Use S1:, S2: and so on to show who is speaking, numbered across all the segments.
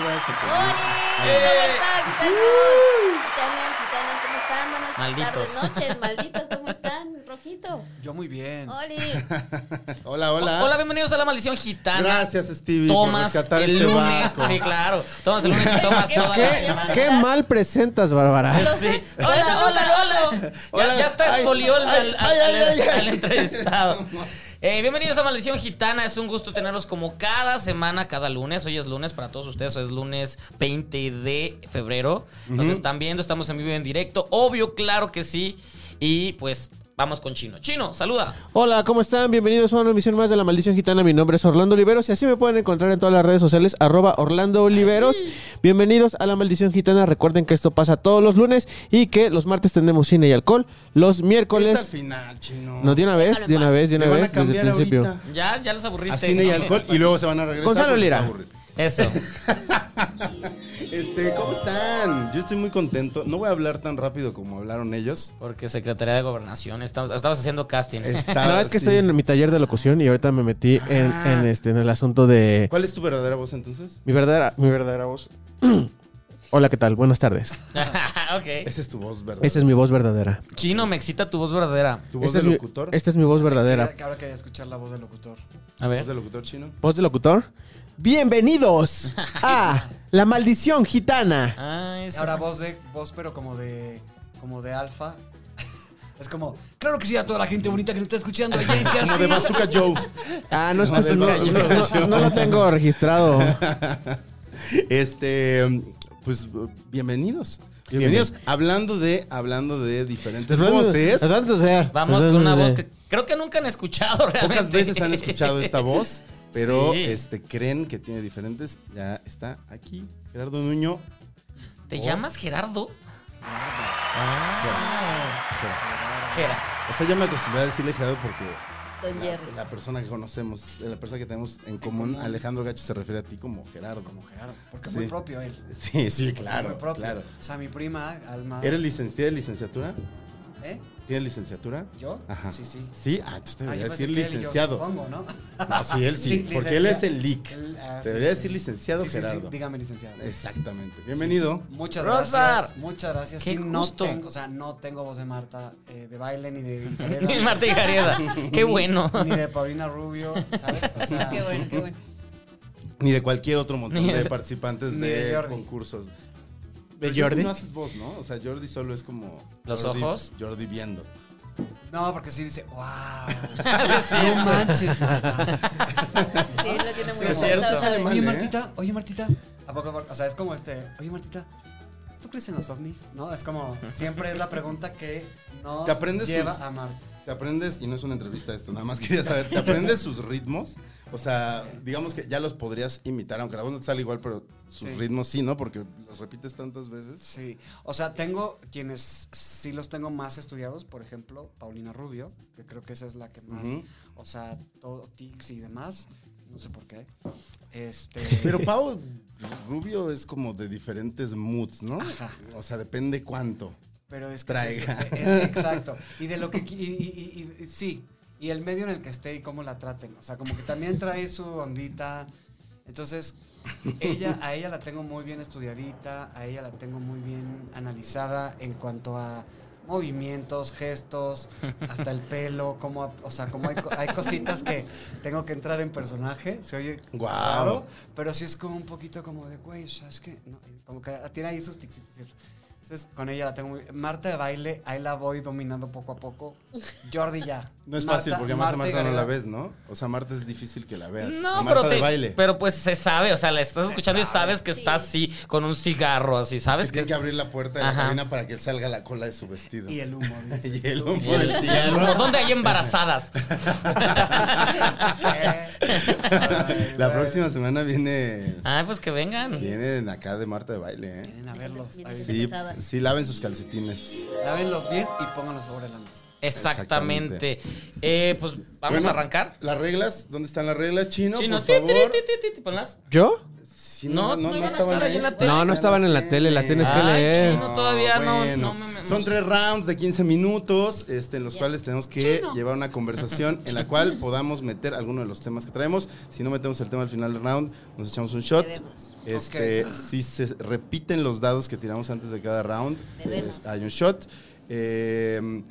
S1: ¿Cómo están, gitanos? Gitanas, gitanas, ¿cómo están? Buenas
S2: Malditos.
S1: tardes, noches, malditos, ¿cómo están? Rojito.
S3: Yo muy bien.
S1: Oli.
S4: Hola, hola.
S2: Hola. bienvenidos a la maldición gitana.
S4: Gracias, Stevie, por
S2: Tomas
S4: rescatar
S2: el
S4: este
S2: lunes.
S4: barco.
S2: Sí, claro. Tomas el lunes y tomas
S1: ¿Qué-
S2: toda la
S1: qué-
S2: semana.
S5: Qué mal presentas, Bárbara.
S1: Lo
S2: Sí.
S1: sé.
S2: Hola, hola, hola.
S4: Hola.
S2: Ya, ya está
S4: Ay,
S2: expolió el-
S4: ay,
S2: al,
S4: ay,
S2: al-
S4: ay, ay,
S2: al
S4: ay.
S2: entrevistado. Eh, bienvenidos a Maldición Gitana. Es un gusto tenerlos como cada semana, cada lunes. Hoy es lunes para todos ustedes. Hoy es lunes 20 de febrero. Nos están viendo, estamos en vivo y en directo. Obvio, claro que sí. Y pues vamos con Chino. Chino, saluda.
S6: Hola, ¿cómo están? Bienvenidos a una emisión más de La Maldición Gitana. Mi nombre es Orlando Oliveros y así me pueden encontrar en todas las redes sociales, arroba Orlando Oliveros. Bienvenidos a La Maldición Gitana. Recuerden que esto pasa todos los lunes y que los martes tenemos cine y alcohol. Los
S4: Es al
S6: miércoles...
S4: final, chino.
S6: No, de una vez, de una vez, de una
S4: Te van a
S6: vez, desde el
S4: cambiar
S6: principio.
S4: ahorita.
S2: Ya, ya los aburriste.
S4: A cine y
S2: No,
S4: alcohol y luego se van a regresar.
S6: Gonzalo
S4: porque
S6: Lira.
S4: está aburrido.
S2: Eso.
S4: Este, ¿cómo están? Yo estoy muy contento. No voy a hablar tan rápido como hablaron ellos.
S2: Porque Secretaría de Gobernación, estamos, estabas haciendo casting.
S4: Está,
S6: No, es que
S4: Ah, sí. Ah.
S6: estoy en mi taller de locución y ahorita me metí en, en este, en el asunto de...
S4: ¿Cuál es tu verdadera voz entonces?
S6: Mi verdadera, mi verdadera voz. Hola, ¿qué tal? Buenas tardes.
S2: ok.
S4: Esa es tu voz verdadera.
S6: Esa es mi voz verdadera.
S2: Chino, me excita tu voz verdadera.
S4: tu voz
S6: Esta
S4: de
S6: es mi-
S4: locutor.
S6: esta es mi voz verdadera.
S3: Que ahora quería escuchar la voz del locutor.
S2: A
S4: ¿Voz de
S2: ver.
S4: locutor chino?
S6: ¿Voz de locutor? Bienvenidos a La Maldición Gitana.
S2: Ay, sí.
S3: Ahora voz de voz, pero como de como de alfa. Es como, claro que sí a toda la gente bonita que nos está escuchando allá en
S4: Como de
S3: casa.
S4: Bazooka Joe.
S6: Ah, no es
S4: No,
S6: que
S4: del
S6: no,
S4: vaso,
S6: no,
S4: del
S6: no- no lo tengo registrado.
S4: Este, pues bienvenidos. Bienvenidos. Hablando de, hablando de diferentes voces.
S6: Tanto sea.
S2: Vamos con una voz que creo que nunca han escuchado realmente.
S4: Pocas veces han escuchado esta voz, pero
S2: Sí.
S4: este, creen que tiene diferentes. Ya está aquí Gerardo Nuño.
S2: ¿Te llamas Gerardo? Ah. Gera.
S4: O sea, ya me acostumbré a decirle Gerardo porque
S1: Don
S4: la,
S1: Jerry.
S4: la persona que conocemos, la persona que tenemos en común, Alejandro Gacho se refiere a ti como Gerardo.
S3: Como Gerardo, porque es muy
S4: Sí.
S3: propio él.
S4: Sí, sí,
S3: Muy
S4: claro,
S3: propio. Ah.
S4: claro.
S3: O sea, mi prima, Alma.
S4: ¿Eres licenciada de licenciatura?
S3: ¿Eh?
S4: ¿Tienes licenciatura?
S3: ¿Yo?
S4: Ajá.
S3: Sí, sí.
S4: Sí, ah, entonces
S3: Ah,
S4: debería
S3: yo pensé
S4: decir
S3: que él y yo,
S4: licenciado.
S3: supongo, ¿no?
S4: No, sí, él sí,
S3: Sí,
S4: porque él es
S3: licenciado.
S4: el LIC.
S3: Él, ah, sí,
S4: Debería
S3: sí.
S4: decir licenciado
S3: Sí, sí, sí,
S4: Gerardo. Eh,
S3: dígame licenciado.
S4: Exactamente. Bienvenido.
S3: Muchas
S2: Rosar.
S3: gracias. Muchas gracias.
S2: Qué
S3: Sí, no
S2: gusto.
S3: tengo, o sea, no tengo voz de Marta eh, de baile ni de
S2: Ni
S3: Gareda,
S2: Marta y Gareda. Qué bueno.
S3: Ni de Paulina Rubio, ¿sabes? O sea,
S1: Qué bueno, qué bueno.
S4: Ni de cualquier otro montón
S2: Ni
S4: de
S2: de-
S4: participantes
S3: ni
S4: de,
S3: de Jordi.
S4: concursos.
S6: ¿De
S4: Pero
S6: Jordi?
S4: No haces voz, ¿no? O sea, Jordi solo es como.
S2: Los
S4: Jordi-
S2: ojos.
S4: Jordi viendo.
S3: No, porque sí dice, wow. no manches, Marta.
S1: Sí, lo tiene muy
S2: Sí, es
S1: bien.
S2: cierto.
S1: Sabe, sabe.
S4: Mal,
S3: Oye,
S4: ¿eh?
S3: Martita, oye, Martita. ¿A poco, Mar- o sea, es como este, oye, Martita, ¿tú crees en los ovnis? No, es como, siempre es la pregunta que nos
S4: Te aprendes
S3: lleva
S4: sus-
S3: a Marta.
S4: Te aprendes, y no es una entrevista esto, nada más quería saber, ¿te aprendes sus ritmos? O sea, digamos que ya los podrías imitar, aunque la voz no te sale igual, pero sus
S3: Sí.
S4: ritmos sí, ¿no? Porque los repites tantas veces.
S3: Sí, o sea, tengo quienes sí los tengo más estudiados, por ejemplo, Paulina Rubio, que creo que esa es la que más,
S4: Ujú.
S3: o sea, todo tics y demás, no sé por qué. Este,
S4: Pero Pau Rubio es como de diferentes moods, ¿no?
S3: Ajá.
S4: O sea, depende cuánto.
S3: pero es que
S4: traiga.
S3: sí, es- es- exacto. Y de lo que qui- y, y- y- y- sí, y el medio en el que esté y cómo la traten, o sea, como que también trae su ondita. Entonces, ella a ella la tengo muy bien estudiadita, a ella la tengo muy bien analizada en cuanto a movimientos, gestos, hasta el pelo, como, a- o sea, como hay, co- hay cositas que tengo que entrar en personaje, se oye
S4: Guau.
S3: raro, pero sí es como un poquito como de, güey, ¿sabes qué? No, y como que tiene ahí sus ticsitos y eso. Entonces, con ella la tengo muy... Marta de baile, ahí la voy dominando poco a poco. Jordi ya.
S4: No es
S3: Marta-
S4: fácil, porque además a
S3: y
S4: Marta no la
S3: Gareda.
S4: ves, ¿no? O sea, Marta es difícil que la veas.
S2: No,
S4: a Marta
S2: pero,
S4: de
S2: te-
S4: baile.
S2: pero pues se sabe, o sea, la estás escuchando y sabes que
S1: sí.
S2: está así, con un cigarro así,
S4: Que
S2: ¿sabes?
S4: tiene que abrir la puerta de la
S2: Ajá.
S4: cabina para que salga la cola de su vestido.
S3: Y el humo. dices
S4: Y el
S3: tú.
S4: humo del cigarro.
S2: Como, ¿Dónde hay embarazadas?
S3: Ay,
S4: la
S3: güey.
S4: próxima semana viene.
S2: Ay, pues que vengan.
S4: Vienen acá de Marta de baile, ¿eh?
S3: Vienen a verlos. a ver.
S4: Sí,
S1: pesada.
S4: sí, laven sus calcetines.
S3: Lávenlos bien y pónganlos sobre la mesa.
S2: Exactamente. Eh, pues vamos
S4: Bueno,
S2: a arrancar.
S4: ¿Las reglas? ¿Dónde están las reglas, Chino?
S2: Chino,
S4: por
S2: ti, ti,
S4: favor.
S2: ti, ti, ti, ti, ponlas.
S6: ¿Yo?
S4: Sí,
S2: No,
S4: no, no,
S2: no
S4: no
S2: iban a
S4: estaban
S2: estar ahí
S4: ahí.
S2: en la tele.
S6: No, no
S4: Ya
S6: estaban en la tele, las tienes que
S2: Ay,
S6: leer.
S2: chino. todavía no, no me- me-
S4: Son
S2: no-
S4: tres rounds de 15 minutos, este, en los cuales tenemos que llevar una conversación en la cual podamos meter alguno de los temas que traemos. Si no metemos el tema al final del round, nos echamos un shot.
S1: Debemos.
S4: Este, Si se repiten los dados que tiramos antes de cada round,
S1: Debemos.
S4: es- hay un shot. Eh,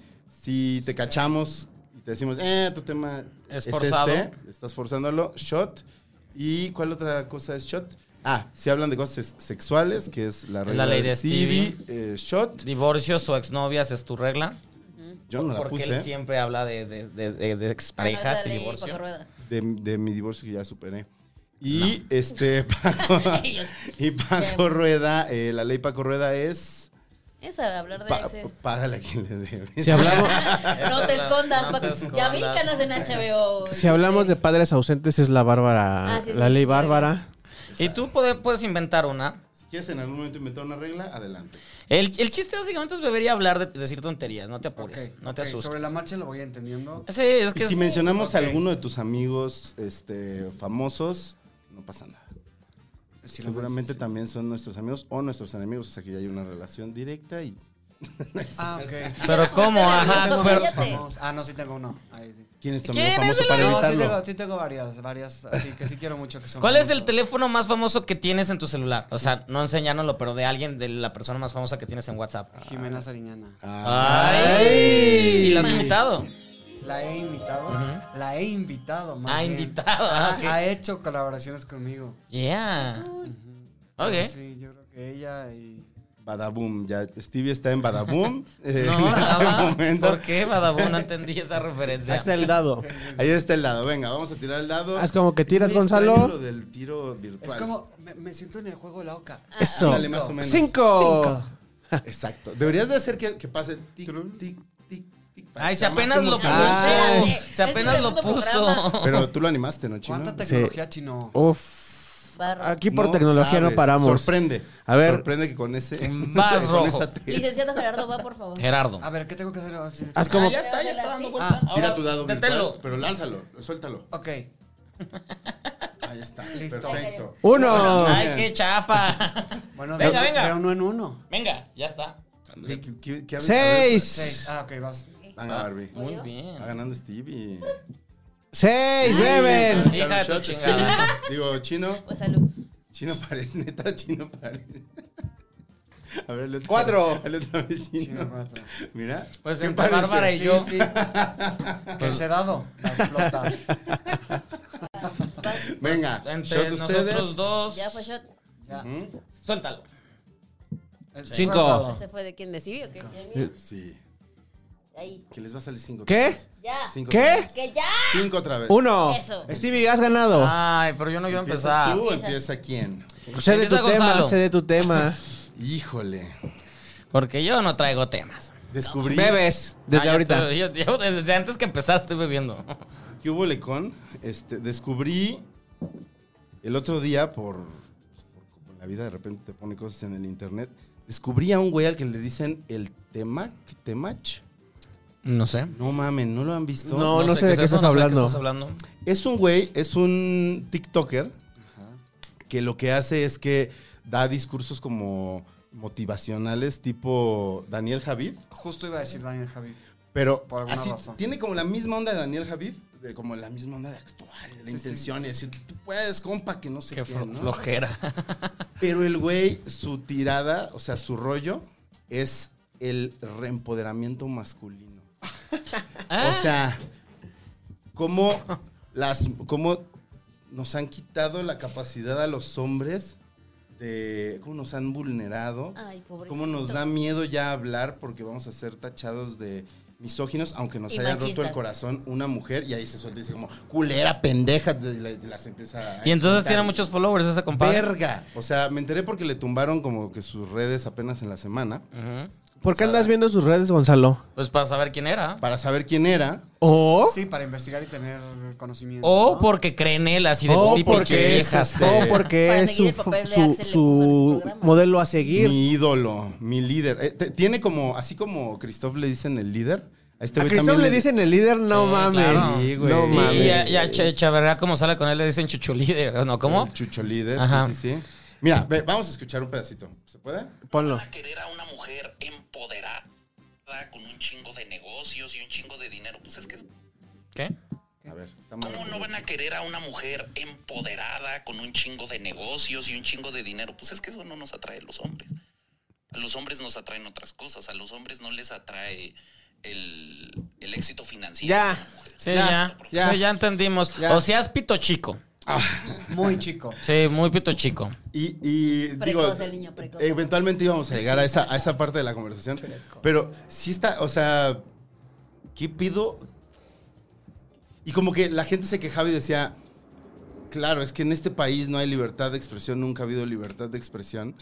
S4: si te cachamos y te decimos, eh, tu tema
S2: Es
S4: es,
S2: forzado.
S4: este, estás forzándolo, shot. ¿Y cuál otra cosa es shot? Ah, si hablan de cosas sex- sexuales, que es la regla
S2: ley
S4: de
S2: de
S4: Stevie, eh, shot.
S2: Divorcios o exnovias es tu regla.
S4: Yo no la
S2: porque
S4: puse.
S2: él siempre habla de, de, de- de- de exparejas y divorcio.
S4: de, de mi divorcio que ya superé. Y este Paco, y Paco Rueda, eh, la ley Paco Rueda es
S1: Es a hablar de
S4: pa-
S1: exes.
S4: págale a quien le debe.
S6: Si hablamos,
S1: No te escondas,
S2: No te
S1: Paco. Ya vi
S2: escondas.
S1: canas en HBO.
S6: si hablamos de padres ausentes, es la Bárbara,
S1: Ah, sí, es
S6: la ley
S1: la-
S6: Bárbara.
S2: Y tú puede- puedes inventar una.
S4: Si quieres en algún momento inventar una regla, adelante.
S2: El, el chiste básicamente es beber y hablar de decir tonterías. No te apures,
S3: Ok,
S2: no te
S3: ok,
S2: asustes.
S3: Sobre la marcha lo voy entendiendo.
S2: Sí, es
S4: Y
S2: que
S4: si
S2: es-
S4: mencionamos a
S3: ok.
S4: alguno de tus amigos este famosos, no pasa nada.
S3: Si lo
S4: Seguramente
S3: mencionas.
S4: también son nuestros amigos o nuestros enemigos, o sea que ya hay una relación directa y
S3: Ah, ok.
S2: Pero cómo, ajá,
S1: Sofía,
S2: pero-
S1: ya te-
S3: Famoso. Ah, no, sí tengo uno. Ahí sí.
S4: quién es tu
S2: ¿Quién
S4: amigo
S2: es
S4: famoso
S2: el
S4: para
S2: amigo?
S3: No, sí
S4: evitarlo.
S3: tengo, sí tengo varias, varias, así que sí quiero mucho que son
S2: ¿Cuál es el
S3: famosos.
S2: teléfono más famoso que tienes en tu celular? O sea, no enseñárnoslo, pero de alguien, de la persona más famosa que tienes en WhatsApp.
S3: Jimena Sariñana.
S4: Ah,
S2: ¡Ay! ¿Y la has invitado?
S3: La he invitado.
S2: Ujú.
S3: La he invitado, más
S2: Ah,
S3: bien.
S2: invitado, ah,
S3: Ha,
S2: ok.
S3: ha hecho colaboraciones conmigo.
S2: Yeah. Ok.
S3: Pero Sí, yo creo que ella y.
S4: Badaboom, ya Stevie está en Badaboom. eh, en
S2: No,
S4: este
S2: nada.
S4: momento.
S2: ¿Por qué, Badabun? No entendí esa referencia.
S6: Ahí está el dado.
S4: Ahí está el dado, venga, vamos a tirar el dado.
S6: Haz como que
S4: Es
S6: tiras,
S4: muy extraño
S6: Gonzalo.
S4: Lo del tiro virtual.
S3: Es como. Me, me siento en el juego de la oca.
S6: Eso.
S4: Dale, más o menos.
S6: Cinco.
S4: Exacto. Deberías de hacer que, que pase. Tic, tic, tic, tic, para
S2: Ay,
S4: que
S2: se
S4: sea más
S2: apenas lo puso.
S4: emocionante.
S1: Ay,
S2: Se apenas
S1: es mi
S2: lo
S1: segundo
S2: puso.
S1: programa.
S4: Pero tú lo animaste, ¿no, chino?
S3: ¿Cuánta tecnología chino?
S4: Oh.
S6: Uf.
S1: Barra.
S6: Aquí por
S4: No
S6: tecnología
S4: sabes.
S6: no paramos.
S4: Sorprende.
S6: A ver.
S4: Sorprende que con ese.
S2: Vas
S4: con
S2: rojo.
S4: esa tez.
S1: Licenciado Gerardo, va, por favor.
S2: Gerardo.
S3: A ver, ¿qué tengo que hacer? Así-
S6: Haz como.
S2: Ah, ya está, ya está dando vuelta.
S3: Ah,
S4: Tira tu dado virtual,
S2: Deténlo.
S4: pero lánzalo, suéltalo.
S3: Ok.
S4: Ahí está.
S3: Listo.
S4: Perfecto.
S6: Uno.
S2: Ay, qué chafa.
S3: Bueno,
S2: Venga,
S3: veo,
S2: venga.
S3: veo uno en uno.
S2: Venga, ya está.
S4: ¿Qué- qué- qué- qué-
S3: Seis.
S6: Seis.
S3: Ah, ok, vas.
S4: Venga, pues, Barbie.
S2: Muy bien.
S4: Va ganando Stevie.
S6: Seis. Beben.
S2: Hija de tu
S4: Shot, Stevie.
S2: chingada.
S4: Digo, chino.
S1: Pues salud.
S4: Chino parece, neta, chino parece. A ver, el otro.
S6: Cuatro.
S4: El otro vez chino.
S3: Chino cuatro.
S4: Mira.
S2: Pues
S4: ¿qué
S2: entre Bárbara y
S3: Sí,
S2: yo.
S3: sí. Que ese dado va a explotar.
S4: Venga,
S2: Pues Entre
S4: shot
S2: nosotros
S4: ustedes.
S2: dos. ¿Mm?
S1: Ya fue shot.
S3: Ya.
S4: Ujú.
S2: Suéltalo.
S3: Es
S6: Cinco.
S3: cerrado.
S1: ¿Ese fue de quién decidió? ¿o ¿Qué? ¿Quién?
S4: Sí.
S1: Ahí.
S4: Que les va a salir cinco.
S6: ¿Qué?
S4: otra vez.
S1: Ya.
S4: Cinco
S6: ¿Qué?
S4: otra vez.
S1: Que ya.
S4: Cinco otra vez.
S6: Uno.
S1: Eso.
S6: Stevie, has ganado.
S2: Ay, pero yo no iba a
S4: ¿Empiezas
S2: empezar.
S4: tú o empieza quién?
S6: Sé de tu
S2: Empieza
S6: tema,
S2: Gonzalo.
S6: sé de tu tema.
S4: Híjole.
S2: Porque yo no traigo temas.
S4: Descubrí
S6: Bebes.
S2: Ah,
S6: Desde
S2: yo
S6: ahorita.
S2: estoy- yo- yo desde antes que empezaste estoy bebiendo.
S4: que hubo lecón. Este, descubrí el otro día por, por como la vida de repente te pone cosas en el internet. Descubrí a un güey al que le dicen el temac, temach.
S2: No sé.
S4: No mamen, ¿no lo han visto?
S6: No, no sé de qué
S2: es eso,
S6: estás
S2: no sé
S6: hablando.
S2: estás hablando.
S4: Es un güey, es un TikToker que lo que hace es que da discursos como motivacionales tipo Daniel Javid,
S3: Justo iba a decir Daniel Javi.
S4: pero
S3: Por alguna
S4: así
S3: razón.
S4: tiene como la misma onda de Daniel Javid, de como la misma onda de actuar, la
S3: Sí,
S4: intención
S3: sí,
S4: y decir, tú puedes, compa, que no sé
S2: Qué
S4: qué,
S2: flo-
S4: ¿no?
S2: flojera.
S4: Pero el güey, su tirada, o sea, su rollo es el reempoderamiento masculino.
S2: Ah.
S4: O sea, cómo, las, cómo nos han quitado la capacidad a los hombres de. cómo nos han vulnerado.
S1: Ay, pobrecitos.
S4: cómo nos da miedo ya hablar porque vamos a ser tachados de misóginos, aunque nos
S1: Y
S4: haya roto
S1: machistas.
S4: el corazón una mujer y ahí se suelta y dice como, culera, pendeja, de- de- de- las empieza a
S2: Y entonces
S4: insultar.
S2: tiene muchos followers esa compadre.
S4: Verga. O sea, me enteré porque le tumbaron como que sus redes apenas en la semana
S2: Ujú.
S6: ¿Por qué andas viendo sus redes, Gonzalo?
S2: Pues para saber quién era.
S4: para saber quién era.
S6: ¿O?
S3: Sí, para investigar y tener conocimiento.
S2: O
S3: ¿no?
S2: porque creen él así de
S6: o
S2: sí,
S6: oh, porque ¿eh?
S2: pinche
S6: es,
S2: viejas.
S4: este-
S6: o porque
S1: Para
S6: es
S1: seguir
S6: su,
S1: el papel
S6: fu-
S1: de
S6: su-
S1: Axel le puso
S6: su
S1: en su programa.
S6: modelo a seguir.
S4: Mi ídolo, mi líder. Eh, te- tiene como, así como Christoph le dicen el líder, a este
S6: a
S4: güey
S6: Cristóbal
S4: también
S6: le dicen el líder, no
S2: Sí,
S6: mames.
S2: claro.
S4: Sí, güey.
S6: no
S4: Sí,
S6: mames.
S2: Y ya, ya Che- Chavarría, como sale con él, le dicen chuchulíder, ¿no? ¿Cómo?
S4: El chucho líder,
S2: Ajá.
S4: sí, sí, sí. Mira, ve, vamos a escuchar un pedacito. ¿Se puede?
S6: Ponlo.
S7: a querer a una mujer empoderada con un chingo de negocios y un chingo de dinero. Pues es que,
S2: ¿Qué?
S4: A ver, está mal.
S7: ¿cómo no van a querer a una mujer empoderada con un chingo de negocios y un chingo de dinero? Pues es que eso no nos atrae a los hombres. A los hombres nos atraen otras cosas. A los hombres no les atrae el, el éxito financiero.
S6: Ya.
S7: de una mujer.
S2: Sí, ya. Sí,
S6: ya.
S2: Ya, entendimos.
S6: Ya.
S2: O sea, es pito chico.
S3: Muy chico.
S2: Sí, muy pito chico.
S4: Y, y
S1: Precoz,
S4: digo, eh,
S1: el niño precoz.
S4: eventualmente íbamos a llegar a esa, a esa parte de la conversación. Pero sí está, o sea, ¿qué pido? Y como que la gente se quejaba y decía, claro, es que en este país no hay libertad de expresión, nunca ha habido libertad de expresión.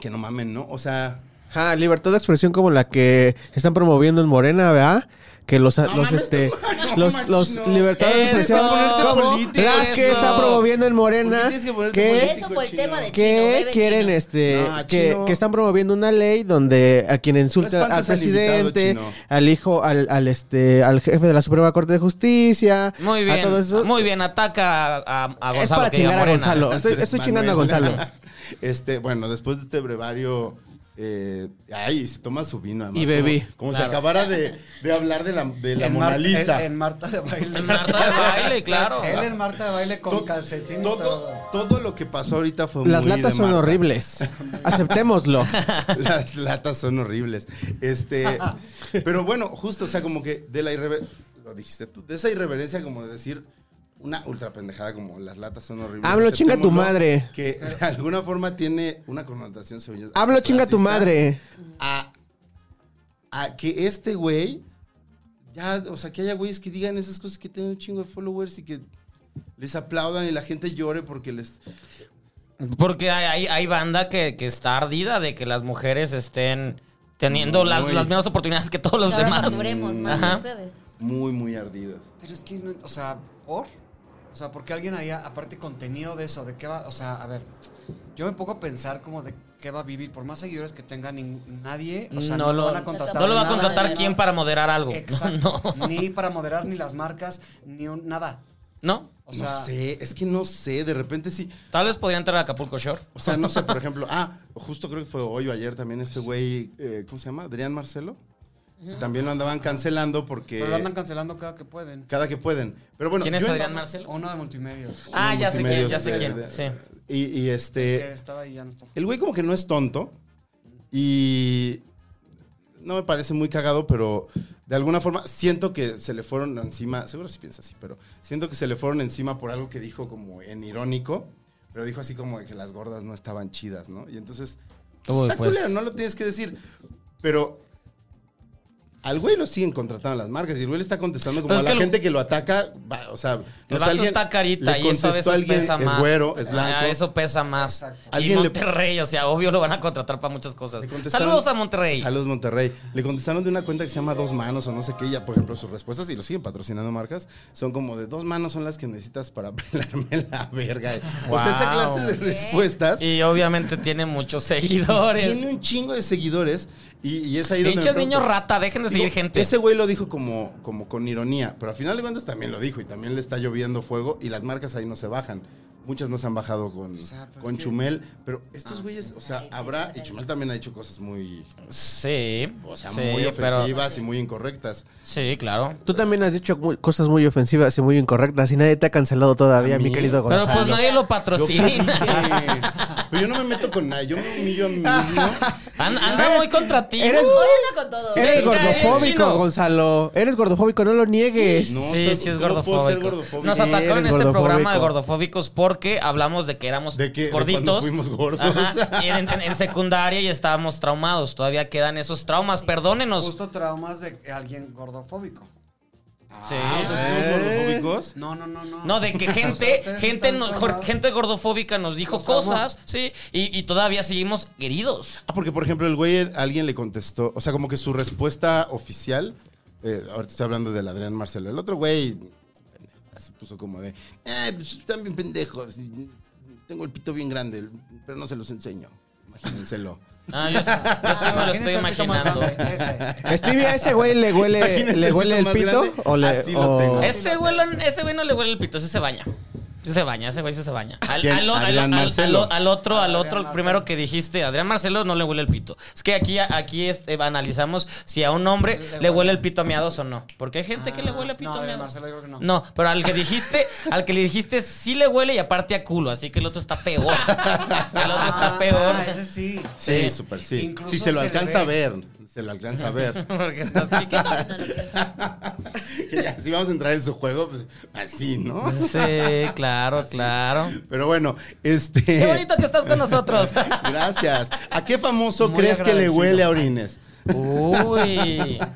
S4: Que no mamen, ¿no? O sea,
S6: Ajá, Ah, libertad de expresión como la que están promoviendo en Morena, ¿verdad? Que los, los
S4: mames,
S6: este,
S4: no
S6: los,
S4: manches,
S6: los
S4: no.
S6: libertad de
S2: Eso,
S6: expresión
S2: ponerte
S6: como
S4: político,
S6: las que
S2: eso.
S6: está promoviendo en
S4: ¿por qué
S6: Morena,
S4: tienes que ponerte
S6: que
S4: político,
S1: Eso fue el
S4: chino?
S1: tema de Chino.
S6: que
S1: bebe
S6: quieren
S1: chino.
S6: este
S4: No,
S6: que,
S4: chino.
S6: que están promoviendo una ley donde a quien insulta al
S4: espantes al invitado,
S6: presidente,
S4: chino.
S6: al hijo, al, al este, al jefe de la Suprema Corte de Justicia,
S2: Muy
S6: a
S2: bien.
S6: todo eso.
S2: Muy bien, ataca a, a- a Gonzalo.
S6: es para
S2: que diga
S6: chingar a
S2: Morena.
S6: Gonzalo. Estoy,
S4: Andrés
S6: estoy chingando a
S4: Manuel.
S6: Gonzalo.
S4: Este, bueno, después de este brevario. eh, ay, se toma su vino además.
S6: Y bebí.
S4: Como, como
S2: Claro.
S4: si acabara de, de hablar de la, de la
S3: En
S4: Mona
S3: Mar-
S4: Lisa.
S3: En, en Marta de baile.
S2: En Marta de baile, claro.
S3: Él en Marta de baile con
S4: To-
S3: calcetín. y
S4: todo,
S3: todo.
S4: todo lo que pasó ahorita fue
S6: Las
S4: muy
S6: latas
S4: de
S6: son
S4: Marta.
S6: horribles. Aceptémoslo.
S4: Las latas son horribles. Este, pero bueno, justo, o sea, como que de la irreverencia, lo dijiste tú, de esa irreverencia como de decir una ultra pendejada como las latas son horribles.
S6: AMLO, chinga tu
S4: aceptémoslo,
S6: madre.
S4: Que de alguna forma tiene una connotación sevillana.
S6: Hablo chinga tu
S4: racista,
S6: madre.
S4: A, a que este güey, ya, o sea, que haya güeyes que digan esas cosas que tienen un chingo de followers y que les aplaudan y la gente llore porque les...
S2: Porque hay, hay, hay banda que, que está ardida de que las mujeres estén teniendo las,
S4: Muy.
S2: las mismas oportunidades que todos los
S1: Ahora
S2: demás.
S1: facturemos más
S2: Ajá.
S1: que ustedes.
S4: Muy, muy ardidas.
S3: Pero es que no, o sea, ¿por? O sea, ¿por qué alguien haría aparte contenido de eso? ¿De qué va? O sea, a ver, yo me pongo a pensar como de qué va a vivir. Por más seguidores que tenga ning- nadie, o sea,
S2: No
S3: no,
S2: lo-
S3: lo van a contratar.
S2: No lo va a
S3: nada.
S2: contratar quién para moderar algo.
S3: Exacto. Ni para moderar, ni las marcas, ni un- nada.
S2: ¿No?
S3: O sea,
S4: no sé, es que no sé, de repente sí.
S2: Tal vez podría entrar a Acapulco Shore.
S4: O sea, no sé, por ejemplo, ah, justo creo que fue hoy o ayer también este güey, eh, ¿cómo se llama? Adrián Marcelo. También lo andaban cancelando porque
S3: pero lo andan cancelando cada que pueden.
S4: cada que pueden. Pero bueno,
S2: ¿Quién es
S4: yo en-
S2: Adrián Marcelo?
S3: O uno de multimedia.
S2: Ah, ya sé quién, ya
S4: multimedios,
S2: sé
S4: de-
S2: quién.
S4: de-
S2: Sí.
S4: Y, y
S3: Que
S4: este,
S3: estaba ahí ya no está.
S4: el güey como que no es tonto y no me parece muy cagado, pero de alguna forma siento que se le fueron encima, seguro si piensa así, pero siento que se le fueron encima por algo que dijo como en irónico, pero dijo así como de que las gordas no estaban chidas, ¿no? Y entonces, pues,
S2: Uy,
S4: está
S2: pues.
S4: culero, no lo tienes que decir, pero al güey lo siguen contratando las marcas y el güey le está contestando como
S2: Pero
S4: a la
S2: Pues es que el-
S4: gente que lo ataca, va, o sea, no
S2: El
S4: sé,
S2: vato está carita
S4: le
S2: y eso a
S4: contestó
S2: veces
S4: a alguien,
S2: pesa más.
S4: es güero, es
S2: Ah,
S4: blanco.
S2: eso pesa más.
S3: Exacto.
S2: Y
S4: Alguien le-
S2: Monterrey, o sea, obvio lo van a contratar para muchas cosas.
S4: Le contestaron-
S2: Saludos a Monterrey.
S4: Saludos Monterrey. Le contestaron de una cuenta que se llama Dos Manos o no sé qué, y ya por ejemplo sus respuestas, y lo siguen patrocinando marcas, son como de dos manos son las que necesitas para pelarme la verga. O sea, esa
S2: Wow.
S4: clase de respuestas
S2: Y obviamente tiene muchos seguidores.
S4: tiene un chingo de seguidores y, y es ahí donde... me
S2: Pinches
S4: pregunto,
S2: niños rata, dejen de
S4: digo,
S2: seguir gente.
S4: Ese güey lo dijo como, como con ironía, pero al final de cuentas también lo dijo y también le está lloviendo fuego y las marcas ahí no se bajan. Muchas nos han bajado con,
S3: O sea, pues
S4: con
S3: que- Ah,
S4: Chumel, pero estos güeyes, o sea, habrá, y Chumel también ha hecho cosas muy,
S2: Sí.
S4: o sea,
S2: sí,
S4: muy
S2: pero-
S4: ofensivas y muy incorrectas.
S2: sí, claro.
S6: Tú también has dicho muy- cosas muy ofensivas y muy incorrectas y nadie te ha cancelado todavía,
S4: A mí.
S6: mi querido
S2: Pero
S6: Gonzalo.
S2: pues nadie
S4: Yo
S2: lo
S4: qué
S2: patrocina.
S4: dije. pero yo no me meto con nadie, yo me humillo a mí mismo.
S2: An- anda muy contra ti.
S6: eres-
S1: Hoy anda con todo.
S6: Eres
S2: Sí, sí,
S6: gordofóbico,
S2: chino.
S6: Gonzalo. Eres gordofóbico, no lo niegues.
S4: No,
S2: sí,
S4: soy-
S2: sí es
S4: no puedo ser
S2: gordofóbico.
S4: gordofóbico.
S2: Nos
S6: Sí, eres
S2: atacaron en este
S6: gordofóbico.
S2: programa de gordofóbicos porque hablamos de que éramos
S4: De que de
S2: gorditos.
S4: cuando fuimos gordos.
S2: Ajá, y en, en- en secundaria y estábamos traumados. Todavía quedan esos traumas. Perdónenos.
S3: Justo traumas de alguien gordofóbico.
S2: Sí.
S4: Ah, o sea, si somos gordofóbicos.
S3: No, no, no, no.
S2: No, de que
S3: O
S2: gente,
S3: sea, ustedes
S2: gente,
S3: están
S2: no-
S3: traumados.
S2: gente gordofóbica nos dijo
S3: Nos traumó.
S2: cosas, sí, y, y todavía seguimos heridos.
S4: Ah, porque por ejemplo el güey, alguien le contestó, o sea, como que su respuesta oficial, eh, ahorita estoy hablando del Adrián Marcelo, el otro güey se puso como de, eh, pues están bien pendejos, y tengo el pito bien grande, pero no se los enseño, imagínenselo.
S2: Ah, yo, sí- yo sí me lo estoy
S3: Imagínense el pito más
S2: imaginando.
S3: grande, ese.
S6: Stevie, ¿a ese güey le huele,
S4: Imagínese
S6: le
S4: el
S6: huele el
S4: pito más
S6: pito?
S4: grande.
S6: ¿O le,
S4: Así lo
S6: o-
S4: tengo.
S2: Ese güey, lo- ese güey no le huele el pito, sí se baña. Sí se baña, ese güey sí se baña. Al,
S4: ¿Quién?
S2: al- al-
S4: Adrián
S2: al-
S4: Marcelo.
S2: al- al otro, al otro, el primero que dijiste, Adrián Marcelo no le huele el pito. Es que aquí, aquí este, analizamos si a un hombre le huele el pito a miados o no. Porque hay gente que le huele
S3: Ah,
S2: el pito a
S3: no, a ver,
S2: miados.
S3: Marcelo, yo creo que no.
S2: No, pero al que dijiste, al que le dijiste sí le huele y aparte a culo, así que el otro está peor. El otro está peor.
S3: Ah, ese sí.
S4: Sí, súper sí.
S3: Incluso
S4: Si se lo
S3: se le
S4: alcanza a
S3: ve.
S4: ver, se lo alcanza a ver.
S2: Porque estás chiquito.
S4: Que ya, si vamos a entrar en su juego, pues así, ¿no?
S2: Sí, claro, claro.
S4: Pero bueno, este...
S2: Qué bonito que estás con nosotros.
S4: Gracias. ¿A qué famoso
S3: Muy
S4: crees que le
S3: agradecido.
S4: huele a orines?
S2: Uy.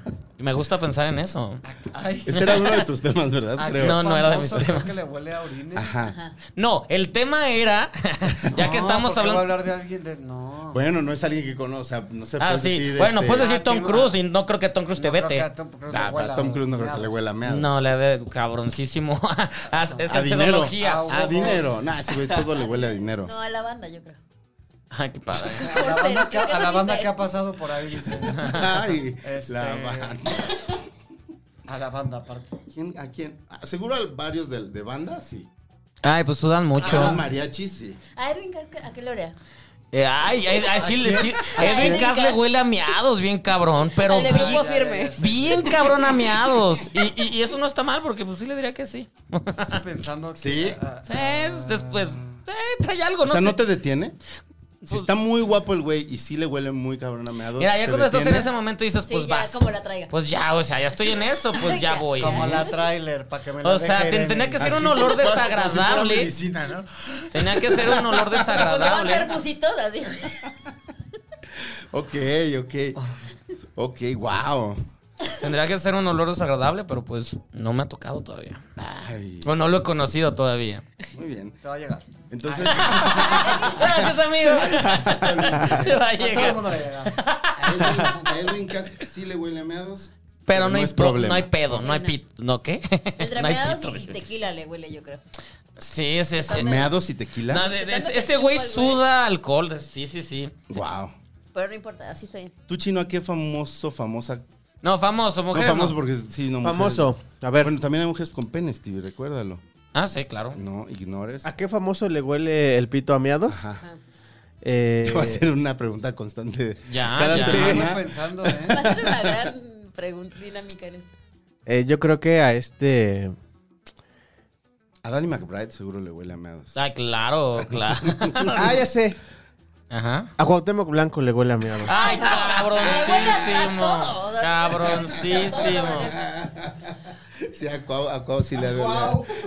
S2: Me gusta pensar en eso.
S3: Ay.
S4: Ese Este era uno de tus temas, ¿verdad?
S3: ¿A qué
S4: Creo.
S2: Ah, No, no era de mis
S3: famoso creo
S2: temas.
S3: que le huele a orines?
S4: Ajá.
S2: No, el tema era, ya que
S3: No,
S2: estamos
S3: porque voy
S2: hablando...
S3: a hablar de alguien de... No.
S4: Bueno, no es alguien que conoce, o sea, no sé,
S2: Ah,
S4: puedes
S2: sí.
S4: decir,
S2: bueno,
S4: este,
S2: puedes
S3: Ah,
S2: decir Tom
S3: tema.
S2: Cruise y no creo que Tom Cruise
S4: pues
S2: te
S3: No creo
S2: vete.
S3: que a Tom Cruise le
S4: Ah,
S3: huela
S4: para Tom Cruise no creo que
S3: nada.
S4: le huela a meadas.
S2: No, le de cabroncísimo. Ah, es- es
S4: a dinero.
S2: pseudología.
S3: Ah,
S4: A dinero. Nah, ese güey todo le huele a dinero.
S1: No, a la banda, yo creo.
S2: Ay, qué padre.
S3: A la banda, que,
S1: ¿Qué te
S3: a la banda
S1: dice?
S3: que ha pasado por ahí, dice.
S4: Ay,
S3: Este-
S4: la banda.
S3: A la banda, aparte.
S4: ¿Quién- ¿A quién? Ah, Seguro a varios de, de banda, sí.
S2: Ay, pues sudan mucho.
S4: A los mariachis, sí.
S1: A Edwin Casca, ¿a qué le olea?
S2: Eh, ay, ay, ay, sí, le- sí. Edwin
S1: Edwin
S2: Cass le
S1: Cass.
S2: huele a miados, bien cabrón, pero pues,
S1: Al de grupo
S2: bien,
S1: firme.
S2: bien cabrón a miados. Y, y- y eso no está mal, porque pues sí le diría que sí.
S3: Estoy pensando que...
S4: ¿Sí?
S3: ah,
S2: Sí, pues, después, eh, trae algo,
S4: O
S2: no
S4: sea, ¿no
S2: sé.
S4: te detiene? Si está muy guapo el güey y sí le huele muy cabrón a meados.
S2: Pues, Mira, ya
S4: ¿te
S2: cuando estás en
S4: detiene?
S2: ese momento dices,
S1: Sí,
S2: pues
S1: ya,
S2: vas.
S1: como la traiga.
S2: Pues ya, o sea, ya estoy en eso, pues ya voy.
S3: Como la trailer, para que me la
S2: O sea,
S3: deje
S2: te-
S3: Irene.
S2: tenía que ser
S4: Así
S2: un olor
S4: como si fuera
S2: desagradable.
S4: medicina, ¿no?
S2: Tenía que ser un olor
S1: Porque van a pues? ser
S2: desagradable.
S1: pusitos así.
S4: Ok, ok. Ok, wow.
S2: Tendría que ser un olor desagradable, pero pues no me ha tocado todavía.
S4: Ay,
S2: O no lo he conocido todavía.
S4: muy bien.
S3: Te va a llegar.
S4: Entonces,
S2: Gracias, amigo. Se va a
S3: A todo el
S2: llegar.
S3: mundo le llega.
S4: Edwin, a Edwin Cass sí le huele a meados.
S2: Pero no, hay
S4: es
S2: pro-
S4: problema.
S2: No hay pedo, no hay
S1: no.
S2: pito. ¿No qué?
S1: Entre
S2: no hay
S1: meados
S2: pito,
S1: y
S2: dije.
S1: tequila le huele, yo creo.
S2: Sí, sí, sí.
S4: Eh, ¿Meados y tequila?
S2: No, de- de-
S1: Tanto que
S2: ese güey
S1: chupa el güey.
S2: suda alcohol. Sí, sí, sí.
S4: Wow.
S1: Pero no importa, así está bien.
S4: ¿Tú, Chino, a qué famoso, famosa?
S2: No, famoso,
S4: No,
S2: mujer.
S4: famoso porque sí, no mujer.
S6: Famoso. A ver,
S4: Bueno, también hay mujeres con penes, tío, recuérdalo.
S2: Ah, sí, claro.
S4: No, ignores.
S6: ¿a qué famoso le huele el pito a miados?
S4: Ajá.
S6: Eh,
S4: Te va a hacer una pregunta constante
S2: Ya,
S4: cada
S2: ya.
S3: Estamos
S4: semana.
S3: pensando,
S1: Va
S3: ¿eh?
S1: a ser una gran pregunta dinámica en eso.
S6: eh, yo creo que a este...
S4: A Danny McBride seguro le huele a meados.
S2: Ah, claro, claro.
S6: Ah, ya sé.
S2: Ajá.
S6: A Cuauhtémoc Blanco le huele a miados.
S4: Ah.
S2: Ay, cabroncísimo.
S1: a todo.
S2: Cabroncísimo.
S4: Sí, a Cuau, a Cuau sí le ha de oler.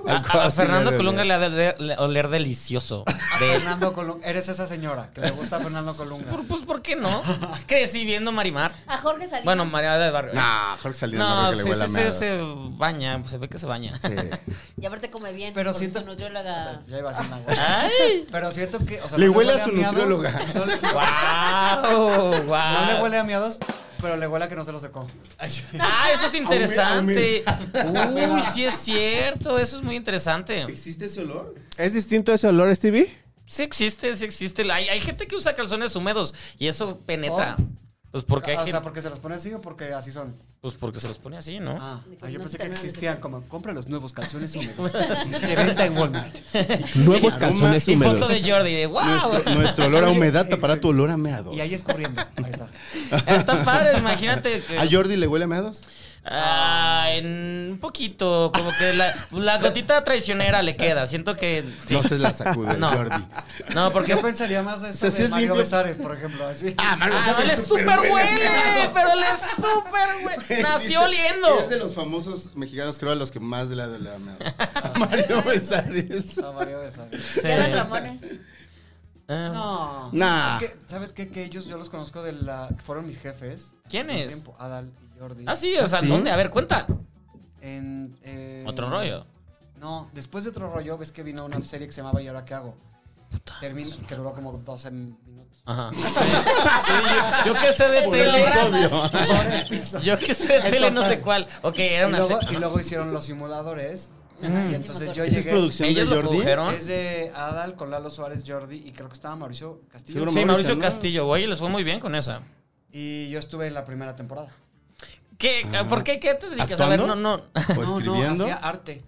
S2: A,
S4: Cuau
S2: a
S4: sí
S2: Fernando
S4: le ha de
S2: Colunga
S4: oler.
S2: le ha de oler- le- oler delicioso. De-
S3: Fernando Colunga. Eres esa señora que le gusta a Fernando Colunga.
S2: Por- pues, ¿por qué no? Crecí viendo Marimar.
S1: A Jorge Salinas.
S2: Bueno, María del Barrio.
S4: No, Jorge Salinas no,
S2: No,
S4: creo que
S2: sí,
S4: le huele
S2: sí,
S4: a
S2: sí,
S4: meados.
S2: se baña, se ve que se baña.
S4: Sí.
S1: y aparte come bien.
S3: Pero
S1: Pero
S3: siento-
S1: siento... su nutrióloga.
S3: Ya iba a ser una
S2: Ah.
S3: güey.
S2: ¡Ay!
S3: Pero siento que... O sea,
S4: Le
S3: no
S4: huele a su
S3: miados,
S4: nutrióloga.
S3: No le,
S2: ¡Wow! ¡Wow!
S3: no le huele a miados, pero le huele a que no se lo secó.
S2: Ah, eso es interesante.
S4: A mí, a mí.
S2: Uy, sí es cierto, eso es muy interesante.
S4: ¿Existe ese olor?
S6: ¿Es distinto ese olor, Stevie?
S2: Sí existe, sí existe. Hay, hay gente que usa calzones húmedos y eso penetra. Pues porque hay
S3: Ah, o sea,
S2: gente-
S3: porque se los pone así o porque así son.
S2: pues porque se los pone así, ¿no?
S3: Ah,
S1: De que
S3: ah, yo
S1: no
S3: pensé que
S1: pegan, de que-
S3: existían como compra los nuevos calzones húmedos de venta en Walmart.
S2: Pues.
S6: Nuevos
S4: Aroma
S6: calzones
S4: y
S2: y foto
S6: húmedos.
S2: de Jordi de wow.
S4: Nuestro, nuestro olor a humedad tapará tu olor a meados.
S3: Y ahí escurriendo. Ahí está.
S2: Está padre, imagínate que.
S4: ¿A Jordi le huele a meados?
S2: Ah, en un poquito, como que la, la gotita traicionera le queda. Siento que. sí.
S4: No se la sacude,
S2: No.
S4: Jordi.
S2: No, porque.
S3: Yo pensaría más de eso
S4: sea, sí
S3: de
S4: es
S3: Mario
S4: limpio.
S3: Besares, por ejemplo, así.
S2: Ah, no, él es súper huele, pero él es súper huele. Nació
S4: Es de
S2: oliendo.
S4: los famosos mexicanos, creo, a los que más le ha de oler a meados. Mario Besares.
S3: Ah, Mario Besares.
S2: Sí.
S1: Ya los Ramones.
S2: Ah,
S3: No.
S4: Nah.
S3: Es que, ¿sabes qué? Que ellos yo los conozco de la. que fueron mis jefes.
S2: ¿Quién
S3: Un
S2: es?
S3: tiempo, Adal y Jordi.
S2: Ah, sí, o sea,
S4: ¿Sí?
S2: ¿dónde? A ver, cuenta.
S3: En. eh,
S2: Otro rollo.
S3: No, después de otro rollo, ves que vino una serie que se llamaba ¿Y ahora qué hago? Termin- que duró como 12 minutos.
S2: Ajá. Sí, yo, yo que sé de tele.
S3: Por episodio.
S2: Yo que sé de tele, no sé cuál. Ok, era
S3: y,
S2: una
S3: luego,
S2: se-
S3: y luego hicieron los simuladores. Y entonces yo
S4: ¿Esa es
S3: llegué.
S4: producción de
S2: ¿Ellos lo
S4: Jordi?
S2: produjeron?
S3: Es de Adal con Lalo Suárez, Jordi y creo que estaba Mauricio Castillo.
S4: Seguro
S2: Sí, Mauricio
S4: ¿no?
S2: Castillo. Oye, les fue muy bien con esa.
S3: Y yo estuve en la primera temporada.
S2: ¿Qué? ¿Por qué? ¿Qué te dedicas? A ver, no,
S4: ¿Actuando?
S2: no. Ah,
S4: ¿O escribiendo?
S3: hacía arte.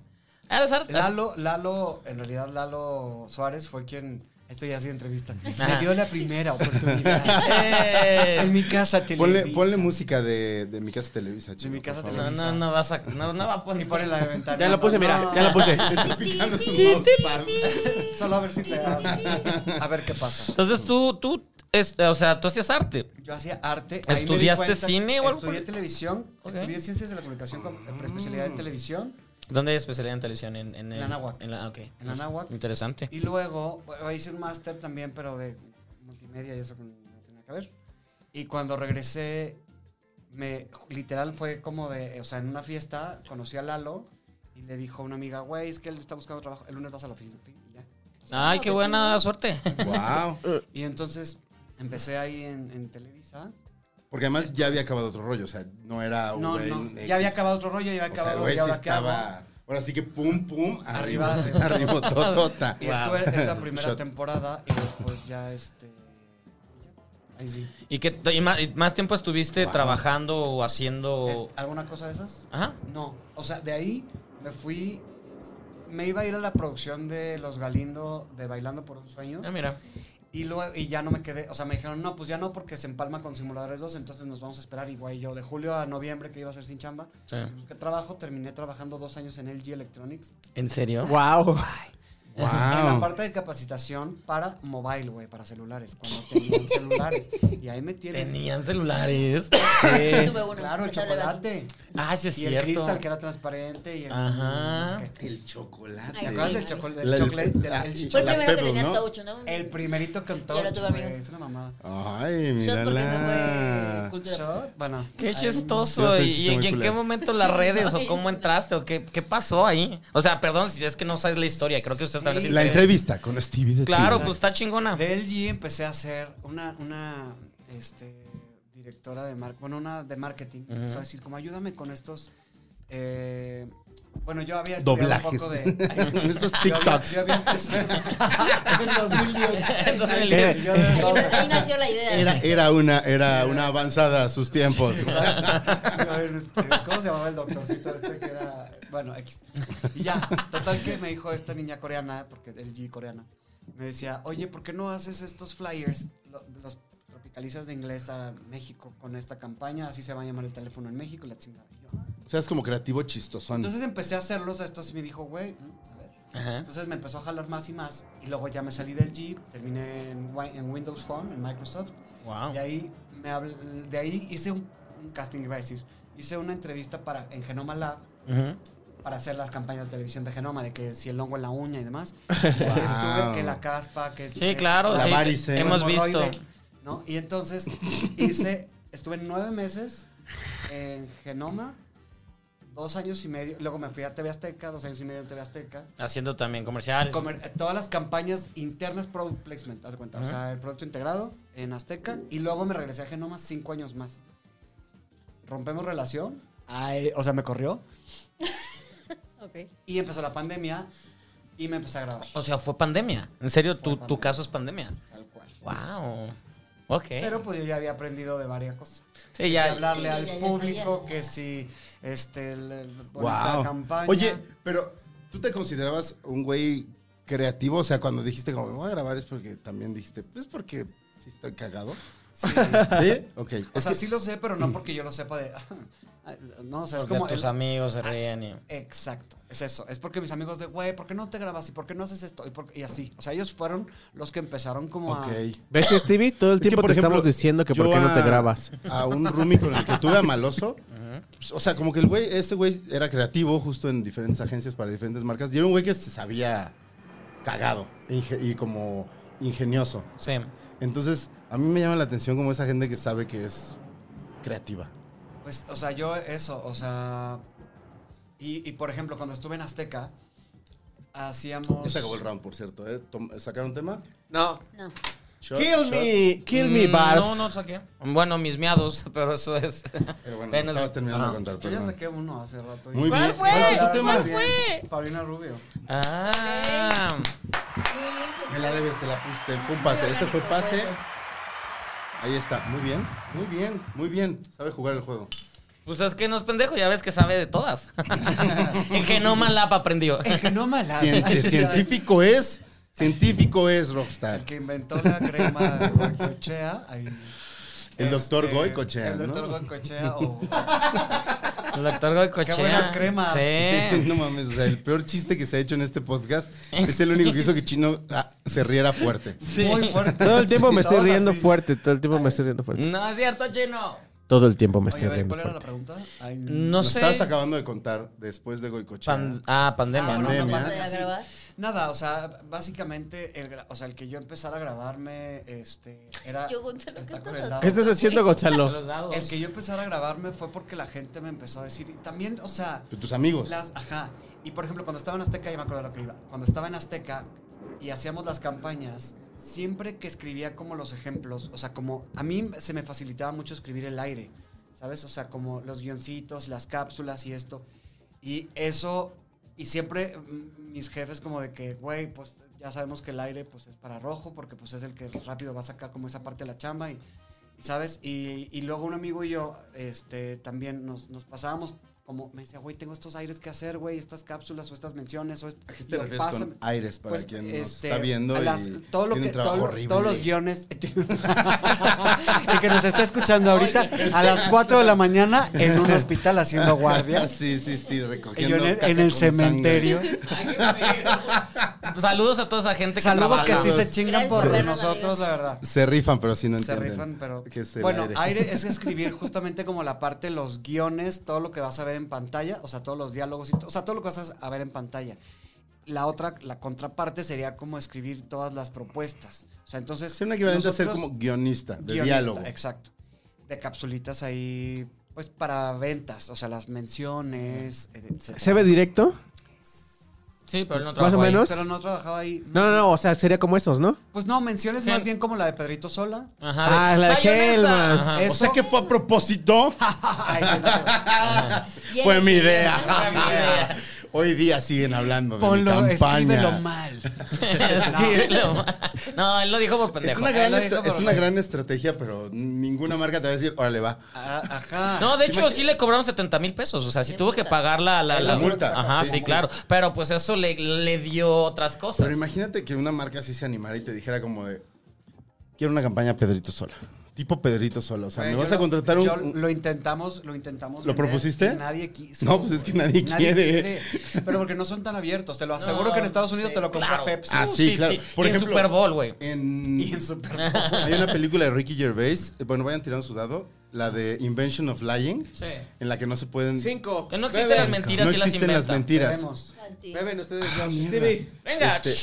S2: ¿Eres arte?
S3: Lalo, Lalo, en realidad Lalo Suárez fue quien. Esto ya hacía entrevista.
S2: Ajá.
S3: Me dio la primera oportunidad.
S2: Eh,
S3: en mi casa televisa.
S4: Ponle, ponle música de, de Mi Casa Televisa, chico.
S3: Mi Casa
S4: por favor.
S2: No, no, no vas a. No, no va a
S3: Y
S2: poner.
S3: ponle la de ventana.
S6: Ya la puse, mira, ya la puse.
S4: Está picando su mousepad.
S3: Solo a ver si le A ver qué pasa.
S2: Entonces tú, tú, este, o sea, tú hacías arte.
S3: Yo hacía arte. ahí me di
S2: ¿Estudiaste
S3: cuenta-
S2: cine o algo por
S3: Estudié
S2: el-
S3: televisión.
S2: Ok. Mm.
S3: Estudié ciencias de la comunicación con eh, especialidad en televisión.
S2: ¿Dónde hay especialidad en televisión? En, en, el-
S3: la Anáhuac.
S2: En la, ok.
S3: la Anáhuac.
S2: Interesante.
S3: Y luego bueno, hice un máster también, pero de multimedia y eso que no tenía que ver. Y cuando regresé, me literal fue como de, o sea, en una fiesta conocí a Lalo y le dijo a una amiga, güey, es que él está buscando trabajo, el lunes vas a la oficina. Y, ya. Ah,
S2: Ay, qué buena suerte.
S4: Wow.
S3: Y entonces empecé ahí en, en Televisa.
S4: Porque además ya había acabado otro rollo, o sea, no era un
S3: No,
S4: Ah, güey
S3: no,
S4: X.
S3: ya había acabado otro rollo, ya
S4: O sea,
S3: había
S4: el
S3: acabado
S4: güey
S3: y
S4: sí
S3: ahora qué hago?
S4: estaba. Ahora sí que pum, pum, arriba,
S3: Arriba.
S4: arriba, totota.
S3: Y
S2: Wow.
S3: estuve esa primera
S4: Shot.
S3: temporada y después ya este... ya. Ahí sí.
S2: ¿Y, qué, y más, y más tiempo estuviste
S4: Wow.
S2: trabajando o haciendo...?
S3: ¿Es ¿Alguna cosa de esas?
S2: Ajá.
S3: No, o sea, de ahí me fui. Me iba a ir a la producción de Los Galindo de Bailando por un Sueño.
S2: Ah, mira.
S3: Y, luego, y ya no me quedé. O sea, me dijeron, no, pues ya no, porque se empalma con Simuladores 2, entonces nos vamos a esperar. Igual yo, de julio a noviembre, que iba a ser sin chamba.
S2: Sí.
S3: Pues Busqué trabajo, terminé trabajando dos años en LG Electronics.
S2: ¿En serio?
S6: Wow.
S2: Ah.
S3: En la
S4: Wow.
S3: parte de capacitación para mobile, güey, para celulares. Cuando tenían celulares. Y ahí me tienes.
S2: Tenían celulares.
S1: Tuve uno.
S3: Claro, el
S1: que estaba hablando
S3: chocolate.
S2: Ah, sí es
S3: Y el
S2: cierto.
S3: cristal, que era transparente. Y el.
S2: Ajá.
S3: no sé qué.
S4: El chocolate.
S1: Ay,
S3: ¿Te acuerdas
S1: sí.
S3: del chocolate?
S4: La-
S3: Del chocolate. del-
S4: la-
S3: el
S4: y-
S1: así. Fue el
S4: La
S1: primero que
S4: Pebble,
S1: tenía
S4: ¿no?
S1: touch, ¿no?
S3: El primerito que
S1: Yo no tuve
S3: güey,
S1: amigos.
S3: Es una mamada.
S4: Ay,
S1: Shot porque eso fue
S4: mírala.
S1: cultura.
S3: Shot, bueno.
S2: Qué
S3: ahí-
S4: Yo
S2: chistoso.
S4: sé el
S2: ¿Y,
S4: chiste muy
S2: y en qué
S4: culero.
S2: momento las redes o
S1: Ay.
S2: cómo entraste o qué, qué pasó ahí? O sea, perdón si es que no sabes la historia. Creo que ustedes también...
S3: Sí.
S2: les
S4: La
S2: interesa.
S4: entrevista con Stevie de
S2: Claro,
S4: Twitter.
S2: pues está chingona.
S3: De LG empecé a ser una, una este, directora de marketing, bueno, una de marketing.
S2: Ujú.
S3: O sea, decir, como ayúdame con estos... eh, bueno, yo había estudiado un
S4: Doblajes.
S3: poco de...
S4: Con estos
S3: Yo había,
S4: TikToks.
S3: yo había empezado... en 2010.
S2: En 2010.
S3: Yo de
S1: Ahí,
S3: dos-
S1: ahí nació la idea.
S4: Era, era una, era una avanzada a sus tiempos.
S3: A ver, este, ¿Cómo se llamaba el doctorcito este que era? Bueno, X. Y ya, total que me dijo esta niña coreana, porque el G coreana, me decía, oye, ¿por qué no haces estos flyers, lo- los tropicalizas de inglés a México con esta campaña? Así se va a llamar el teléfono en México, la chingada. Y yo, "Ah".
S4: O sea, es como creativo chistosón.
S3: Entonces empecé a hacerlos, a estos y me dijo, güey, mm, a ver.
S2: Ajá.
S3: Entonces me empezó a jalar más y más. Y luego ya me salí del G, terminé en, Wi- en Windows Phone, en Microsoft.
S2: Wow.
S3: De ahí, me habl- de ahí hice un, un casting, iba a decir. Hice una entrevista para, en Genoma Lab
S2: Ujú.
S3: para hacer las campañas de televisión de Genoma, de que si el hongo en la uña y demás. Y Estuve que la caspa, que...
S2: Sí,
S3: que-
S2: claro.
S4: La
S2: sí,
S4: varice.
S2: Hemos visto.
S3: hemorroide, ¿no? Y entonces hice, estuve nueve meses en Genoma, dos años y medio. Luego me fui a TV Azteca, dos años y medio en TV Azteca.
S2: Haciendo también comerciales.
S3: Comer- eh, todas las campañas internas product placement, haz de cuenta. O sea, el producto integrado en Azteca. Y luego me regresé a Genoma cinco años más. Rompemos relación. Ay, o sea, me corrió.
S1: Ok.
S3: Y empezó la pandemia y me empecé a grabar.
S2: O sea, fue pandemia. En serio,
S3: Fue
S2: tu, tu
S3: pandemia.
S2: caso es pandemia.
S3: Tal cual.
S2: Wow. Ok.
S3: Pero pues yo ya había aprendido de varias cosas.
S2: sí,
S3: Que si
S2: ya.
S3: hablarle
S1: Sí,
S3: al
S1: ya, ya
S3: público,
S1: sabía.
S3: que si este el, el bonita
S4: Wow.
S3: campaña.
S4: Oye, pero ¿tú te considerabas un güey creativo? O sea, cuando dijiste como me voy a grabar es porque también dijiste, pues porque sí estoy cagado.
S3: Sí.
S4: ¿Sí? Ok.
S3: O
S4: Es
S3: sea,
S4: que-
S3: sí lo sé, pero no porque yo lo sepa de. No, o sea, es
S2: Porque
S3: como.
S2: tus
S3: el-
S2: amigos se ríen y...
S3: Exacto, es eso. Es porque mis amigos de, güey, ¿por qué no te grabas? ¿Y por qué no haces esto? Y, por- y así. O sea, ellos fueron los que empezaron como
S4: Ok.
S3: a.
S6: ¿Ves, Stevie? Todo el
S4: Es que,
S6: tiempo
S4: por ejemplo,
S6: te estamos diciendo que por
S4: yo
S6: qué no te
S4: a-
S6: grabas.
S4: A un roomie con el que tuve a Maloso. pues, o sea, como que el güey, ese güey era creativo justo en diferentes agencias para diferentes marcas. Y era un güey que se sabía cagado inge- y como ingenioso.
S2: Sí.
S4: Entonces, a mí me llama la atención como esa gente que sabe que es creativa.
S3: Pues, o sea, yo eso, o sea. Y, y, por ejemplo, cuando estuve en Azteca, hacíamos.
S4: Ya se acabó el round, por cierto. ¿eh? Tom- ¿Sacaron tema?
S6: No.
S1: No.
S4: Shot,
S6: Kill
S4: shot. Eh,
S6: me, kill me,
S2: Mm,
S6: Barf.
S2: No, no saqué. Bueno, mis miados, pero eso es...
S4: Pero bueno,
S2: Apenas-
S4: estabas terminando
S2: Ajá.
S4: de contar.
S3: Yo Pues ya
S4: perdón.
S3: saqué uno hace rato.
S4: Muy
S2: ¿Cuál
S4: bien.
S2: fue?
S4: ¿Cuál fue tu
S3: Muy
S4: tema?
S3: bien. Paulina Rubio.
S2: Ah.
S4: Me la debes, te la puse. te- Fue un pase. Ese fue pase. Ahí está. Muy bien. Muy bien. Muy bien. Sabe jugar el juego.
S2: Pues es que no es pendejo, ya ves que sabe de todas. El genoma lab aprendió.
S3: El que no me la-
S4: Cien- científico es. Científico es Rockstar.
S3: El que inventó la crema goicochea. ahí. Este,
S4: El doctor Goicoechea,
S3: El doctor
S4: ¿no?
S3: Goicochea o.
S2: El doctor Goicochea.
S3: Qué buenas cremas.
S2: Sí.
S4: No mames, o sea, el peor chiste que se ha hecho en este podcast es el único que hizo que Chino ah, se riera fuerte.
S3: Muy fuerte.
S6: Todo el tiempo me
S3: Sí,
S6: estoy
S3: todos
S6: riendo
S3: así.
S6: fuerte, todo el tiempo me estoy riendo
S4: Mm.
S6: fuerte.
S2: No es cierto, chino.
S6: Todo el tiempo me
S3: Oye,
S6: estoy
S3: a ver,
S6: riendo
S3: ¿cuál era la
S6: fuerte.
S3: pregunta? Ay,
S2: No
S4: Nos
S2: sé.
S4: estabas acabando de contar después de Goicochea.
S2: Pan- ah, pandemia.
S3: Ah, bueno,
S4: Pandemia.
S3: una
S1: ¿Te
S3: sí.
S1: grabar?
S3: Nada, o sea, básicamente, el, gra- o sea, el que yo empezara a grabarme, este, era...
S1: Yo, Gonzalo,
S3: Está
S1: ¿qué
S3: con
S1: estás
S3: el dado.
S6: ¿Qué estás haciendo,
S2: ¿no?
S6: Gonzalo?
S2: Los dados.
S3: El que yo empezara a grabarme fue porque la gente me empezó a decir, y también, o sea,
S4: Tus amigos.
S3: las, ajá, y por ejemplo, cuando estaba en Azteca, ya me acuerdo de lo que iba, cuando estaba en Azteca y hacíamos las campañas, siempre que escribía como los ejemplos, o sea, como a mí se me facilitaba mucho escribir el aire, ¿sabes? O sea, como los guioncitos, las cápsulas y esto, y eso, y siempre mm, mis jefes como de que, güey, pues ya sabemos que el aire pues es para rojo porque pues es el que rápido va a sacar como esa parte de la chamba y... y, ¿Sabes? Y, y luego un amigo y yo este, también nos, nos pasábamos como me decía, güey, tengo estos aires que hacer, güey, estas cápsulas o estas menciones o esto.
S4: ¿A qué te refieres con aires para quien nos
S3: este,
S4: está viendo?
S3: a las-
S4: y
S3: todo lo
S4: tiene
S3: que,
S4: un trabajo
S3: todo-
S4: horrible?
S3: todos los guiones el que nos está escuchando ahorita
S1: Oye.
S3: a
S4: este,
S3: las 4 de la mañana en un hospital haciendo
S4: Ah,
S3: guardias
S4: sí, sí, sí,
S3: y yo
S4: recogiendo.
S3: en el,
S4: caca
S3: en el
S4: con sangre.
S3: cementerio
S2: Saludos a toda esa gente que
S3: saludos que
S2: trabaja.
S3: sí se chingan
S1: Gracias,
S3: por
S1: Fernando,
S3: nosotros
S1: amigos.
S3: la verdad
S4: Se rifan, pero sí no
S3: se
S4: entienden.
S3: rifan, pero.
S4: que es el
S3: bueno,
S4: aire.
S3: aire. es escribir justamente como la parte, los guiones, todo lo que vas a ver en pantalla, o sea, todos los diálogos, y to- o sea, todo lo que vas a ver en pantalla. La otra, la contraparte sería como escribir todas las propuestas. O sea, entonces.
S4: Es un equivalente a ser
S3: nosotros-
S4: como guionista, de
S3: guionista,
S4: diálogo.
S3: Exacto. De capsulitas ahí, pues para ventas, o sea, las menciones, etc.
S6: ¿Se ve directo?
S2: Sí, pero él no
S6: Más o
S2: trabaja ahí.
S6: menos.
S3: Pero no trabajaba ahí.
S6: No, no, no, o sea, sería como esos, ¿no?
S3: Pues no, menciones
S2: Sí.
S3: más bien como la de Pedrito Sola.
S2: Ajá,
S6: Ah, la de
S2: mayonesa.
S6: Hellmann's.
S2: Ajá.
S4: O sea
S3: Eso- Ah,
S4: que fue a propósito.
S3: Ay, se me-
S4: Fue mi
S2: Fue mi idea.
S4: idea. Hoy día siguen hablando de
S3: Ponlo,
S4: mi
S3: escríbelo
S4: campaña.
S3: mal.
S2: Escríbelo. No, él lo dijo por
S4: Es
S2: pendejo.
S4: una,
S3: Él
S4: gran
S3: lo
S4: estra-
S3: dijo, pero
S4: es una
S3: no.
S4: gran estrategia, pero ninguna marca te va a decir, órale, va.
S3: Ah, Ajá.
S2: No, de hecho sí le cobraron 70 mil pesos. O sea, sí
S1: De
S2: tuvo que
S1: multa.
S2: pagar la, la,
S4: La multa.
S2: Ajá,
S4: Sí,
S2: sí,
S4: sí.
S2: claro. Pero pues eso le, le dio otras cosas.
S4: Pero imagínate que una marca así se animara y te dijera como de, quiero una campaña Pedrito Sola. Tipo Pedrito Sola. O sea,
S3: Güey,
S4: me
S3: yo
S4: vas a
S3: lo-
S4: contratar
S3: yo
S4: un...
S3: Lo intentamos, lo intentamos.
S4: ¿Lo
S3: vender
S4: propusiste?
S3: y Nadie quiso.
S4: No, pues es que
S3: güey.
S4: nadie quiere.
S3: Pero porque no son tan abiertos. Te lo
S2: No,
S3: aseguro que en Estados Unidos
S2: sí,
S3: te lo compra
S2: claro.
S3: Pepsi.
S4: Ah, sí, claro.
S2: y-
S4: Por
S2: y en
S4: ejemplo-
S2: Super Bowl, güey.
S4: En...
S3: Y en Super Bowl.
S4: Hay una película de Ricky Gervais, eh, bueno, vayan tirando su dado, la de Invention of Lying,
S2: Sí.
S4: en la que no se pueden...
S6: Ah, Cinco.
S2: Que no existen las mentiras
S4: no
S2: y las
S4: existen
S2: inventan.
S4: las mentiras.
S3: Vemos.
S6: Beben ustedes
S4: Ah,
S6: dos.
S4: mierda.
S6: Stevie.
S2: Venga.
S4: Este,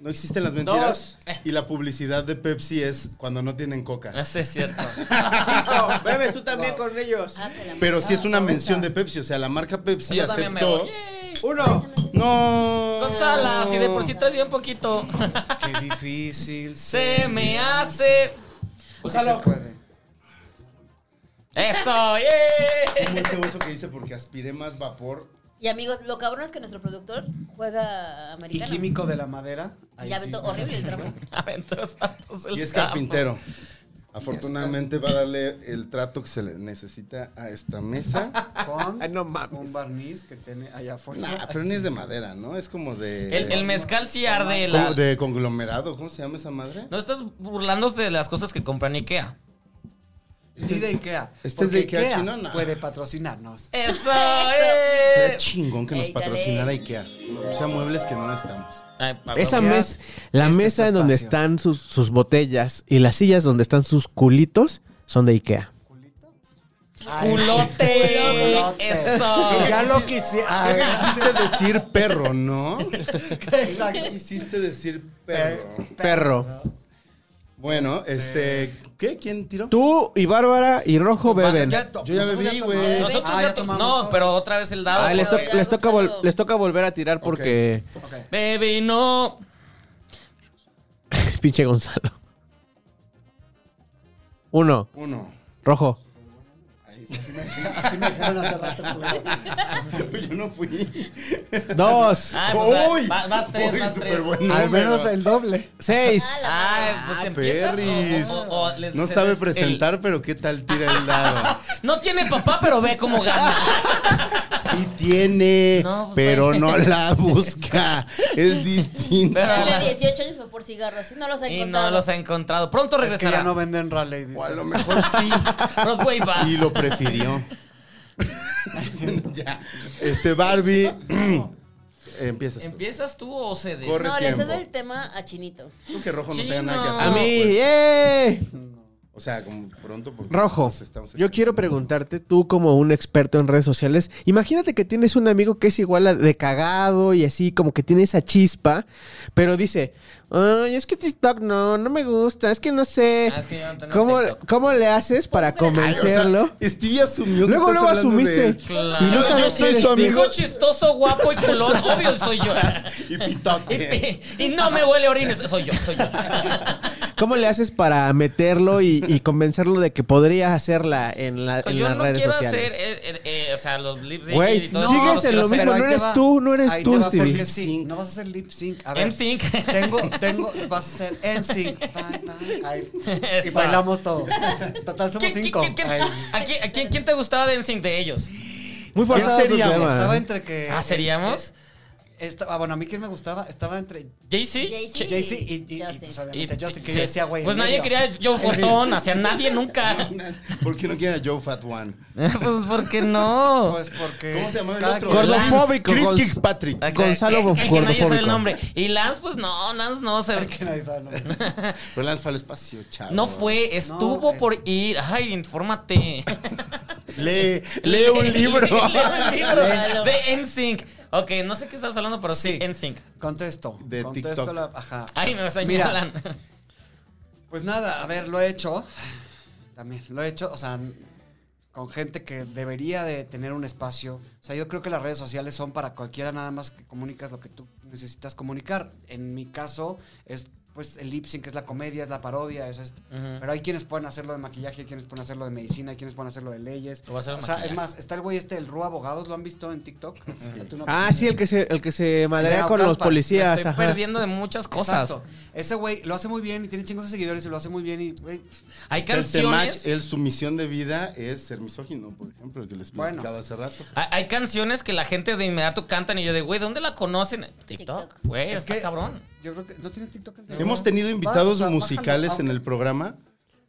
S4: no existen las mentiras. Y la publicidad de Pepsi es cuando no tienen coca.
S2: Eso Ah, es cierto.
S6: Cinco. Bebes tú también con ellos.
S1: Ah,
S4: Pero sí es una mención de Pepsi, o sea, la marca Pepsi
S2: Ah, Yo también me
S4: aceptó. Oh.
S2: voy. Yay.
S6: Uno.
S4: No.
S2: Con salas y de por sí traes bien poquito.
S3: Qué difícil. Pues
S2: Se me hace.
S3: Sí se puede.
S2: Eso, yeah.
S4: ¿Cómo es que eso que dice porque aspiré más vapor?
S1: Y amigos, lo cabrón es que nuestro productor juega
S3: Y
S1: americano.
S3: químico de la madera. ahí
S1: Ya
S3: sí.
S1: aventó horrible el trapo.
S2: Aventó los patos del
S4: Y es
S2: campo.
S4: carpintero. Afortunadamente va a darle el trato que se le necesita a esta mesa.
S3: Con
S6: Ay, no mames.
S3: un barniz que tiene allá afuera.
S4: Nah, pero ni es de madera, ¿no? Es como de.
S2: El, el mezcal sí arde la...
S4: como de conglomerado, ¿cómo se llama esa madre?
S2: No estás burlándote de las cosas que compran Ikea.
S3: Este es de Ikea.
S4: este es
S3: porque
S4: de Ikea chino, no.
S3: puede patrocinarnos.
S2: ¡Eso!
S4: Estaría
S2: eh.
S4: chingón que nos
S1: Ey, dale.
S4: patrocinara IKEA. O sea, muebles que no necesitamos.
S2: Ay, perdón.
S6: Esa
S3: bloquear
S6: mes, la
S3: este
S6: mesa en donde
S3: espacio.
S6: están sus, sus botellas y las sillas donde están sus culitos son de Ikea.
S3: Ay,
S2: ¡Culote!
S3: culote.
S2: ¡Eso!
S3: Ya lo quise.
S2: Ah,
S4: Creo
S3: ay,
S4: que quisiste decir perro, ¿no?
S3: exacto.
S4: Quisiste decir perro.
S6: Perro.
S4: Bueno, este. ¿Qué? ¿Quién tiró?
S6: Tú y Bárbara y Rojo beben.
S3: Ya to-
S4: Yo ya
S3: nosotros
S4: bebí,
S3: tomamos.
S4: güey.
S2: Nosotros
S3: Ah,
S2: ya
S3: ya
S2: to-
S3: tomamos
S2: Pues No,
S3: todo.
S2: pero otra vez el dado.
S6: Ah, les, to-
S1: Oiga,
S6: les toca
S1: Gonzalo.
S6: vol- les toca volver a tirar porque
S3: Ok.
S2: Baby, no.
S6: pinche Gonzalo. Uno,
S4: Uno.
S6: rojo.
S3: Así me dijeron hace rato. güey.
S4: Pues Yo no fui.
S6: Dos,
S2: Ay, pues,
S4: ¡Uy!
S2: va- vas tres,
S4: ¡Uy,
S2: vas
S4: súper
S2: tres.
S4: buen
S3: Al
S4: número!
S3: menos el doble.
S6: seis.
S2: Ay, pues empiezas,
S4: Ah, perris.
S2: o- o- o le-
S4: No
S2: se-
S4: sabe
S2: el-
S4: presentar, pero qué tal tira el dado.
S2: no tiene papá, pero ve cómo gana.
S4: Sí tiene,
S2: No, pues,
S4: pero
S2: güey.
S4: no la busca. Es distinto.
S2: Pero-
S1: Hace 18 años fue por cigarros. Y no los ha
S2: Y
S1: encontrado.
S2: no los ha encontrado. Pronto
S3: Es que
S2: regresará.
S3: ya no venden Raleigh, dice.
S4: O a lo mejor sí.
S2: Broadway va.
S4: Y lo prefirió. Bueno, ya. Este Barbie. Empiezas tú.
S2: ¿Empiezas tú o cedes?
S4: Corre.
S1: No, le
S4: tiempo.
S1: cedo el tema a Chinito.
S4: Tú que rojo no
S2: Chino.
S4: tenga nada que hacer.
S6: A mí,
S4: pues.
S6: ¡eh!
S4: O sea, como pronto. porque,
S6: Rojo,
S4: pues, estamos
S6: yo quiero preguntarte, tú como un experto en redes sociales, imagínate que tienes un amigo que es igual a- de cagado y así, como que tiene esa chispa, pero dice, ay, es que TikTok no, no me gusta, es que no sé,
S2: Ah, es que yo no tengo
S6: ¿Cómo,
S2: TikTok.
S6: ¿cómo le haces para
S1: Pongo
S4: Ay, o sea,
S6: convencerlo?
S4: Stevie asumió que estás
S6: luego, luego
S4: hablando
S6: asumiste.
S4: de-
S2: Claro.
S6: Y no
S2: Yo-
S6: sabes
S2: yo
S6: quién
S2: soy
S6: es
S2: su
S6: tu
S2: amigo
S4: amigo.
S2: chistoso, guapo y culón. Obvio soy yo.
S4: Y
S2: Y,
S4: pitote.
S2: y no me huele a orines. Soy yo, soy yo.
S6: ¿Cómo le haces para meterlo y, y convencerlo de que podrías hacerla en, la, en
S2: Pues Yo
S6: las
S2: no
S6: redes
S2: quiero
S6: sociales?
S2: hacer, eh, eh, eh, o sea, los lips
S6: Güey,
S2: y todo.
S6: sigues
S2: no los
S6: en
S2: quiero hacer.
S6: lo mismo,
S3: Pero ahí
S6: no
S3: te
S6: eres tú, no eres
S3: ahí
S6: tú,
S3: te va a hacer
S6: Stevie.
S3: que sí, No vas a hacer lip sync. A ver.
S2: NSYNC.
S3: Tengo, tengo, vas a hacer en sync. Bye, bye. Ay, Y
S2: Eso.
S3: bailamos todos. Total somos
S2: ¿Quién- quién-
S3: cinco.
S2: quién- quién-
S3: Ay.
S2: ¿A quién- a quién- quién te gustaba de NSYNC de ellos?
S6: Muy forzado tu
S4: seríamos?
S6: tema.
S3: Estaba entre
S6: Eh,
S3: que.
S2: Ah, ¿seríamos?
S3: ¿eh? Esta- ah, bueno, a mí quién me gustaba. Estaba entre
S2: ¿Jay-Z?
S1: Jay-Z.
S3: Jay-Z y, y, y,
S1: Justin.
S3: pues,
S2: Y-
S3: obviamente Justin, que
S2: sí.
S3: yo decía, güey.
S2: Pues
S3: en
S2: nadie
S3: medio.
S2: quería a Joe Fortón, hacia nadie nunca.
S4: ¿Por qué no quieren a Joe Fat One?
S2: pues porque no.
S3: Pues porque.
S4: ¿Cómo se llamaba el
S3: cada
S4: otro?
S3: quien-
S6: Eh, Gordofóbico,
S4: Chris
S6: Gors-
S4: Kirkpatrick.
S2: Ah,
S6: Gonzalo
S2: el- el que nadie sabe
S6: Gordofóbico.
S2: el nombre. Y Lance, pues no, Lance no se.
S3: Que nadie sabe el nombre.
S4: Pero lanzó al espacio, chavo.
S2: No fue, estuvo
S3: No, es-
S2: por ir. Ay, infórmate.
S4: Lee, lee un libro.
S2: Lee un libro
S1: Léelo.
S2: de NSYNC. Ok, no sé qué estás hablando, pero sí,
S3: Sí.
S2: NSYNC.
S3: Contesto.
S4: De
S3: contesto
S4: TikTok.
S3: la- ajá.
S2: Ay, me
S3: Mira.
S2: señalan.
S3: Pues nada, a ver, lo he hecho. También, lo he hecho, o sea, con gente que debería de tener un espacio. O sea, yo creo que las redes sociales son para cualquiera nada más que comunicas lo que tú necesitas comunicar. En mi caso es pues el lip sync es la comedia, es la parodia, es esto.
S2: Ujú.
S3: Pero hay quienes pueden hacerlo de maquillaje, hay quienes pueden hacerlo de medicina, hay quienes pueden hacerlo de leyes.
S2: Lo voy a hacer de
S3: o sea,
S2: maquillaje.
S3: es más, está el güey este, el Ru Abogados, ¿lo han visto en TikTok? ¿Tú no-
S6: Ah, sí, el que se, el que se madrea
S3: Leo
S6: con los
S3: Campa.
S2: Me
S6: policías.
S2: estoy
S6: ajá.
S2: perdiendo de muchas cosas.
S3: Exacto. Ese güey lo hace muy bien y tiene chingos de seguidores y lo hace muy bien y, güey,
S2: Hay
S4: El
S2: canciones.
S4: Temach, este él, su misión de vida es ser misógino, por ejemplo, el que les
S3: Bueno.
S4: platicaba hace rato.
S2: Hay, hay canciones que la gente de inmediato cantan y yo de, güey, ¿dónde la conocen? TikTok.
S1: TikTok.
S2: Güey,
S3: Es
S2: Eh, está
S3: que-
S2: cabrón.
S3: yo creo que no tienes TikTok. en serio?
S4: Hemos tenido invitados
S3: Va, o sea,
S4: musicales
S3: bájalo,
S4: en
S3: ah,
S4: el programa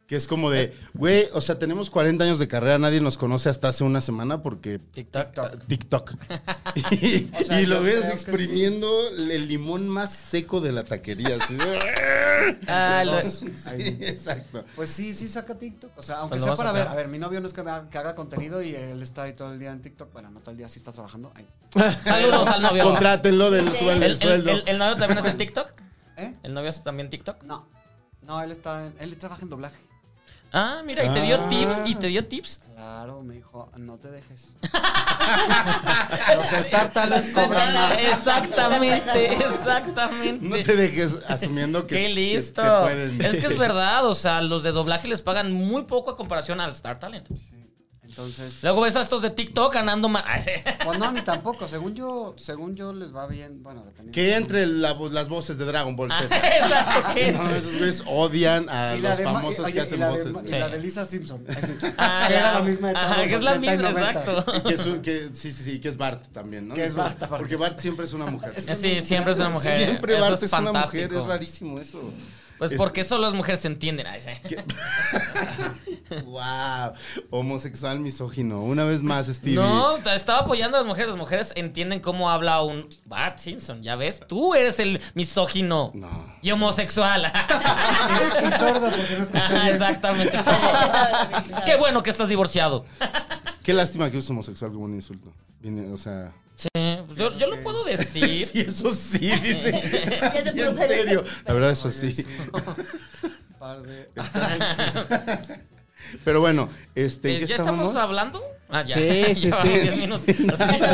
S4: que es como de, güey, o sea, tenemos 40 años de carrera, nadie nos conoce hasta hace una semana porque
S2: TikTok.
S4: TikTok. y,
S3: O sea,
S4: y lo
S3: yo
S4: ves
S3: creo que
S4: exprimiendo el limón más seco de la taquería. así.
S2: Ah, lo-
S4: sí, exacto.
S3: Pues sí, sí saca TikTok. O sea, aunque
S2: Pues lo
S3: sea
S2: vas a
S3: para ver.
S2: sacar.
S3: A ver, mi novio no es que, me haga- que haga contenido y él está ahí todo el día en TikTok. Bueno, no todo el día, sí está trabajando. Ay.
S2: saludos al novio.
S4: Contrátenlo del
S1: Sí.
S4: sueldo.
S2: ¿El,
S4: del
S2: el-
S4: sueldo.
S2: el- el novio también hace TikTok?
S3: ¿Eh?
S2: ¿El novio hace también TikTok?
S3: No. No, él está en- él trabaja en doblaje.
S2: Ah, mira, y te dio
S4: Ah.
S2: tips, y te dio tips.
S3: Claro, me dijo, no te dejes. Los Star Talents cobran más.
S2: Exactamente, exactamente.
S4: No te dejes asumiendo que.
S2: Qué
S4: que
S2: listo.
S4: te pueden-
S2: es que es verdad, o sea, los de doblaje les pagan muy poco a comparación al Star Talent.
S3: Sí, en Entonces,
S2: Luego ves a estos de TikTok ganando más.
S3: pues no, ni tampoco. Según yo, según yo les va bien. Bueno, dependiendo.
S4: Que entre la vo- las voces de Dragon Ball Z.
S2: Exacto, ¿qué?
S4: No, esos güeyes odian a
S3: Y la
S4: los
S3: de Ma-
S4: famosos
S3: oye,
S4: que
S3: y
S4: hacen
S3: la de
S4: voces.
S3: Ma-
S4: güey.
S3: Y la de Lisa Simpson. Así.
S2: Ah,
S3: que
S2: ya.
S3: era la misma de todos
S2: Ajá,
S3: los
S2: que es la
S3: 80 y
S2: misma,
S3: 90.
S2: exacto.
S4: Y que es un- que- sí, sí, sí, que es Bart también, ¿no?
S3: Que es Bart, aparte.
S4: Porque Bart siempre es una mujer.
S2: Sí, siempre es una mujer.
S4: Siempre
S2: Eso
S4: Bart
S2: es
S4: es, una mujer,
S2: fantástico.
S4: es rarísimo eso.
S2: Pues
S4: Es-
S2: porque solo las mujeres se entienden. Ay, sí.
S4: wow, homosexual misógino. Una vez más, Stevie.
S2: No, te estaba apoyando a las mujeres. Las mujeres entienden cómo habla un Bart Simpson, ya ves. Tú eres el misógino
S4: No.
S2: y homosexual.
S3: Y sordo porque no escuchó
S2: Ajá,
S3: bien.
S2: exactamente. Qué bueno que estás divorciado.
S4: Qué lástima que uses homosexual como un insulto. Viene, o sea.
S2: Sí, pues yo, yo lo puedo decir.
S4: Sí, eso sí, dice.
S1: Ya se
S4: Y
S1: puso
S4: en serio. La verdad, eso
S3: Oye,
S4: sí.
S3: Par de-
S4: Pero bueno, este, ¿en
S2: Eh,
S4: qué
S2: ¿Ya estamos hablando? Ah, ya.
S6: Sí, sí,
S2: Ya van
S6: sí.
S2: 10 minutos.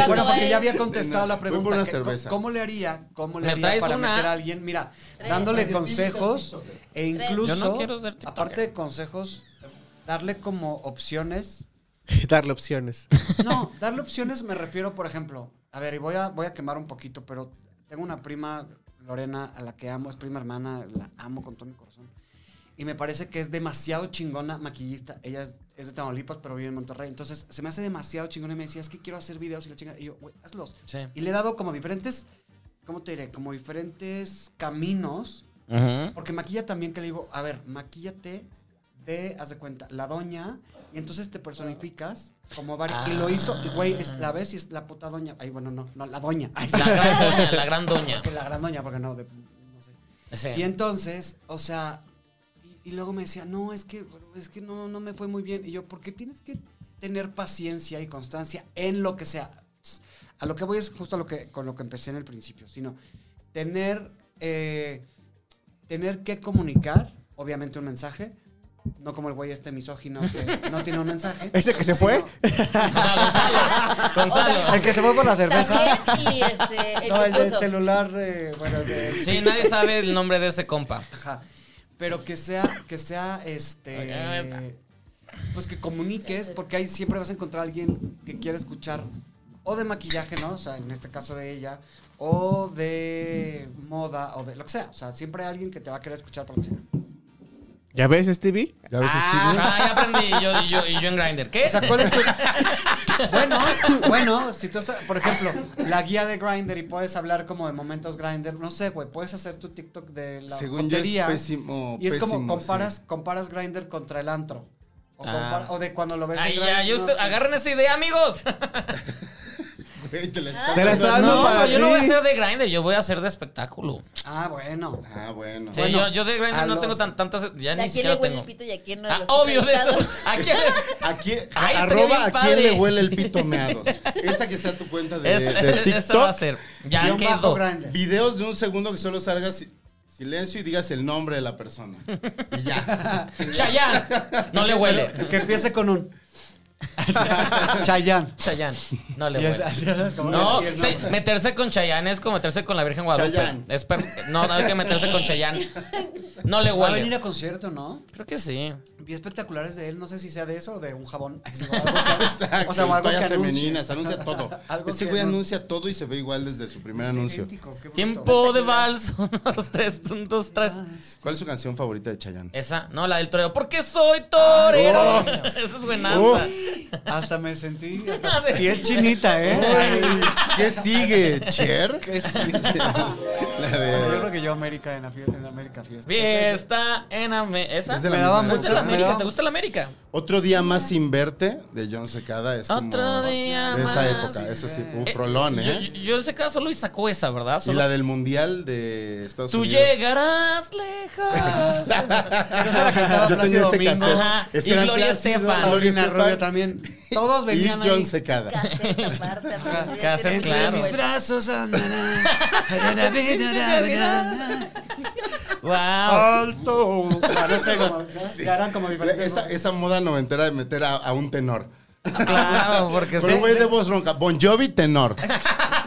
S3: Bueno,
S1: No,
S3: porque
S1: eh.
S3: ya había contestado la
S4: Voy por
S3: pregunta.
S4: una
S3: que-
S4: cerveza.
S3: ¿Cómo le haría? ¿Cómo le
S2: ¿Me
S3: haría
S2: traes
S3: para
S2: una?
S3: meter a alguien? Mira,
S1: Tres.
S3: dándole
S1: Tres.
S3: consejos e
S1: Tres.
S3: incluso,
S2: Yo no quiero ser TikToker.
S3: aparte de consejos, darle como opciones.
S6: Darle opciones.
S3: No, darle opciones me refiero, por ejemplo, a ver, y voy a, voy a quemar un poquito, pero tengo una prima, Lorena, a la que amo, es prima hermana, la amo con todo mi corazón. Y me parece que es demasiado chingona maquillista. Ella es, es de Tamaulipas, pero vive en Monterrey. Entonces, se me hace demasiado chingona y me decía, es que quiero hacer videos y la chinga. Y yo, güey, hazlos.
S2: Sí.
S3: Y le he dado como diferentes, ¿cómo te diré? Como diferentes caminos. Porque maquilla también que le digo, a ver, maquíllate de, haz de cuenta, la doña. Y entonces te personificas como varias. Y lo hizo, y güey, es- la ves y es la puta doña. Ay, bueno, no, no, la doña. Ay, sí,
S2: La gran doña, la gran doña.
S3: que la gran doña, porque no, de- no sé.
S2: Sí.
S3: Y entonces, o sea, y, y luego me decía, no, es que, es que no, no me fue muy bien. Y yo, ¿por qué tienes que tener paciencia y constancia en lo que sea? A lo que voy es justo a lo que, con lo que empecé en el principio, sino tener, eh, tener que comunicar, obviamente, un mensaje. No como el güey este misógino que no tiene un mensaje.
S6: ¿Ese que se fue?
S2: O sea, Gonzalo. Gonzalo.
S3: El que se fue por la cerveza.
S1: También, y este, el
S3: No,
S1: que
S3: el del
S1: puso.
S3: celular, eh, bueno, el de-
S2: Sí, nadie sabe el nombre de ese compa.
S3: Ajá. Pero que sea, que sea este. Pues que comuniques, porque ahí siempre vas a encontrar a alguien que quiera escuchar o de maquillaje, ¿no? O sea, en este caso de ella, o de moda, o de lo que sea. O sea, siempre hay alguien que te va a querer escuchar para lo que sea.
S6: ¿Ya ves, Stevie?
S4: ¿Ya ves, Stevie?
S2: Ah, ya aprendí. y Yo, y yo, y yo en Grindr. ¿Qué?
S3: O sea, ¿cuál es tu.? Bueno, bueno, si tú estás, por ejemplo, la guía de Grinder y puedes hablar como de momentos Grinder, no sé, güey, puedes hacer tu TikTok de la
S4: Según yo es
S3: jotería.
S4: pésimo.
S3: Y es como
S4: pésimo,
S3: comparas,
S4: sí.
S3: comparas Grinder contra el antro. O,
S2: Ah.
S3: compara- o de cuando lo ves
S2: Ay,
S3: en
S2: ya,
S3: Grindr,
S2: yo
S3: no
S2: usted-
S3: sé.
S2: agarren esa idea, amigos.
S4: Güey, te la
S1: Ah,
S4: está
S6: Te la está dando
S2: No,
S6: para
S2: yo no voy a
S6: ti.
S2: ser de Grindr, yo voy a ser de espectáculo.
S3: Ah, bueno.
S4: Ah, bueno.
S2: Sí,
S3: Bueno,
S2: yo, yo de Grindr
S3: a
S2: no
S3: los-
S2: tengo tan- tantas.
S1: ¿A
S2: Ya ni
S1: quién le
S2: siquiera
S1: huele el
S2: tengo.
S1: pito y a quién no? de
S2: Ah,
S1: los
S2: obvio de eso.
S1: entrevistados?
S2: ¿A quién le-
S4: Aquí,
S2: Ay, estaría bien
S4: arroba a quién
S2: padre.
S4: le huele el pito meados. Esa que sea tu cuenta de,
S2: Es-
S4: de
S2: es-
S4: TikTok.
S2: esa va a ser. Ya
S3: Guión
S2: quedó.
S3: bajo Grindr.
S4: Videos de un segundo que solo salgas si- silencio y digas el nombre de la persona. Y ya.
S2: Chayanne. No le huele.
S3: Que empiece con un. Chayán.
S2: Chayanne. No le
S3: Y es-
S2: huele.
S3: así es como-
S2: No,
S3: y el
S2: sí,
S3: nombre.
S2: meterse con Chayanne es como meterse con la Virgen Guadalupe.
S4: Chayanne.
S2: Es per- no, no hay que meterse con Chayanne. No le
S3: Va a venir
S2: huele.
S3: a concierto, ¿no?
S2: Creo que sí.
S3: Vi espectaculares de él, no sé si sea de eso o de un jabón.
S4: Exacto.
S3: O sea, o algo que
S4: toallas
S3: anuncie.
S4: femeninas, anuncia todo.
S3: Algo
S4: Este
S3: que
S4: güey
S3: anuncie.
S4: anuncia todo y se ve igual desde su primer
S3: Este
S4: anuncio.
S3: idéntico, qué bruto.
S2: Tiempo de vals. Uno, dos, tres. Un, dos, tres.
S3: Ah, este.
S4: ¿Cuál es su canción favorita de Chayanne?
S2: Esa, no, la del torero. Porque soy torero.
S3: Ah,
S2: Esa es buenaza.
S3: Hasta me sentí.
S2: La
S3: hasta
S2: de-
S3: piel chinita, ¿eh?
S4: Uy, ¿Qué sigue? ¿Cher?
S3: Que sí.
S4: La
S3: Yo creo
S4: de...
S3: que yo América en, la fie- en América Fiesta.
S2: Fiesta en América. ¿Esa?
S4: Es de
S3: Me
S4: la
S3: daba
S4: misma
S2: ¿Te gusta la
S3: mucho. me
S2: América?
S3: daba-
S2: ¿Te gusta la América?
S4: Otro día más sin verte de John Secada es como
S2: Otro día
S4: de esa
S2: más
S4: época,
S2: sin
S4: eso sí,
S3: verte.
S4: uf, rolón,
S2: Yo,
S4: ¿eh?
S2: yo, yo en ese caso solo sacó esa, ¿verdad?
S4: Y
S2: Solo-
S4: la del mundial de Estados
S2: Tú
S4: Unidos.
S2: llegarás lejos.
S3: Yo se la cantaba
S4: Yo tenía
S3: Plácido
S4: ese
S3: Domingo.
S4: cassette.
S2: Ajá,
S4: Es que
S2: y
S4: eran
S2: Gloria
S4: Plácido,
S2: Estefan.
S4: Gloria
S3: Paulina
S4: Estefan
S3: Rubio también. Todos
S4: Y
S3: venían
S4: John
S3: ahí.
S4: Secada.
S1: Caseta aparte, aparte.
S2: Caseta,
S1: Entre
S2: claro.
S1: mis brazos.
S3: brazos andará.
S2: Wow.
S3: Alto. No sé cómo. Ya eran como diferentes.
S4: Esa,
S3: voces.
S4: esa moda noventera de meter a, a un tenor.
S2: Claro, porque
S4: Pero un güey de voz ronca. Bon Jovi, tenor.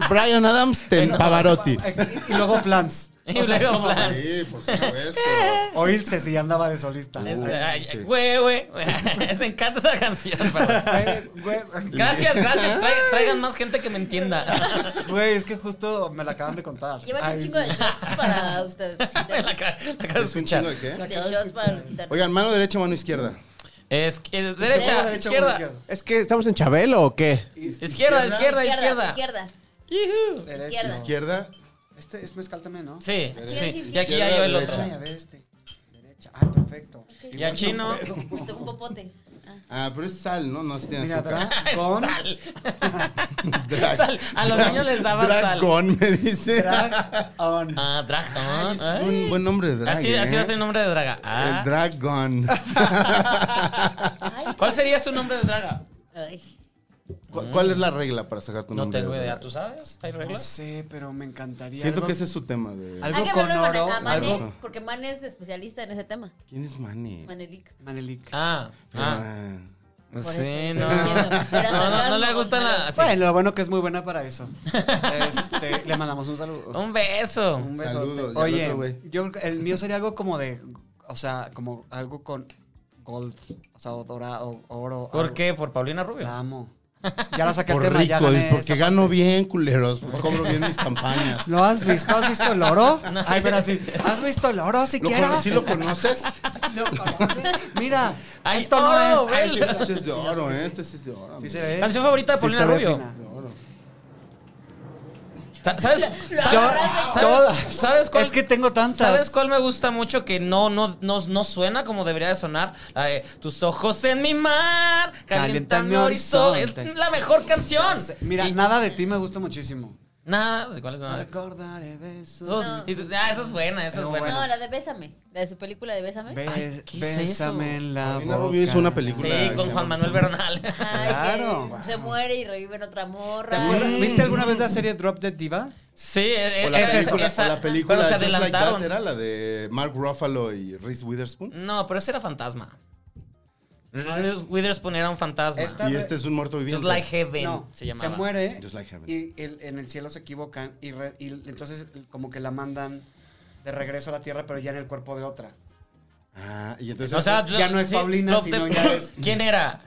S4: Brian Adams, ten Pavarotti.
S3: Y luego Flans.
S2: Y
S3: O sea,
S2: luego
S3: es como-
S2: plan.
S4: Sí, por supuesto.
S3: O Ilse, si andaba de solista.
S2: Es-
S4: Uh,
S2: ay,
S4: sí.
S2: Güey, güey. güey. Me encanta esa canción. pero-
S3: Güey, güey,
S2: Gracias, gracias. Tra- traigan más gente que me entienda.
S3: Güey, es que justo me la acaban de contar.
S1: Llévate
S3: Ay,
S1: un chingo de
S3: sí.
S1: shots para ustedes.
S2: Me la acabo- la acabo de
S4: ¿Es un
S2: escuchar.
S4: chingo de qué?
S1: De shots para quitar.
S4: Oigan, mano derecha, mano izquierda.
S2: Es, es
S3: Izquierda,
S2: derecha,
S3: derecha,
S2: izquierda.
S3: izquierda.
S6: Es que estamos en Chabelo o qué?
S2: Izquierda, izquierda,
S1: Izquierda,
S2: izquierda.
S1: izquierda.
S2: Yujú.
S1: Izquierda.
S4: Izquierda.
S3: Este es mezcal también, ¿no?
S2: Sí, sí. Y
S1: izquierda,
S2: aquí ya yo el
S4: derecha.
S2: otro.
S3: Ay, a ver este. Derecha. Ah, perfecto.
S2: Y a chino.
S1: Me tocó un popote. Ah.
S4: Ah, pero es sal, ¿no? No, si tiene
S3: Mira,
S4: azúcar.
S3: acá con
S2: Sal.
S4: Drag-
S2: Sal. A los
S4: drag-
S2: niños les daba sal.
S4: Dragón, me dice.
S3: drag on.
S2: Ah, drag. ah,
S4: Ay, es
S2: ay.
S4: un buen nombre de drag.
S2: Así,
S4: ¿eh?
S2: así va a ser el nombre de draga. Ah.
S4: El Dragon.
S1: Ah, Ay.
S2: ¿Cuál sería tu nombre de draga?
S1: Ay.
S4: ¿Cu- ¿Cuál es la regla para sacar tu
S2: No
S4: nombre?
S2: tengo
S4: de
S2: idea,
S4: drag?
S2: ¿tú sabes? ¿Hay
S3: No
S2: reglas?
S3: sé, pero me encantaría.
S4: Siento
S3: algo-
S4: que ese es su tema de.
S3: Algo
S1: Hay que
S3: con
S1: hablarlo a Mane-
S3: oro.
S1: a Mane,
S3: Algo.
S1: porque Mane es especialista en ese tema.
S4: ¿Quién es Manny?
S1: Manelik.
S3: Manelik.
S2: Ah, ah.
S4: Ah.
S1: Por
S2: Sí,
S1: eso,
S2: no.
S1: estoy diciendo, era
S2: No, no, no
S1: sarcasmo,
S2: le gustan
S1: no
S2: las. sí.
S3: Bueno, lo bueno que es muy buena para eso. Este, le mandamos un saludo.
S2: Un beso.
S3: Un beso.
S4: Saludos, y al
S3: Oye,
S4: otro, güey.
S3: yo creo que el mío sería algo como de, o sea, como algo con gold, o sea, o dorado, o oro.
S2: ¿Por
S3: algo.
S2: qué? ¿Por Paulina Rubio?
S1: Ah.
S3: La amo. Ya la saqué el
S4: Por
S3: tema, ya
S4: ricos,
S3: gané
S4: porque
S3: esa
S4: gano
S3: parte.
S4: bien, culeros. Porque cobro bien mis campañas.
S3: ¿Lo has visto? ¿Has visto el oro?
S2: No, sí.
S3: Ay, pero así. ¿Has visto el oro
S4: ¿Lo
S3: siquiera?
S4: cono- ¿Sí lo conoces?
S3: ¿Lo conoces? Mira,
S2: Ay, oh,
S3: esto no
S2: oro,
S3: es.
S2: ve.
S3: Ay,
S4: Este sí es de oro, ¿eh? Este sí es de oro.
S3: sí
S4: amigo.
S3: se ve.
S2: ¿Canción favorita de
S3: Sí
S2: Paulina
S3: se ve
S2: Rubio?
S3: fina.
S2: Sa- ¿Sabes?
S3: Yo,
S2: ¿Sabes?
S3: todas.
S2: ¿Sabes cuál?
S3: Es que tengo tantas.
S2: ¿Sabes cuál me gusta mucho que no, no, no, no suena como debería de sonar? La de Tus ojos en mi mar,
S3: Calientan
S2: calientan mi
S3: mi
S2: horizonte.
S3: horizonte.
S2: Es la mejor canción.
S3: Mira,
S2: Y-
S3: nada de ti me gusta muchísimo.
S2: Nada, ¿de cuál es nada?
S3: Recordaré besos.
S2: Sos-
S1: No.
S2: y- ah, esa es buena, esa es
S3: No,
S2: buena.
S1: No, la de Bésame. La de su película de Bésame.
S3: Bes-
S2: Ay, ¿qué es
S3: bésame
S2: eso?
S3: en la
S4: Paulina
S3: boca.
S4: Rubio hizo una película.
S2: Sí,
S4: que se
S2: con Juan
S4: llama-
S2: Manuel Bernal.
S1: Ay,
S3: Claro.
S1: que se muere y revive en otra
S3: ¿Te
S1: morra.
S3: acuerdas- ¿Viste alguna vez la serie Drop Dead Diva?
S2: Sí, eh,
S4: O la
S2: esa-
S4: película,
S2: esa-
S4: o la película
S2: pero se
S4: Just Like
S2: adelantaron. Mm,
S4: That era la de Mark Ruffalo y Reese Witherspoon.
S2: No, pero ese era fantasma. Reese Witherspoon era un fantasma.
S3: Esta-
S4: Y este es un muerto viviente.
S2: Just Like Heaven
S3: No,
S2: se llamaba.
S3: muere
S4: Just like heaven.
S3: y el- en el cielo se equivocan y, re- y entonces como que la mandan de regreso a la tierra, pero ya en el cuerpo de otra.
S4: Ah, y entonces.
S2: O sea,
S3: Ya no es Paulina,
S2: Drop
S3: sino
S2: Dead-
S3: ya es-
S2: ¿Quién era?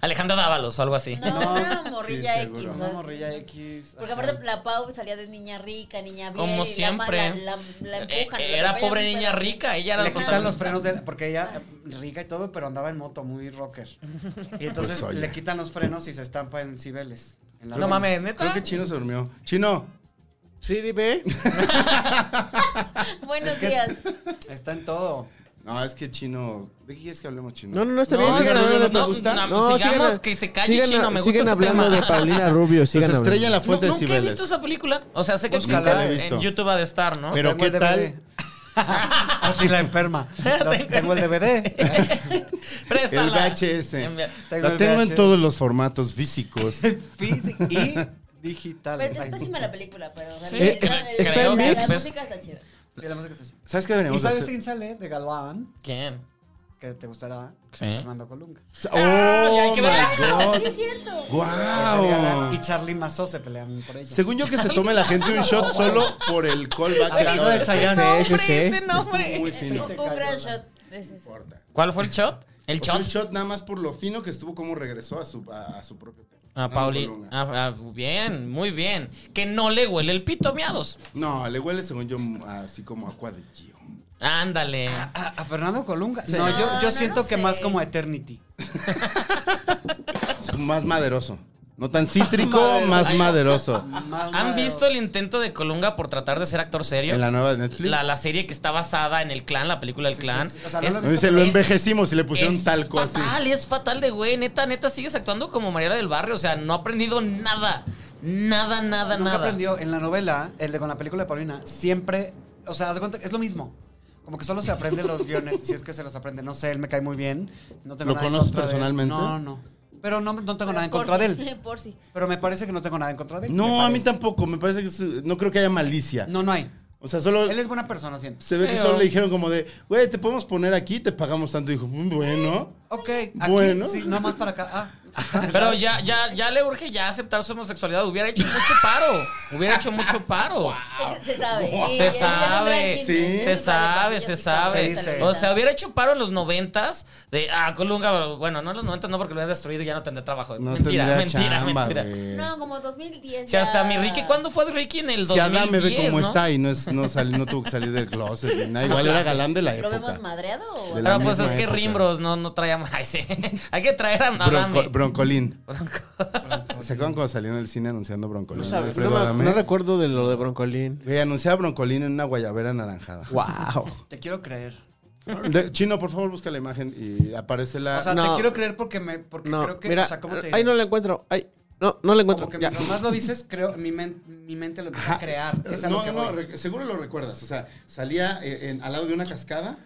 S2: Alejandra Dávalos o algo así.
S1: No,
S3: No.
S1: una morrilla
S4: Sí,
S1: X.
S4: seguro.
S1: ¿no?
S3: Una morrilla X.
S1: Porque
S3: ajá.
S1: aparte la Pau salía de niña rica, niña bien.
S2: Como
S1: y la ma-
S2: siempre.
S1: La, la, la empujan.
S2: Eh,
S1: la
S2: era
S1: atropellan
S2: pobre
S1: un
S2: niña
S1: pedazo.
S2: rica, ella era
S3: Le
S2: la
S3: quitan los
S2: protagonista.
S3: frenos de la- porque ella eh, rica y todo, pero andaba en moto muy rocker. Y entonces
S4: Pues, oye.
S3: le quitan los frenos y se estampa en Cibeles. en la
S2: No
S3: luna.
S2: mames,
S4: Creo
S2: neta.
S4: que Chino se durmió. Chino,
S6: Sí, dime.
S1: Buenos
S3: Es que-
S1: días.
S3: Está en todo.
S4: No, es que chino. ¿De qué quieres que hablemos chino?
S6: No, no, no está
S2: No,
S6: bien.
S2: no,
S6: Sigan
S2: no,
S6: hablando.
S2: no,
S4: ¿Te gusta?
S2: no,
S6: No,
S2: sigamos,
S6: sigan-
S2: que se calle
S6: sigan-
S2: chino, me
S6: sigan
S2: gusta este
S6: hablando
S2: tema.
S6: de Paulina Rubio.
S4: Se
S6: Sigan
S4: estrella en
S6: hablando.
S4: la fuente
S2: Nu-
S4: de
S2: nunca he
S4: Cibeles.
S2: visto esa película. O sea, sé que
S4: Búscala, Pues la he
S2: existe
S4: visto.
S2: en YouTube ha de estar, ¿no?
S4: Pero
S3: Tengo
S4: ¿qué
S3: el DVD.
S4: tal?
S3: Así Ah, la enferma. Lo-
S2: Tengo-
S3: tengo el DVD.
S4: El
S2: Préstala.
S4: VHS.
S2: Envía-
S3: Tengo
S4: la
S3: el
S4: tengo en
S3: VHS.
S4: todos los formatos físicos.
S3: Físico y digital.
S1: Pero es
S3: Ay, sí.
S1: pésima la película, pero. o sea,
S2: Sí,
S1: la-
S2: es-
S1: la-
S2: está
S1: la-
S2: en
S1: la-
S2: Netflix.
S1: La música está chida.
S3: Sí, la música está así.
S4: ¿Sabes qué
S3: ¿Y
S4: deberíamos
S3: sabes
S4: hacer?
S3: quién sale de Galván?
S2: ¿Quién?
S3: Que te gustará.
S2: Sí.
S3: Fernando Colunga.
S4: ¡Oh,
S2: Ah, hay que
S4: my
S1: Sí,
S4: God!
S1: es cierto.
S3: Ese
S4: ¡Guau!
S3: Galván Y Charlie Mazó se pelean por ella.
S4: Según yo que se tome la gente un shot solo por el callback que acaba de hacer.
S3: Chayanne.
S6: Sí, sí,
S2: Hombre,
S6: sí.
S2: ese nombre.
S4: Muy
S1: Fue
S4: fino.
S1: un- fue un gran shot. Ese sí.
S2: ¿Cuál fue el shot? El
S4: O sea,
S2: shot.
S4: un shot nada más por lo fino que estuvo como regresó a su, a, a su propio tema.
S2: A
S4: Fernando
S2: Ah, Pauli.
S4: Colunga.
S2: Ah, ah, bien, muy bien. Que no le huele el pito, miados.
S4: No, le huele según yo así como agua de Gio.
S2: Ándale.
S3: ¿A, Ah, a Fernando Colunga? No, yo,
S1: No,
S3: yo
S1: Ah, no,
S3: siento
S1: no
S3: que
S1: sé.
S3: más como Eternity.
S4: Es como Pues más maderoso. No tan cítrico,
S3: Maderoso.
S4: más maderoso.
S3: Más
S2: ¿Han
S3: una de
S2: visto el
S3: dos.
S2: intento de Colunga por tratar de ser actor serio?
S4: En la nueva de Netflix.
S2: La, la serie que está basada en el clan, la película El
S3: Sí,
S2: Clan.
S3: sí, sí. O sea, no lo he
S4: No, dice, lo envejecimos y le pusieron
S2: es
S4: talco así.
S2: fatal, es fatal de güey. Neta, neta, sigues actuando como Mariela del Barrio. O sea, no ha aprendido nada. Nada, nada,
S3: Nunca
S2: nada.
S3: aprendió en la novela, el de con la película de Paulina, siempre, o sea, haz de cuenta que es lo mismo. Como que solo se aprenden los guiones, si es que se los aprende. No sé, él me cae muy bien. No tengo
S4: ¿Lo
S3: nada en
S4: conoces
S3: contra de él.
S4: personalmente?
S3: No, no. Pero no, no tengo nada en
S1: Por
S3: contra
S1: sí,
S3: de él.
S1: Por sí.
S3: Pero me parece que no tengo nada en contra de él.
S4: No,
S3: me
S4: a mí
S3: parece.
S4: tampoco. Me parece que su- no creo que haya malicia.
S3: No, no hay.
S4: O sea, solo
S3: Él es buena persona, siento.
S4: se ve que
S2: Pero-
S4: solo le dijeron como de, güey, te podemos poner aquí, te pagamos tanto. Y dijo, "Mm, bueno.
S3: Ok, aquí,
S4: Bueno.
S3: sí, no más para acá. Ah,
S2: Pero ya, ya, ya le urge ya aceptar su homosexualidad. Hubiera hecho mucho paro. Hubiera hecho mucho paro.
S1: Es- Se sabe. sí,
S2: Ah. Se
S1: es- es un gran
S2: sabe,
S1: chisme.
S4: sí.
S2: se
S1: Vale, pues,
S2: sabe,
S1: pasillos
S2: se
S1: picados,
S3: Se
S2: sabe.
S1: tal
S3: dice.
S1: vez,
S2: O
S1: tal.
S2: sea, hubiera hecho paro en los noventas de, ah, Colunga, bueno, no en los noventas, no, porque lo habías destruido y ya no tendré trabajo.
S4: No
S2: mentira,
S4: tendría
S2: mentira,
S4: chamba,
S2: mentira.
S4: güey.
S1: No, como 2010.
S2: Si hasta
S1: ya.
S2: mi Ricky, ¿cuándo fue Ricky en el 2010?
S4: Si Adame ve cómo
S2: no?
S4: está y no, es, no, sal- no tuvo que salir del closet, ni nada. igual era galán de la
S1: ¿Lo
S4: época.
S1: vemos madreado o Ah,
S4: De la
S2: Pero pues es
S4: misma
S2: que
S4: época.
S2: Rimbros no, no traíamos. Ay, sí. Hay que traer a Adame.
S4: Bronco- broncolín.
S2: Bronco.
S4: ¿Se acuerdan cuando salió en el cine anunciando Broncolín?
S5: No sabes.
S4: Alfredo
S6: No, me-
S4: Adame.
S6: no recuerdo de lo de Broncolín.
S4: Güey, anunciaba Broncolín en una guayabera anaranjada.
S6: Wow.
S3: Te quiero creer.
S4: De- Chino, por favor, busca la imagen y aparece la.
S3: O sea, te
S6: Ah, No.
S3: quiero creer porque me porque
S6: No,
S3: creo que,
S6: mira,
S3: o sea, ¿cómo te diré?
S6: ahí no la encuentro. Ay, no, no la encuentro.
S3: Como que
S6: Ya.
S3: mientras más lo dices, creo mi, men- mi mente lo empieza a crear. Es a lo
S4: no,
S3: que
S4: no,
S3: voy.
S4: re- seguro lo recuerdas. O sea, salía eh, en- al lado de una cascada,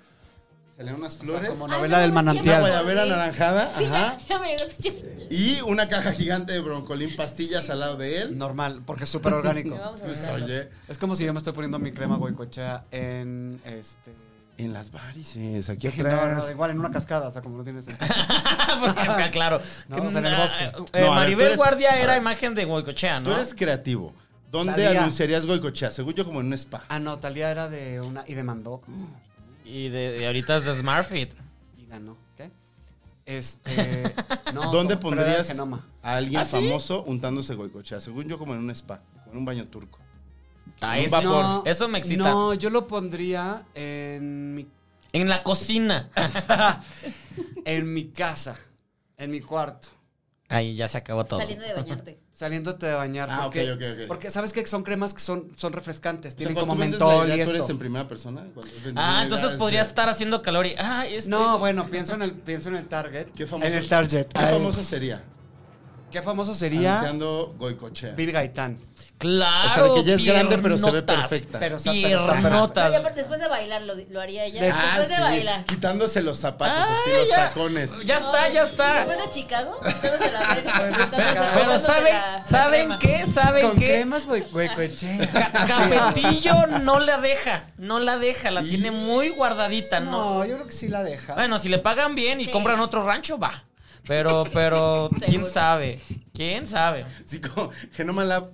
S4: salían unas
S3: O sea,
S4: flores,
S3: como
S1: Ah,
S3: novela del
S1: sí,
S4: una
S3: manantial.
S1: me
S4: guayabera
S1: acordé.
S4: anaranjada,
S1: Sí,
S4: ajá,
S1: ya, ya me llegó el pinche.
S4: y una caja gigante de Broncolín pastillas al lado de él.
S3: Normal, porque es súper orgánico.
S1: Vamos a
S4: Pues,
S1: hablar.
S4: oye,
S3: Es como si yo me estoy poniendo mi crema goicochea en este.
S4: en las varices, aquí
S3: No, no,
S4: atrás.
S3: igual en una cascada, o sea, como no tienes.
S2: Porque, o sea, claro.
S3: No,
S2: Que,
S3: o sea, en el
S2: na-
S3: bosque.
S2: eh,
S3: No,
S4: a ver,
S2: Maribel
S4: tú eres-
S2: Guardia
S4: a
S2: era
S4: ver.
S2: imagen de Huaycochea, ¿no?
S4: Tú eres creativo. ¿Dónde
S3: Talía.
S4: anunciarías Goicochea? Según yo, como en un spa.
S3: Ah, no, Talía era de una y demandó
S2: Y, de, y ahorita es de Smartfit.
S3: y ganó. ¿Qué? Este. No,
S4: ¿Dónde
S3: como- pero era de
S4: pondrías
S3: Genoma.
S4: a alguien famoso untándose Goicochea? Según yo, como en un spa, como en un baño turco.
S2: Ah,
S4: Un
S2: eso,
S4: vapor.
S2: eso me excita.
S3: No, yo lo pondría en mi,
S2: En la cocina.
S3: en mi casa, en mi cuarto,
S2: Ahí ya se acabó todo.
S1: Saliendo de bañarte.
S3: saliéndote de bañar.
S4: Ah,
S3: porque,
S4: ok, ok, ok.
S3: Porque sabes que son cremas que son, son refrescantes,
S4: O sea,
S3: tienen
S4: cuando
S3: como
S4: tú vendes la
S3: mentol
S4: idea,
S3: y
S4: ¿Tú eres
S3: esto.
S4: en primera persona? Cuando vendes
S2: Ah,
S4: la idea,
S2: entonces
S4: es
S2: podría
S4: de-
S2: estar haciendo calor y. Ah, este-
S3: No, bueno, pienso en el, pienso en el Target.
S4: ¿Qué famoso-
S3: En el Target.
S4: ¿Qué
S3: Ay,
S4: famoso sería?
S3: ¿Qué famoso sería?
S4: Anunciando Goicochea.
S3: Vivi Gaitán.
S2: Claro.
S4: O sea, de que ya es grande, pero se ve
S2: piernotas.
S4: perfecta.
S3: Pero está- pero está-
S1: No, y
S2: Piernotas.
S1: aparte, después de bailar lo, lo haría ella.
S3: Des-
S4: Ah,
S1: Después de
S4: sí,
S1: bailar.
S4: Quitándose los zapatos,
S3: Ah,
S4: así,
S2: Ay,
S4: los
S2: ya.
S4: tacones.
S2: Ya está, ya está.
S1: Después de Chicago, después de la
S2: Pero, pero ¿saben, ¿saben qué? ¿Saben
S3: ¿Con
S2: qué?
S3: cremas, güey? güey, güey, che.
S2: Ca- Capetillo no la deja, no la deja, la
S4: Y-
S2: tiene muy guardadita, ¿no?
S3: No, yo creo que sí la deja.
S2: Bueno, si le pagan bien y
S1: Sí.
S2: compran otro rancho, va. Pero, pero, ¿quién
S1: Seguro.
S2: sabe? ¿Quién sabe?
S4: Así como Genoma Lab,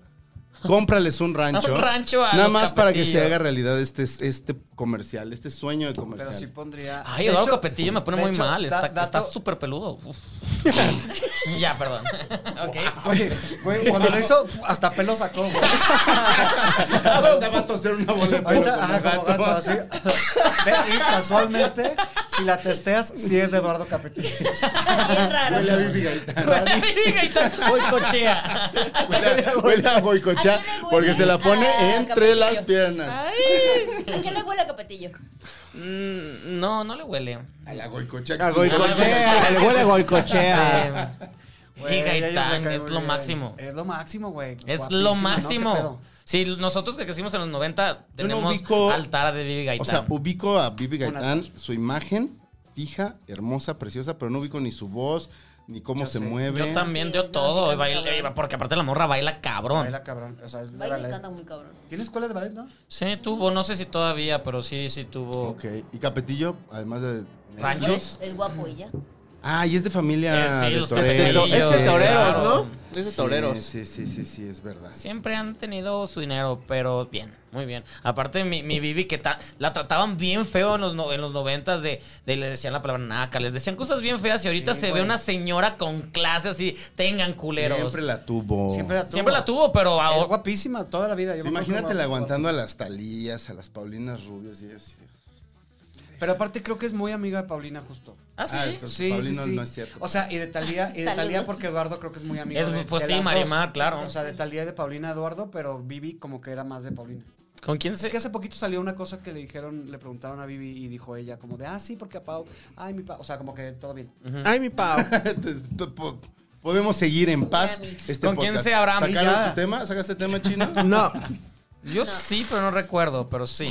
S4: cómprales un rancho.
S2: Un rancho a
S4: Nada
S2: los
S4: más para que
S2: Capetillo.
S4: se haga realidad este, este comercial, este sueño de comercial.
S3: pero sí pondría.
S2: Ay,
S3: De
S2: Eduardo
S3: hecho-
S2: Capetillo me pone
S3: de
S2: muy
S3: hecho,
S2: mal,
S3: da-
S2: está está
S3: dato-
S2: súper peludo. Uf. ya, perdón. ok.
S3: Oye, güey, cuando lo hizo, hasta pelo sacó, güey.
S4: Ahorita va a toser una bola de pelo
S3: Ahorita,
S4: como
S3: ajá,
S4: gato.
S3: como gato, así. Ve, Y casualmente, si la testeas, sí es de Eduardo Capetillo.
S1: Bien raro.
S4: Huele a Bibi Gaitán.
S2: Voy cochea.
S4: Huele a- Huele a
S1: ¿A
S4: boicochá
S1: qué le huele?
S4: porque se la pone
S1: Ah,
S4: entre
S1: Capetillo.
S4: las piernas.
S1: ¿A qué le huele a capetillo?
S2: Mm, No, no le huele.
S4: A la boicochá.
S6: A Goicochea, le huele a Goicochea.
S2: Y
S3: Güey, ella se me
S2: Gaitán
S3: cae
S2: es
S3: muy
S2: lo
S3: bien.
S2: máximo.
S3: Es lo máximo, güey.
S2: Es
S3: Guapísima,
S2: lo
S3: ¿no? ¿Qué
S2: máximo.
S3: pedo?
S2: Si nosotros que crecimos en los 90
S4: Yo no
S2: tenemos
S4: ubico-
S2: altar de Vivi Gaitán.
S4: O sea, ubico a Bibi Gaitán, su imagen fija, hermosa, preciosa, pero no ubico ni su voz, ni cómo
S3: Yo
S4: se
S3: sé.
S4: mueve.
S2: yo también,
S1: Sí,
S2: yo
S1: no,
S2: todo. eh,
S1: sí, canta
S2: baila-
S1: cabrón.
S2: porque aparte la morra baila cabrón.
S3: Baila cabrón. O sea, es de
S1: Baila y
S3: ballet.
S1: canta muy cabrón.
S3: ¿Tiene escuelas de ballet, no?
S2: Sí, tuvo, no sé si todavía, pero sí, sí tuvo. Eh,
S4: Ok. Y Capetillo, además de.
S2: Ranchos.
S1: Es guapo ella.
S4: Ah, y es de familia
S2: Eh, sí,
S4: de
S2: los
S4: toreros.
S2: Capetillo,
S6: Es de toreros,
S2: claro.
S6: ¿no? Es de
S4: Sí,
S6: toreros.
S4: Sí, sí, sí, sí, es verdad.
S2: Siempre han tenido su dinero, pero bien, muy bien. Aparte, mi, mi Vivi, que ta- la trataban bien feo en los, no- en los noventas, de, de le decían la palabra naca, les decían cosas bien feas y ahorita
S3: Sí,
S2: se ve
S3: güey.
S2: una señora con clase así, tengan culeros.
S4: Siempre la tuvo.
S3: Siempre la tuvo.
S2: Siempre la tuvo, pero
S3: Es
S2: ahora,
S3: guapísima toda la vida.
S4: Oh. Sí,
S3: Yo me acuerdo
S4: imagínatela
S3: cuando-
S4: aguantando a las Talías, a las Paulinas Rubias y así.
S3: Pero aparte creo que es muy amiga de Paulina justo.
S2: ¿Ah, sí?
S4: Ah, entonces Paulina no es cierto.
S3: O sea, y de Talía, y de Talía
S1: Saludos.
S3: porque Eduardo creo que es muy amigo
S2: Es-
S3: de
S2: pues
S3: de
S2: sí,
S3: las
S2: Marimar,
S3: dos.
S2: claro.
S3: O sea, de Talía y de Paulina Eduardo, pero Vivi como que era más de Paulina.
S2: ¿Con quién se.?
S3: Es que hace poquito salió una cosa que le dijeron, le preguntaron a Vivi y dijo ella como de, ah, sí, porque a Pau, ay, mi Pau, o sea, como que todo bien.
S6: Ay, mi Pau.
S4: Este, Po- Podemos seguir en paz
S1: Miami.
S4: este
S2: ¿Con quién
S4: podcast.
S2: se habrán
S4: ¿Sacaron
S3: pillado?
S4: su tema? ¿Sacaste el tema chino?
S6: No.
S2: Yo sí, pero no recuerdo, pero sí.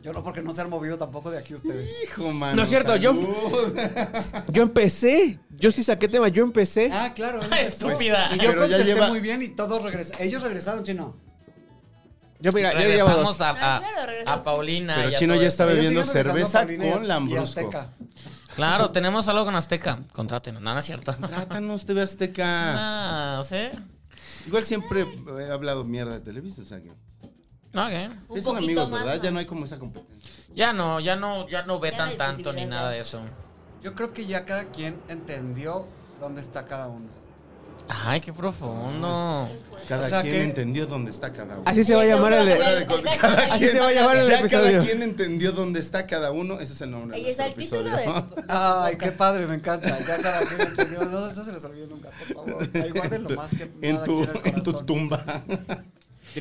S3: Yo no, porque no se han movido tampoco de aquí ustedes.
S4: Hijo, mano.
S6: No es cierto, yo-
S4: salud.
S6: Yo empecé. Yo sí saqué tema, yo empecé.
S3: Ah, claro. ella empezó.
S2: Estúpida.
S3: Y yo
S4: Pero ya
S3: contesté
S4: lleva-
S3: muy bien y todos regresaron. Ellos regresaron, chino.
S6: Yo mira, yo llevo
S2: regresamos
S6: dos.
S2: a, a,
S1: Ah, claro,
S2: a
S1: regresamos.
S2: Paulina.
S4: Pero
S2: y a
S4: Chino
S2: todo
S4: ya
S2: eso.
S4: está
S3: Ellos
S4: bebiendo
S3: siguen
S4: cerveza
S3: regresando a Paulina y a-
S4: con
S3: y
S4: Lambrusco.
S3: Azteca.
S2: Claro, tenemos algo con Azteca. Contrátenos. No, no es cierto.
S4: Trátanos, TV Azteca.
S2: Ah, ¿sí?
S4: Igual siempre he hablado mierda de Televisa, o sea que.
S2: Ok.
S1: Un
S4: que son
S1: poquito
S4: amigos,
S1: más,
S4: ¿verdad?
S1: ¿no?
S4: Ya no hay como esa competencia.
S2: Ya no, ya no, ya no ve
S1: Ya no
S2: tan
S1: hay
S2: tanto ni
S1: sensibilidad.
S2: nada de eso.
S3: Yo creo que ya cada quien entendió dónde está cada uno.
S2: Ay, qué profundo.
S1: Pues.
S4: Cada
S3: O sea
S4: quien
S3: que-
S4: entendió dónde está cada uno.
S6: Así se va a llamar el.
S1: Fuera
S4: Fuera de con- cada
S6: Así
S4: quien-
S6: se va a llamar el
S4: ya
S6: episodio.
S4: cada quien entendió dónde está cada uno. Ese es el nombre. de
S1: Ahí está el
S4: nuestro
S1: título
S4: episodio.
S1: de.
S3: Ay, qué padre, me encanta. Ya cada quien entendió. No, no se les olvide nunca, por favor. Ahí guárdenlo más que
S4: en
S3: nada
S4: tu,
S3: quiera el
S4: en tu
S3: corazón.
S4: tumba.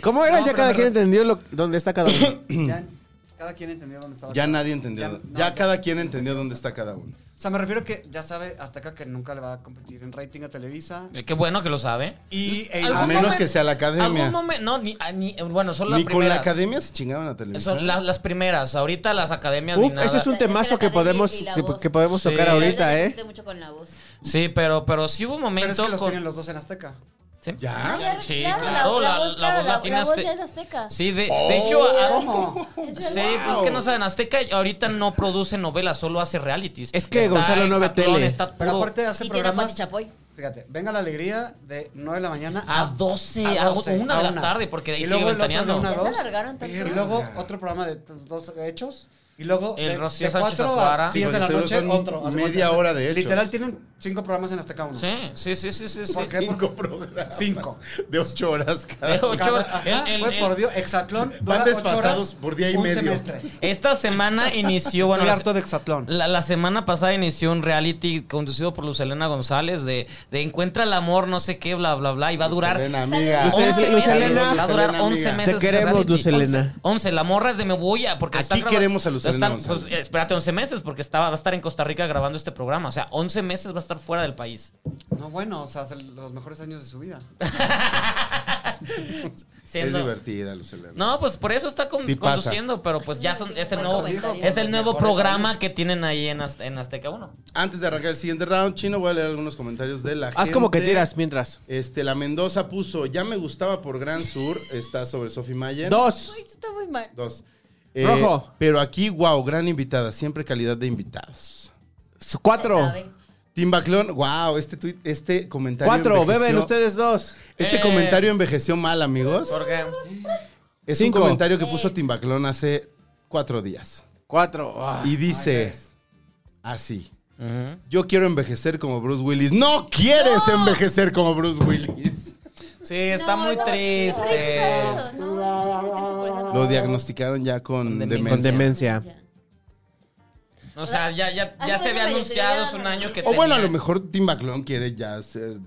S6: ¿Cómo era?
S3: No,
S6: ya
S3: pero
S6: cada
S3: me
S6: quien
S3: re-
S6: entendió lo- dónde está cada uno.
S3: Ya, cada quien entendió dónde estaba.
S4: ya
S3: cada-
S4: nadie entendió.
S3: Ya-
S4: Ya,
S3: no, ya.
S4: cada quien entendió dónde está cada uno.
S3: O sea, me refiero que ya sabe hasta acá que nunca le va a competir en rating a Televisa.
S2: Eh, Qué bueno que lo sabe.
S3: Y e
S2: ¿Algún
S4: A menos
S2: momento-
S4: que sea la academia.
S2: Algún momento, no, ni, ah, ni- bueno, son las
S4: Ni con la
S2: primeras.
S4: academia se chingaban a Televisa.
S2: Son la- las primeras. Ahorita las academias ni
S6: Uf,
S2: nada.
S6: ese es un
S1: Entre la
S6: temazo que
S1: academia
S6: podemos,
S1: y la
S6: que,
S1: voz.
S6: que podemos
S2: Sí.
S6: tocar ahorita, ¿eh?
S1: mucho con la voz.
S2: Sí, pero, pero sí hubo un momento
S3: Pero es que los
S2: con-
S3: tienen los dos en Azteca.
S2: Sí.
S6: Ah,
S4: ¿Ya?
S1: Claro,
S2: Sí,
S1: claro,
S2: claro, la- la voz
S1: la-
S2: latina
S1: la voz
S2: azte-
S1: ya es azteca.
S2: Sí, de,
S4: Oh.
S2: de hecho, a-
S3: ¿Cómo?
S1: Es verdad.
S2: Sí, pues es que no saben, Azteca ahorita no produce novelas, solo hace realities.
S6: Es que Gonzalo no ve
S2: Hexatlón,
S6: tele.
S2: Está
S3: Pero
S2: puro-
S3: aparte hace
S1: Y tiene a Pati
S3: programas.
S1: Chapoy.
S3: Fíjate, venga la alegría de 9 de la mañana
S2: A 12, a una de la tarde, porque de ahí
S3: Y
S2: sigue
S3: luego el otro de
S2: ventaneando.
S3: una a
S1: Ya se
S3: dos.
S1: alargaron tanto.
S3: Y luego otro programa de t- dos hechos. Y luego.
S2: El
S3: de-
S2: Rocío
S3: de
S2: Sánchez
S3: cuatro a
S2: Azuara.
S3: diez
S4: Sí,
S3: de la
S4: porque
S3: noche,
S4: seguro son
S3: otro. hace
S4: media
S3: cuenta.
S4: hora de hechos.
S3: Literal, tienen cinco programas en Azteca uno.
S2: Sí, sí, sí, sí, sí. sí.
S3: ¿Por qué?
S4: Cinco programas.
S3: Cinco.
S4: De ocho horas cada
S2: De ocho
S3: Cada-
S2: horas.
S3: ajá,
S2: El- el-
S3: fue
S2: el-
S3: por Dios, Exatlón. dura
S4: Van
S3: ocho
S4: desfasados
S3: horas,
S4: por día y
S3: un
S4: medio.
S3: semestre.
S2: Esta semana inició, bueno,
S3: Estoy
S2: la-
S3: harto de Exatlón.
S2: La, la semana pasada inició un reality conducido por Lucelena González de, de Encuentra el amor, no sé qué, bla, bla, bla, y va a durar
S4: Selena, amiga.
S1: Luz- Luz-
S2: 11
S1: Lucelena.
S2: meses. Va a durar
S4: Lucelena,
S2: 11
S4: amiga.
S2: meses.
S6: Te
S2: ese
S6: queremos,
S2: reality.
S6: Lucelena.
S2: 11, 11, la morra es de Me Voy a. Porque
S4: Aquí
S2: están grabando-
S4: queremos a Lucelena
S2: están-
S4: González.
S2: pues, espérate 11 meses, porque estaba, va a estar en Costa Rica grabando este programa. O sea, 11 meses va a estar fuera del país.
S3: No, bueno, o sea, hace los mejores años de su vida.
S4: Es
S2: Siendo-
S4: divertida, Lucelena.
S2: No, pues por eso está con-
S4: Y pasa.
S2: conduciendo, pero pues ya son, es el nuevo,
S1: Eso dijo,
S2: es el
S1: los
S2: nuevo
S3: mejores
S2: programa
S3: años.
S2: que tienen ahí en, Az- en Azteca 1.
S4: Antes de arrancar el siguiente round, Chino, voy a leer algunos comentarios de la gente.
S6: Haz como que tiras mientras.
S4: Este, la Mendoza puso, ya me gustaba por Gran Sur, está sobre Sophie Mayer.
S6: Dos.
S1: Uy, esto está muy mal.
S4: Dos. Eh,
S6: Rojo.
S4: Pero aquí, wow, gran invitada, siempre calidad de invitados.
S1: Se
S6: Cuatro.
S1: sabe.
S4: Tim Baclón, wow, este tweet, este comentario
S6: Cuatro.
S4: envejeció-
S6: Beben ustedes dos.
S4: Este
S2: Eh.
S4: comentario envejeció mal, amigos.
S2: Porque
S4: Es
S6: Cinco.
S4: un comentario que puso Tim Baclón hace cuatro días.
S6: Cuatro. Ah.
S4: Y dice así. Yo quiero envejecer como Bruce Willis. ¡No quieres envejecer como Bruce Willis!
S2: sí, está
S1: No,
S2: muy
S1: no,
S2: triste.
S1: no, eso, no, sí, muy triste por esa
S4: Lo
S1: parte.
S4: diagnosticaron ya con
S2: Con
S4: demencia.
S6: Con demencia.
S1: Ya.
S2: O sea, ya, ya,
S1: Ay,
S2: ya
S1: no, ya
S2: se había
S1: me
S2: anunciado
S1: decidí,
S2: hace
S1: ya
S2: un
S1: me
S2: año
S1: decidí.
S2: que
S4: O bueno, a
S2: tenía.
S4: lo mejor Tim Baclón quiere ya ser...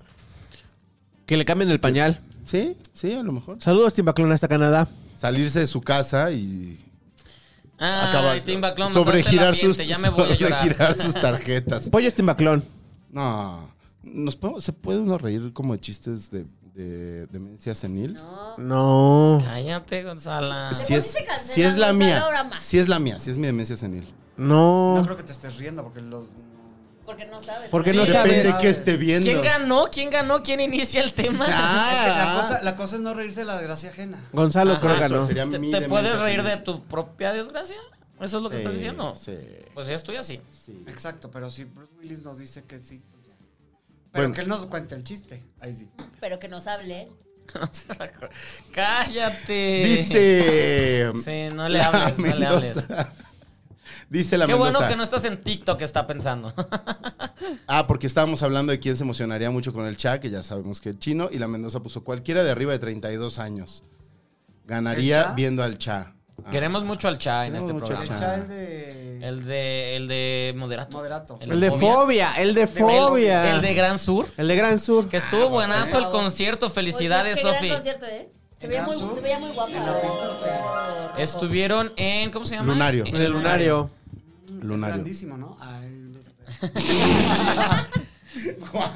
S6: Que le cambien el pañal.
S4: Sí, sí, a lo mejor.
S6: Saludos, Timbaclón, hasta Canadá.
S4: Salirse de su casa y...
S2: Ay,
S4: acaba
S2: Ah, Tim Baclón, me
S4: sobregirar
S2: tocaste el
S4: sus,
S2: ambiente, ya me voy a llorar.
S4: sobregirar sus tarjetas.
S6: Pollo es Timbaclón.
S4: No. Nos podemos- ¿Se puede uno reír como de chistes de, de demencia senil?
S6: No.
S2: Cállate, Gonzala.
S4: Si es,
S1: pusiste cancela,
S4: si es la
S1: Gonzalo,
S4: mía,
S1: ahora más.
S4: si es la mía, si es mi demencia senil.
S3: No
S6: No.
S3: creo que te estés riendo porque los.
S1: Porque no sabes.
S6: Porque
S1: Sí,
S6: no
S2: Sí,
S4: Depende
S6: sabes.
S4: que esté viendo.
S2: ¿Quién ganó? ¿Quién ganó? ¿Quién inicia el tema?
S4: Ah,
S3: Es que la cosa, la cosa es no reírse de la desgracia ajena.
S6: Gonzalo
S2: Ajá.
S6: creo que
S4: eso
S6: ganó.
S4: sería
S2: ¿Te,
S4: mi
S2: te
S4: demencia
S2: puedes reír de
S4: senil.
S2: tu propia desgracia? ¿Eso es lo que estás
S4: Sí,
S2: diciendo?
S4: Eh, sí.
S2: Pues ya estoy así.
S3: Exacto, pero si Bruce Willis nos dice que sí, pues ya. Pero
S4: Bueno.
S3: que él nos cuente el chiste. Ahí sí.
S1: Pero que nos hable. ¿eh?
S2: Cállate.
S4: Dice.
S2: Sí, no le
S4: la
S2: hables, no le hables.
S4: Mendoza. Dice la
S2: Qué
S4: Mendoza.
S2: bueno que no estás en TikTok, está pensando.
S4: Ah, porque estábamos hablando de quién se emocionaría mucho con el chat, que ya sabemos que el chino, y la Mendoza puso cualquiera de arriba de 32 años.
S3: ¿El
S4: Ganaría
S3: Cha?
S4: viendo al Ah, chat.
S2: Queremos mucho al Cha en
S4: Queremos
S2: este
S4: mucho al
S2: programa.
S3: El
S4: Ah.
S3: chá es de.
S2: El de, el de Moderato.
S3: Moderato.
S6: El de fobia. El de
S2: El-
S6: fobia.
S2: El, de Gran Sur.
S6: El de Gran Sur.
S2: Que
S1: Ah,
S2: estuvo buenazo el
S1: favor.
S2: concierto.
S1: Oye,
S2: Felicidades,
S1: qué gran
S2: Sofi.
S1: concierto, ¿eh? Se veía muy, se veía muy guapa.
S2: Estuvieron en. ¿Cómo se llama?
S4: Lunario.
S2: En
S6: El lunario.
S3: Es
S4: Lunario.
S3: grandísimo, ¿no? Ay, no sé.
S4: ¡Guau!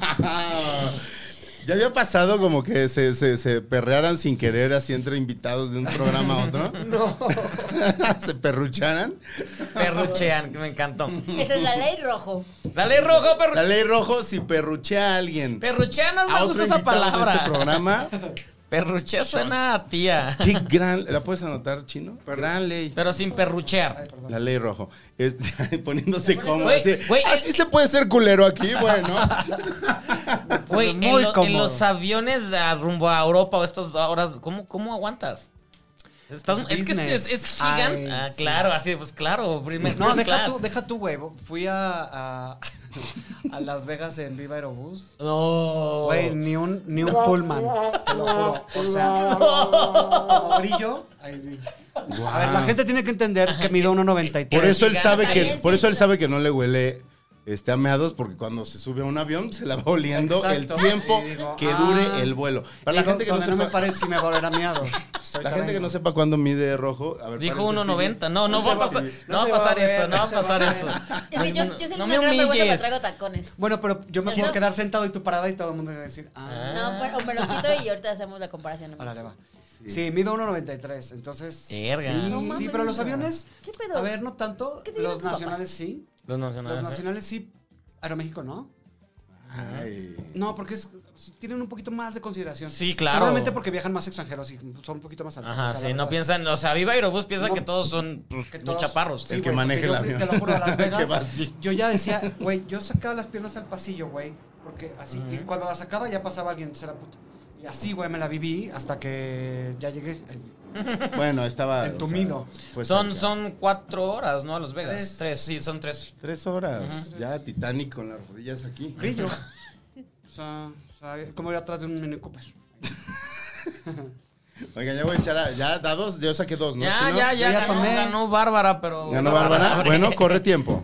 S4: Ya había pasado como que se, se, se perrearan sin querer así entre invitados de un programa a otro. No. se perrucharan.
S2: Perruchean, que me encantó.
S1: Esa es la ley rojo.
S2: Dale rojo, perru
S4: La ley rojo, si perruchea a alguien.
S2: perruchean, no
S4: a
S2: me
S4: otro
S2: gusta esa
S3: este
S4: invitado de
S2: palabra.
S4: este programa,
S2: Perruchea suena a tía.
S4: Qué gran. ¿La puedes anotar, chino? Gran ley.
S2: Pero sin perruchear.
S4: La ley rojo. Este, poniéndose como
S2: Güey,
S4: así.
S2: güey,
S4: así
S2: el-
S4: se puede ser culero aquí, bueno.
S2: Güey, en,
S3: Muy
S2: lo- en
S3: cómodo.
S2: los aviones de- rumbo a Europa o estas horas, ¿cómo, cómo aguantas? Estás-
S3: Pues
S2: es que es,
S3: business.
S2: es- es gigante.
S3: Ay,
S2: Ah,
S3: sí.
S2: claro, así, pues claro. Primer,
S3: No,
S2: first
S3: deja
S2: class.
S3: tú, deja tú, güey. Fui a, a, a Las Vegas en Viva Aerobús.
S4: Oh.
S2: No.
S3: Güey, ni un, ni un pullman, te lo juro. O sea, como brillo. Ahí sí. A ver, la gente tiene que entender que mido 1.93.
S4: Por eso él sabe que,
S1: También,
S4: por
S1: sí,
S4: eso él sabe que no le huele este a meados, porque cuando se sube a un avión se la va oliendo
S3: Exacto.
S4: el tiempo
S3: Y digo,
S4: que
S3: ah.
S4: dure el vuelo. Para la
S3: Digo,
S4: gente que no
S3: donde no me
S4: sepa,
S3: parece si me volverá miado. Soy
S4: la gente que no
S3: tarengo.
S4: sepa cuándo mide rojo, a ver,
S2: Dijo
S4: parece
S2: 1.90.
S4: Stevie.
S2: No, no,
S3: No
S2: va a
S3: se va a
S2: pasar,
S3: ver,
S2: no va a
S3: no se va a
S2: pasar
S3: ver,
S2: eso. No va a
S3: se va a
S2: pasar eso.
S1: Es que yo, yo soy
S2: no
S1: una
S2: me
S1: gran vergüenza
S2: humilles.
S1: cuando traigo tacones.
S3: Bueno, pero yo me puedo quedar sentado y tú parada y todo el mundo va a decir, ah,
S1: No, pero o me los quito y ahorita hacemos la comparación. amigos.
S3: ahora le va. Sí, mido 1.93, entonces...
S2: Verga.
S3: Sí,
S2: No
S1: mames.
S3: sí, pero los aviones,
S1: ¿Qué pedo?
S3: a ver, no tanto.
S1: ¿Qué te dijeron
S3: Los
S1: tus papás?
S3: nacionales sí.
S2: Los nacionales.
S3: Los
S2: ¿eh?
S3: nacionales sí. Aeroméxico no.
S4: Ay.
S3: No, porque es- tienen un poquito más de consideración.
S2: Sí, claro.
S3: Seguramente porque viajan más extranjeros y son un poquito más altos.
S2: Ajá,
S3: o sea, la
S2: sí, no
S3: verdad.
S2: piensan. O sea, Viva Aerobús piensa
S3: No.
S2: que todos son pues,
S3: Que
S2: muy
S3: todos-
S2: chaparros.
S4: El que
S3: güey,
S4: maneje el
S3: porque yo fui,
S4: avión.
S3: Te lo juro, a Las
S4: Que
S3: Vegas,
S4: va así.
S3: Yo ya decía, güey, yo sacaba las piernas al pasillo, güey. Porque así, y cuando las sacaba ya pasaba alguien, será puta. Y así, güey, me la viví hasta que ya llegué.
S4: Bueno, estaba
S3: Entumido.
S4: pues,
S2: son,
S4: cerca.
S2: son cuatro horas, ¿no? A Las Vegas. Tres.
S3: Tres.
S2: sí, son tres.
S4: tres horas. Ya Titanic con las rodillas aquí.
S3: Brillo. O sea, o sea, como ir atrás de un Mini Cooper.
S4: Oiga, ya voy a echar a, ya da dos, ya saqué dos, ¿no?
S2: ya,
S4: chino?
S2: ya, ya,
S3: Yo ya
S2: ganó,
S3: tomé.
S2: ganó Bárbara, pero.
S4: Ganó Bárbara.
S2: abre.
S4: Bueno, corre tiempo.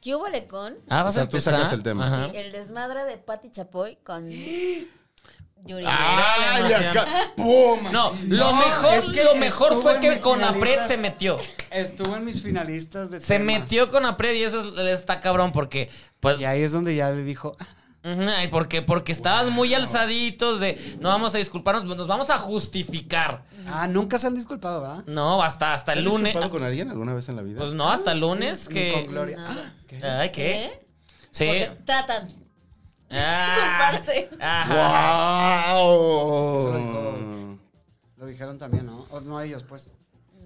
S1: ¿Qué hubo le con
S2: Ah,
S4: O
S2: vas a
S4: sea, tú
S2: empezar.
S4: sacas el tema.
S2: Ajá.
S1: el desmadre de Patti Chapoy con Yuri?
S2: Ah,
S4: Ay,
S2: la
S4: acá. ¡Pum!
S2: No,
S4: así.
S2: lo mejor,
S3: es que
S2: lo mejor
S3: estuvo
S2: fue
S3: en
S2: que
S3: mis
S2: con Apred
S3: finalistas.
S2: se metió.
S3: Estuvo en mis finalistas de
S2: Se
S3: temas.
S2: metió con Apred y eso es- está cabrón porque pues
S3: Y ahí es donde ya le dijo,
S2: Ujú, ay, porque porque estaban muy alzaditos de no vamos a disculparnos, pues nos vamos a justificar.
S3: ah, nunca se han disculpado, ¿verdad?
S2: No, hasta hasta
S4: ¿Te
S2: el
S4: has
S2: lunes.
S4: disculpado con alguien alguna vez en la vida?
S2: Pues no, hasta el lunes
S3: Ni
S2: que
S3: con Gloria.
S1: Nada.
S3: Ah, ¿qué?
S2: Ay, ¿qué?
S1: ¿Eh?
S2: Sí.
S1: Porque tratan.
S2: Ah,
S1: disculparse.
S2: ajá.
S4: ¡Wow! Ah,
S3: Solo dijo- Lo dijeron también, ¿no? O no ellos, pues.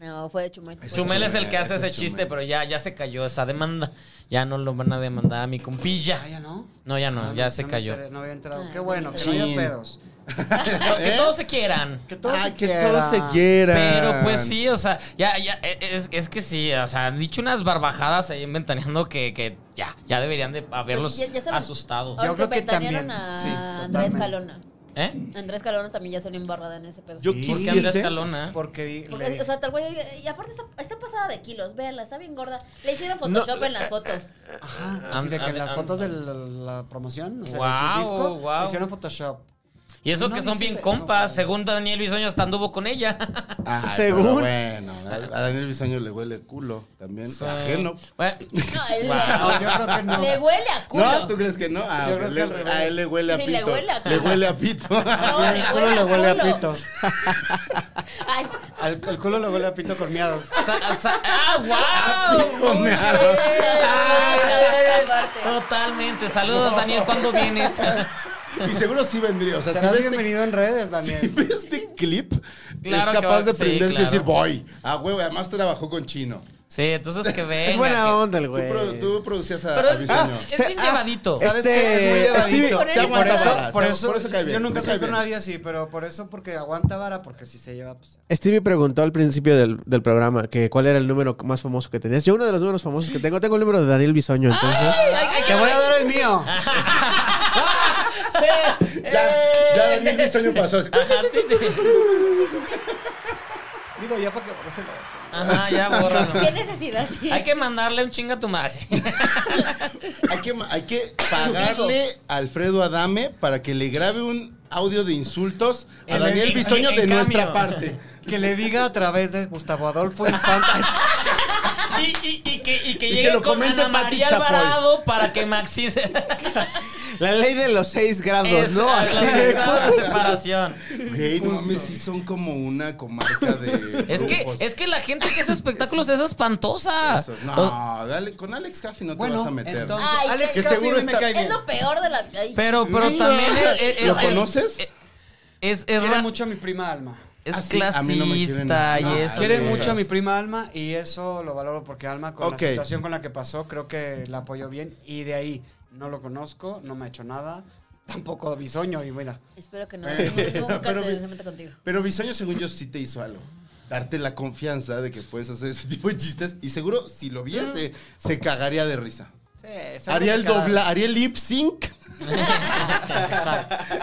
S1: No, fue de Chumel.
S2: Chumel es el que hace
S4: Ese
S2: ese
S4: es
S2: chiste,
S4: Chumel.
S2: pero ya ya se cayó esa demanda. Ya no lo van a demandar a mi compilla.
S3: Ah, ya no.
S2: No, ya no,
S3: Ah,
S2: ya
S3: me-
S2: se
S3: me
S2: cayó.
S3: enteré, no había
S1: Ah,
S3: entrado. Qué
S1: no
S3: bueno,
S1: me
S3: que no
S4: enteré.
S3: haya pedos.
S2: Que
S4: ¿Eh?
S2: todos se quieran.
S3: Que todos
S4: Ah,
S3: se
S4: que
S3: quieran.
S4: todos se quieran.
S2: Pero pues sí, o sea, ya, ya, eh, es, es que sí, o sea, han dicho unas barbajadas ahí en Ventaneando que, que ya, ya deberían de haberlos
S1: Pues ya- ya saben.
S2: asustado.
S3: Ya-
S1: Yo creo que
S3: también.
S1: a
S3: Sí,
S1: Andrés
S3: totalmente.
S1: Calona.
S2: ¿Eh?
S1: Andrés Calona también ya se le embarrada en ese pedo.
S4: Yo
S2: ¿Por qué
S4: quisiese...
S2: Andrés Calona?
S3: Porque di-
S1: Porque,
S3: le dije-
S1: Pues, o sea, tal güey, y aparte está, está pasada de kilos, véanla, está bien gorda. Le hicieron Photoshop en las fotos.
S3: Ajá, ah, así de que
S2: Am- am-
S3: en las
S2: am-
S3: fotos de la, la promoción, o sea,
S2: Guau,
S3: de tu disco,
S2: guau.
S3: hicieron Photoshop.
S2: Y eso
S3: No
S2: que son
S3: dices
S2: bien
S3: eso,
S2: compas,
S3: güey.
S2: según Daniel Bisoño hasta anduvo con ella.
S4: Ay,
S6: Según.
S4: pero bueno, a a Daniel Bisoño le huele culo también. Ajeno.
S2: Bueno,
S1: No, él
S2: Wow.
S1: le-
S3: No, yo creo que no.
S1: le huele a culo.
S4: No, ¿tú crees que no? Ah,
S3: Yo
S4: ok,
S3: creo que
S4: le-
S3: al revés.
S4: a él le huele a
S1: Sí,
S4: pito.
S1: le huele a-
S4: Le huele a pito.
S1: No, le
S3: el culo le huele a
S1: culo.
S3: pito.
S1: Ay,
S3: Al, el culo le huele a pito con miedo.
S2: sa- sa- ¡Ah, wow!
S4: Con meado.
S2: Totalmente. Saludos, Daniel, ¿cuándo vienes?
S4: Y seguro sí vendría. O sea, si
S3: Serás
S4: ves este,
S3: bienvenido en redes,
S4: si
S3: Daniel.
S4: ve este clip,
S2: Claro
S4: es
S2: que
S4: capaz
S2: va-
S4: de
S2: sí,
S4: prenderse y
S2: claro.
S4: decir, voy. A huevo, además trabajó con chino.
S2: Sí, entonces que venga.
S6: Es buena
S2: que-
S6: onda el
S4: Tú,
S6: güey.
S4: pro- tú producías a,
S2: Pero
S4: a
S2: es,
S4: Bisoño.
S2: es bien llevadito.
S3: ¿Sabes
S6: Este,
S3: qué? Es muy
S6: Stevie-
S3: llevadito.
S4: Se
S3: Por
S4: aguanta vara,
S3: eso, por
S4: se-
S3: eso,
S4: por eso cae bien,
S3: yo nunca
S4: le cae
S3: salí con
S4: bien.
S3: nadie así, pero por eso, porque aguanta vara, porque si se lleva, pues...
S6: Stevie preguntó al principio del, del programa que cuál era el número más famoso que tenías. Yo uno de los números famosos que tengo, tengo el número de Daniel Bisoño,
S2: Ah,
S6: entonces.
S3: Te voy a dar el mío.
S4: Ya,
S2: Eh.
S4: ya Daniel Bisoño pasó así.
S3: Digo, ya para que... o sea,
S2: Ajá, ya
S1: ¿Qué
S2: borra.
S1: necesidad?
S2: Hay que mandarle un chinga a tu madre.
S4: Hay que, hay que pagarle a Alfredo Adame para que le grabe un audio de insultos a
S2: En-
S4: Daniel
S2: en-
S4: Bisoño
S2: en
S4: de
S2: cambio.
S4: nuestra parte.
S3: Que le diga a través de Gustavo Adolfo Infante.
S2: Y, y- y que, y que
S4: Y que
S2: llegue
S4: lo
S2: con
S4: comente
S2: Ana
S4: Pati
S2: María
S4: Chapoy.
S2: Alvarado para que Maxi se...
S6: La ley de los seis grados,
S4: Pues
S2: Es-
S6: ¿no?
S2: la-
S6: Así
S2: la-
S6: de-
S2: la separación.
S4: Güey, no mames, sí son como una comarca de.
S2: Es que,
S4: brujos.
S2: es que ah, la gente que hace espectáculos es espantosa.
S4: Eso, No, dale, con Alex Caffey no te
S3: Bueno,
S4: vas a meter.
S3: entonces,
S1: Ay,
S3: Alex
S1: que
S3: Caffey
S4: seguro
S3: me
S4: está-
S3: cae
S1: Es
S3: bien.
S1: lo peor de la. ay.
S2: Pero, pero
S4: No.
S2: también es- es-
S4: ¿Lo
S2: es-
S4: conoces?
S2: es- Es, es,
S3: Quiere
S2: ra-
S3: mucho a mi prima Alma.
S2: es
S4: Ah, sí, a mí no me quieren.
S2: clasista
S4: No,
S2: y eso.
S3: Quiere
S4: cosas.
S3: mucho a mi prima Alma y eso lo valoro porque Alma con
S4: Ok.
S3: la situación con la que pasó creo que la apoyó bien y de ahí no lo conozco, no me ha hecho nada, tampoco bisoño y mira.
S1: Espero que no.
S4: Bueno,
S1: Nunca
S4: pero
S1: te
S4: mi-
S1: se meta contigo.
S4: Pero Bisoño, según yo, sí te hizo algo. Darte la confianza de que puedes hacer ese tipo de chistes. Y seguro, si lo viese, se cagaría de risa.
S3: Sí, seguro
S4: Haría
S3: que
S4: el,
S3: cada-
S4: dobla, haría el lip sync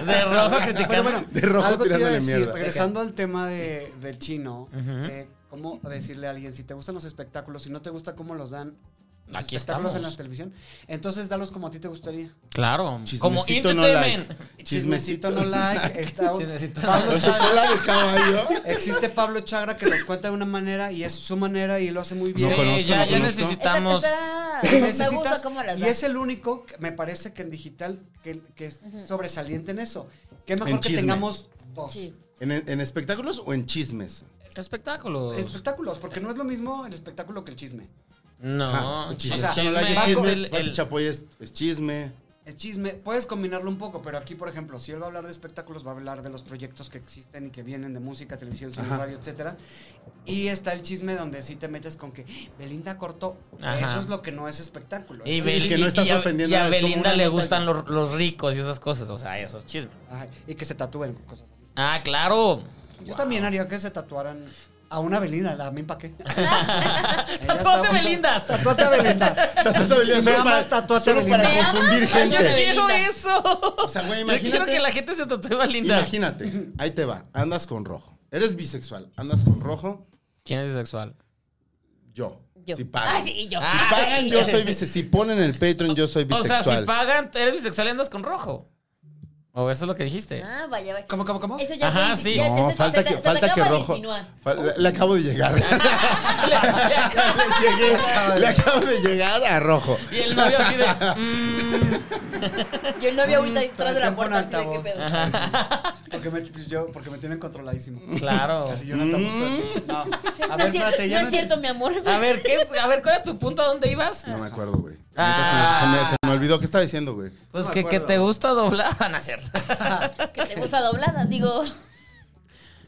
S2: De rojo criticando.
S3: Bueno, bueno,
S4: de rojo
S3: algo te iba a
S4: tirándole
S3: decir,
S4: mierda.
S3: Regresando al tema de, del chino,
S2: Ujú.
S3: eh, cómo decirle a alguien si te gustan los espectáculos, si no te gusta cómo los dan los
S2: Aquí
S3: espectáculos en
S2: estamos.
S3: la televisión, entonces dalos como a ti te gustaría.
S2: Claro. Como
S4: Chismecito no
S2: entertainment.
S4: like.
S3: Chismecito no like, está
S2: Chismecito no
S3: Pablo Chagra-
S4: Cola de caballo.
S3: Existe Pablo Chagra que los cuenta de una manera y es su manera y lo hace muy bien.
S4: No
S2: sí,
S4: conozco, no
S2: ya, ya
S4: conozco.
S2: necesitamos.
S1: Esta,
S3: Y
S1: me gusta
S3: necesitas-
S1: cómo las
S3: y
S1: da.
S3: es el único, que me parece que en digital, que, que es sobresaliente en eso. Qué mejor
S4: En
S3: que
S4: chisme.
S3: tengamos dos
S1: Sí.
S4: ¿En, en espectáculos o en chismes?
S2: Espectáculos.
S3: espectáculos, porque no es lo mismo el espectáculo que el chisme.
S2: No,
S4: Ah,
S2: chisme.
S4: chismes. O sea, no like
S2: Paco,
S4: es chisme.
S2: el-
S4: Pati
S2: el-
S4: Chapoy es, es chisme.
S3: El chisme, puedes combinarlo un poco, pero aquí, por ejemplo, si él va a hablar de espectáculos, va a hablar de los proyectos que existen y que vienen de música, televisión, cine,
S4: Ajá.
S3: radio, etcétera. Y está el chisme donde sí te metes con que Belinda cortó.
S2: Ajá.
S3: Eso es lo que no es espectáculo.
S2: y
S3: Eso-
S4: Bel-
S2: Beli-
S4: que no estás
S2: y a-
S4: ofendiendo,
S2: y a
S4: es como
S2: Belinda
S4: una
S2: le
S4: nota
S2: gustan
S4: que-
S2: los, los ricos y esas cosas. O sea, esos chismes.
S3: Ajá, y que se tatúen cosas así.
S2: Ah, claro.
S3: Yo también haría que se tatuaran a una Belinda, a mí pa' qué.
S2: Tatuaje
S3: a
S2: Belindas.
S3: Tatúate a Belinda.
S4: Tatuaje a Belinda,
S3: Si me
S4: solo para-
S3: amas, tatúate a
S4: solo para-
S3: Belinda.
S4: confundir
S1: amas?
S4: gente.
S2: Yo
S1: Belinda.
S2: quiero eso.
S4: O sea, güey,
S2: Yo quiero
S4: imagínate-
S2: que la gente se tatúe Belinda.
S4: Imagínate, ahí te va, andas con rojo. Eres bisexual, andas con rojo,
S2: ¿Quién es bisexual?
S4: yo.
S1: Yo.
S4: Si
S1: Ah,
S4: pagan.
S1: sí, y yo.
S2: Ah,
S4: Si pagan, yo soy bisexual. Si ponen el Patreon, yo soy
S2: O
S4: bisexual.
S2: sea, si pagan, eres bisexual y andas con rojo. O eso es lo que dijiste.
S1: Ah, vaya, vaya.
S3: ¿Cómo, cómo, cómo?
S1: Eso ya
S2: Eh,
S1: fue-
S2: Ajá, sí.
S1: ya- ya
S4: no,
S1: se-
S4: falta
S1: se te-
S4: que,
S1: se te
S4: falta que
S1: acaba de
S4: rojo.
S1: insinuar. Ah,
S4: Fal- le, le acabo de llegar. le, llegué, le acabo de llegar a rojo.
S2: y el novio así de. mm,
S1: Yo el novio ahorita detrás
S3: Pero
S1: de la
S3: ten pon
S1: puerta así de qué
S3: altavoz.
S1: pedo.
S2: "Mm".
S3: Porque me, pues, yo, porque me tienen controladísimo.
S2: claro.
S3: Así yo no te gusto. No. A
S1: No
S3: ver,
S1: es cierto,
S3: espérate,
S1: no
S3: ya
S1: es cierto, mi amor.
S2: A ver, ¿qué es? A ver, ¿cuál era tu punto? ¿A dónde ibas?
S4: No me acuerdo, güey. Ahorita
S2: Ah.
S4: Se, me, se me- se me olvidó qué estaba diciendo, güey.
S2: Pues
S3: No me
S2: que, que
S3: acuerdo.
S2: te gusta doblar. Ah, No es cierto.
S1: Que te gusta doblada, digo.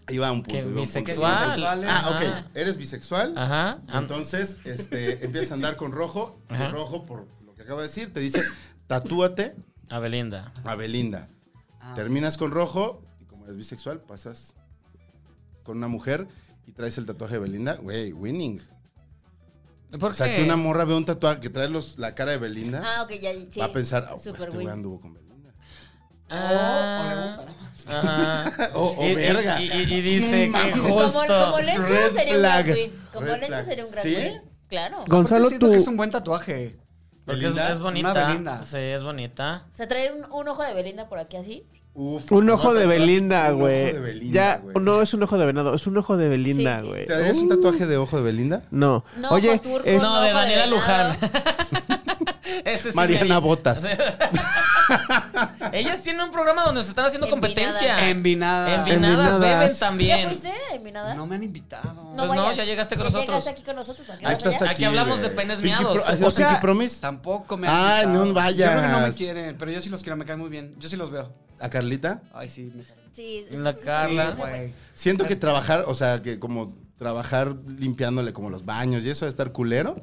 S4: Iba a un punto.
S2: Que
S4: iba a un punto.
S2: bisexual.
S3: bisexuales.
S4: Ah,
S2: Ajá.
S4: ok. Eres bisexual.
S2: Ajá.
S4: Entonces, este, empiezas a andar con rojo. y
S2: Ajá.
S4: rojo, por lo que acabo de decir, te dice, tatúate
S2: A Belinda.
S4: a Belinda. Terminas con rojo y como eres bisexual, pasas con una mujer y traes el tatuaje de Belinda. Güey, winning. O
S2: ¿Por
S4: sea,
S2: qué?
S4: que una morra ve un tatuaje que trae los- la cara de Belinda,
S1: Ah, ok, ya, sí.
S4: va a pensar, "Ah,
S1: Super
S4: este güey
S1: win.
S4: anduvo con Belinda.
S3: O, o le
S2: Ah.
S3: gusta, ¿no?
S2: Ajá.
S4: O- o
S2: Y- y-
S4: verga.
S2: Y, y- y dice
S4: No
S2: que
S4: mames.
S1: Como, como
S2: justo.
S1: lencho
S4: Red
S1: sería un gran
S4: flag.
S1: win. Como
S4: Red
S1: lencho
S4: flag.
S1: sería un gran
S4: ¿Sí?
S1: win. Claro.
S6: Gonzalo,
S3: Aparte, siento
S6: tú-
S3: que es un buen tatuaje.
S2: Porque es,
S4: Belinda,
S2: es bonita.
S3: una Belinda.
S2: Sí, es bonita.
S1: O sea, traer un, un ojo de Belinda por aquí así.
S4: Uf,
S6: Un
S4: no,
S6: ojo de
S4: tatuaje,
S6: Belinda,
S4: un
S6: güey.
S4: ojo de Belinda,
S6: Ya,
S4: güey.
S6: no uh. es un ojo de venado, es un ojo de Belinda,
S1: Sí, sí.
S6: güey.
S4: ¿Te darías un tatuaje de ojo de Belinda?
S6: No.
S1: No,
S6: Oye, eh,
S1: ojo turco,
S6: es-
S2: No, de
S1: ojo
S2: Daniela
S1: venado.
S2: Luján. Ese sí me
S4: Mariana
S2: haría.
S4: Botas.
S2: Ellas tienen un programa donde se están haciendo
S1: Envinadas.
S2: competencia.
S3: Envinada.
S2: Envinadas,
S6: Envinadas.
S2: beben
S1: ¿Ya
S2: también.
S1: fuiste mi nada?
S3: No me han invitado.
S2: Pues no,
S1: vayas.
S2: ya llegaste con
S1: Ya
S2: nosotros.
S1: Llegaste aquí con nosotros. ¿para qué
S4: Ahí
S1: vas
S4: estás
S1: allá?
S4: aquí.
S2: Aquí hablamos de
S4: güey.
S2: penes
S4: Pinky
S2: meados.
S4: Pro- ¿has
S2: O
S4: sido
S2: sea-
S4: Pinky Promise?
S3: Tampoco me
S4: Ay,
S3: han invitado.
S4: no
S3: Yo creo que no me
S4: vayas.
S3: quieren, pero yo sí los quiero, me caen muy bien. Yo sí los veo.
S4: ¿A Carlita?
S3: Ay, sí, me
S1: Sí,
S2: En la
S1: sí, sí,
S2: Carla. ¿Eh?
S1: sí, güey.
S3: caen.
S4: Siento que trabajar, o sea, que como trabajar limpiándole como los baños y eso de estar culero,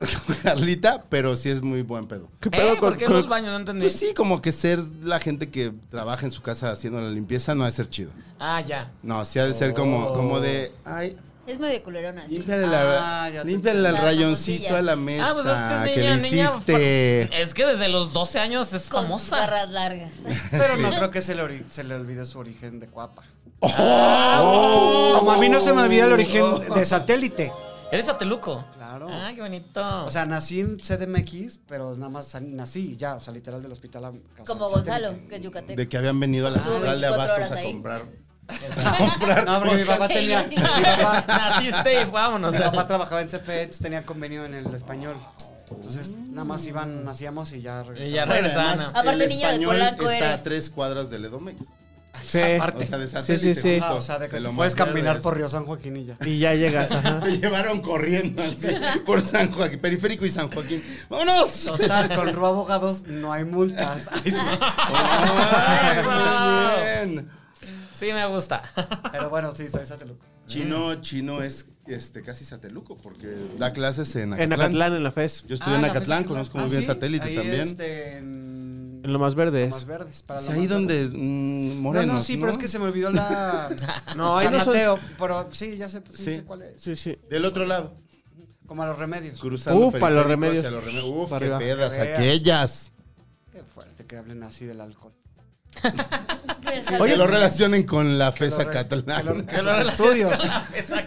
S4: Carlita, pero sí es muy buen pedo.
S6: ¿qué pedo
S2: ¿Eh?
S6: con-
S2: ¿Por qué
S6: con-
S2: los baños? No entendí.
S4: Pues sí, como que ser la gente que trabaja en su casa haciendo la limpieza no ha de ser chido.
S2: Ah, ya.
S4: No, sí ha de ser
S2: Oh.
S4: como, como de, ay,
S1: Es medio culerona. sí.
S4: límpiale,
S3: Ah, ya
S4: la,
S3: te
S4: límpiale el
S1: La
S4: rayoncito
S1: famosilla.
S4: a la mesa
S2: Ah, pues es
S4: que,
S2: que es niña,
S4: le
S2: niña. pues.
S4: hiciste.
S2: fa- Es que desde los 12 años es
S1: Con tus
S2: famosa.
S1: garras largas.
S3: Pero no creo que se le, ori- se le olvide su origen de cuapa.
S4: ¡Oh!
S3: Como a mí no se me olvida el origen de satélite.
S2: Eres ateluco.
S3: Claro.
S2: Ah, qué bonito.
S3: O sea, nací en CDMX, pero nada más sal- nací y ya, o sea, literal del hospital. a casa
S1: Como
S3: del satélite.
S1: Gonzalo, que es yucateco.
S4: De que habían venido a la
S1: Estuvo
S4: central de
S1: 24
S4: abastos
S1: Ah, horas
S4: a
S1: ahí.
S4: comprar. a comprar
S3: No, porque mi
S4: cosas.
S3: papá tenía. Mi papá,
S2: naciste y vámonos.
S3: mi papá trabajaba en CFE, entonces tenía convenio en el español. Entonces, nada más iban, nacíamos y ya
S2: Y ya
S3: regresábamos.
S4: Bueno,
S2: regresaban.
S4: además,
S1: Aparte,
S4: el
S1: niño de
S4: español
S1: Polanco
S4: está
S1: eres.
S4: a tres cuadras del Edomex. O
S6: Sí.
S4: sea, de
S6: Sí,
S4: satélite,
S6: sí, sí.
S4: justo,
S3: Ah, o sea, de que
S4: de
S3: tú
S4: lo
S3: puedes
S4: más
S3: caminar
S4: verdes.
S3: por Río San Joaquín y ya.
S6: Y ya llegas, ajá.
S4: Te llevaron corriendo así por San Joaquín, periférico y San Joaquín. ¡Vámonos!
S3: Total, con Ru Abogados no hay multas. Ay, sí.
S4: Ah,
S2: Eso.
S4: muy bien.
S2: Sí, me gusta.
S3: Pero bueno, sí, soy Sateluco.
S4: Chino, chino es este, casi sateluco, porque da clases en
S6: En
S4: Acatlán.
S6: Acatlán, en la FES.
S4: Yo
S3: Ah,
S4: estuve en Acatlán, conozco muy bien satélite también.
S3: este, en...
S6: En lo más verde
S3: Lomas
S6: es.
S3: verdes. Para
S4: Es
S3: Lomas
S4: ahí
S3: Verdes.
S4: donde mm, Morenos,
S3: No, no, sí, pero es que se me olvidó la...
S6: No, ahí
S3: San
S6: no son-
S3: Mateo, pero sí, ya sé, sí
S4: Sí.
S3: sé cuál es.
S6: Sí, sí.
S4: Del otro lado,
S3: Como a los remedios.
S4: cruzando
S6: Uf, para los
S4: periférico
S6: remedios.
S4: hacia los remedios. Uf,
S6: Para
S4: qué
S6: arriba.
S4: pedas
S3: Que veas.
S4: aquellas.
S3: Qué fuerte que hablen así del alcohol.
S4: que lo relacionen con la
S3: Que
S4: FESA
S3: lo re- Que, lo-
S4: catalana.
S3: que sus estudios.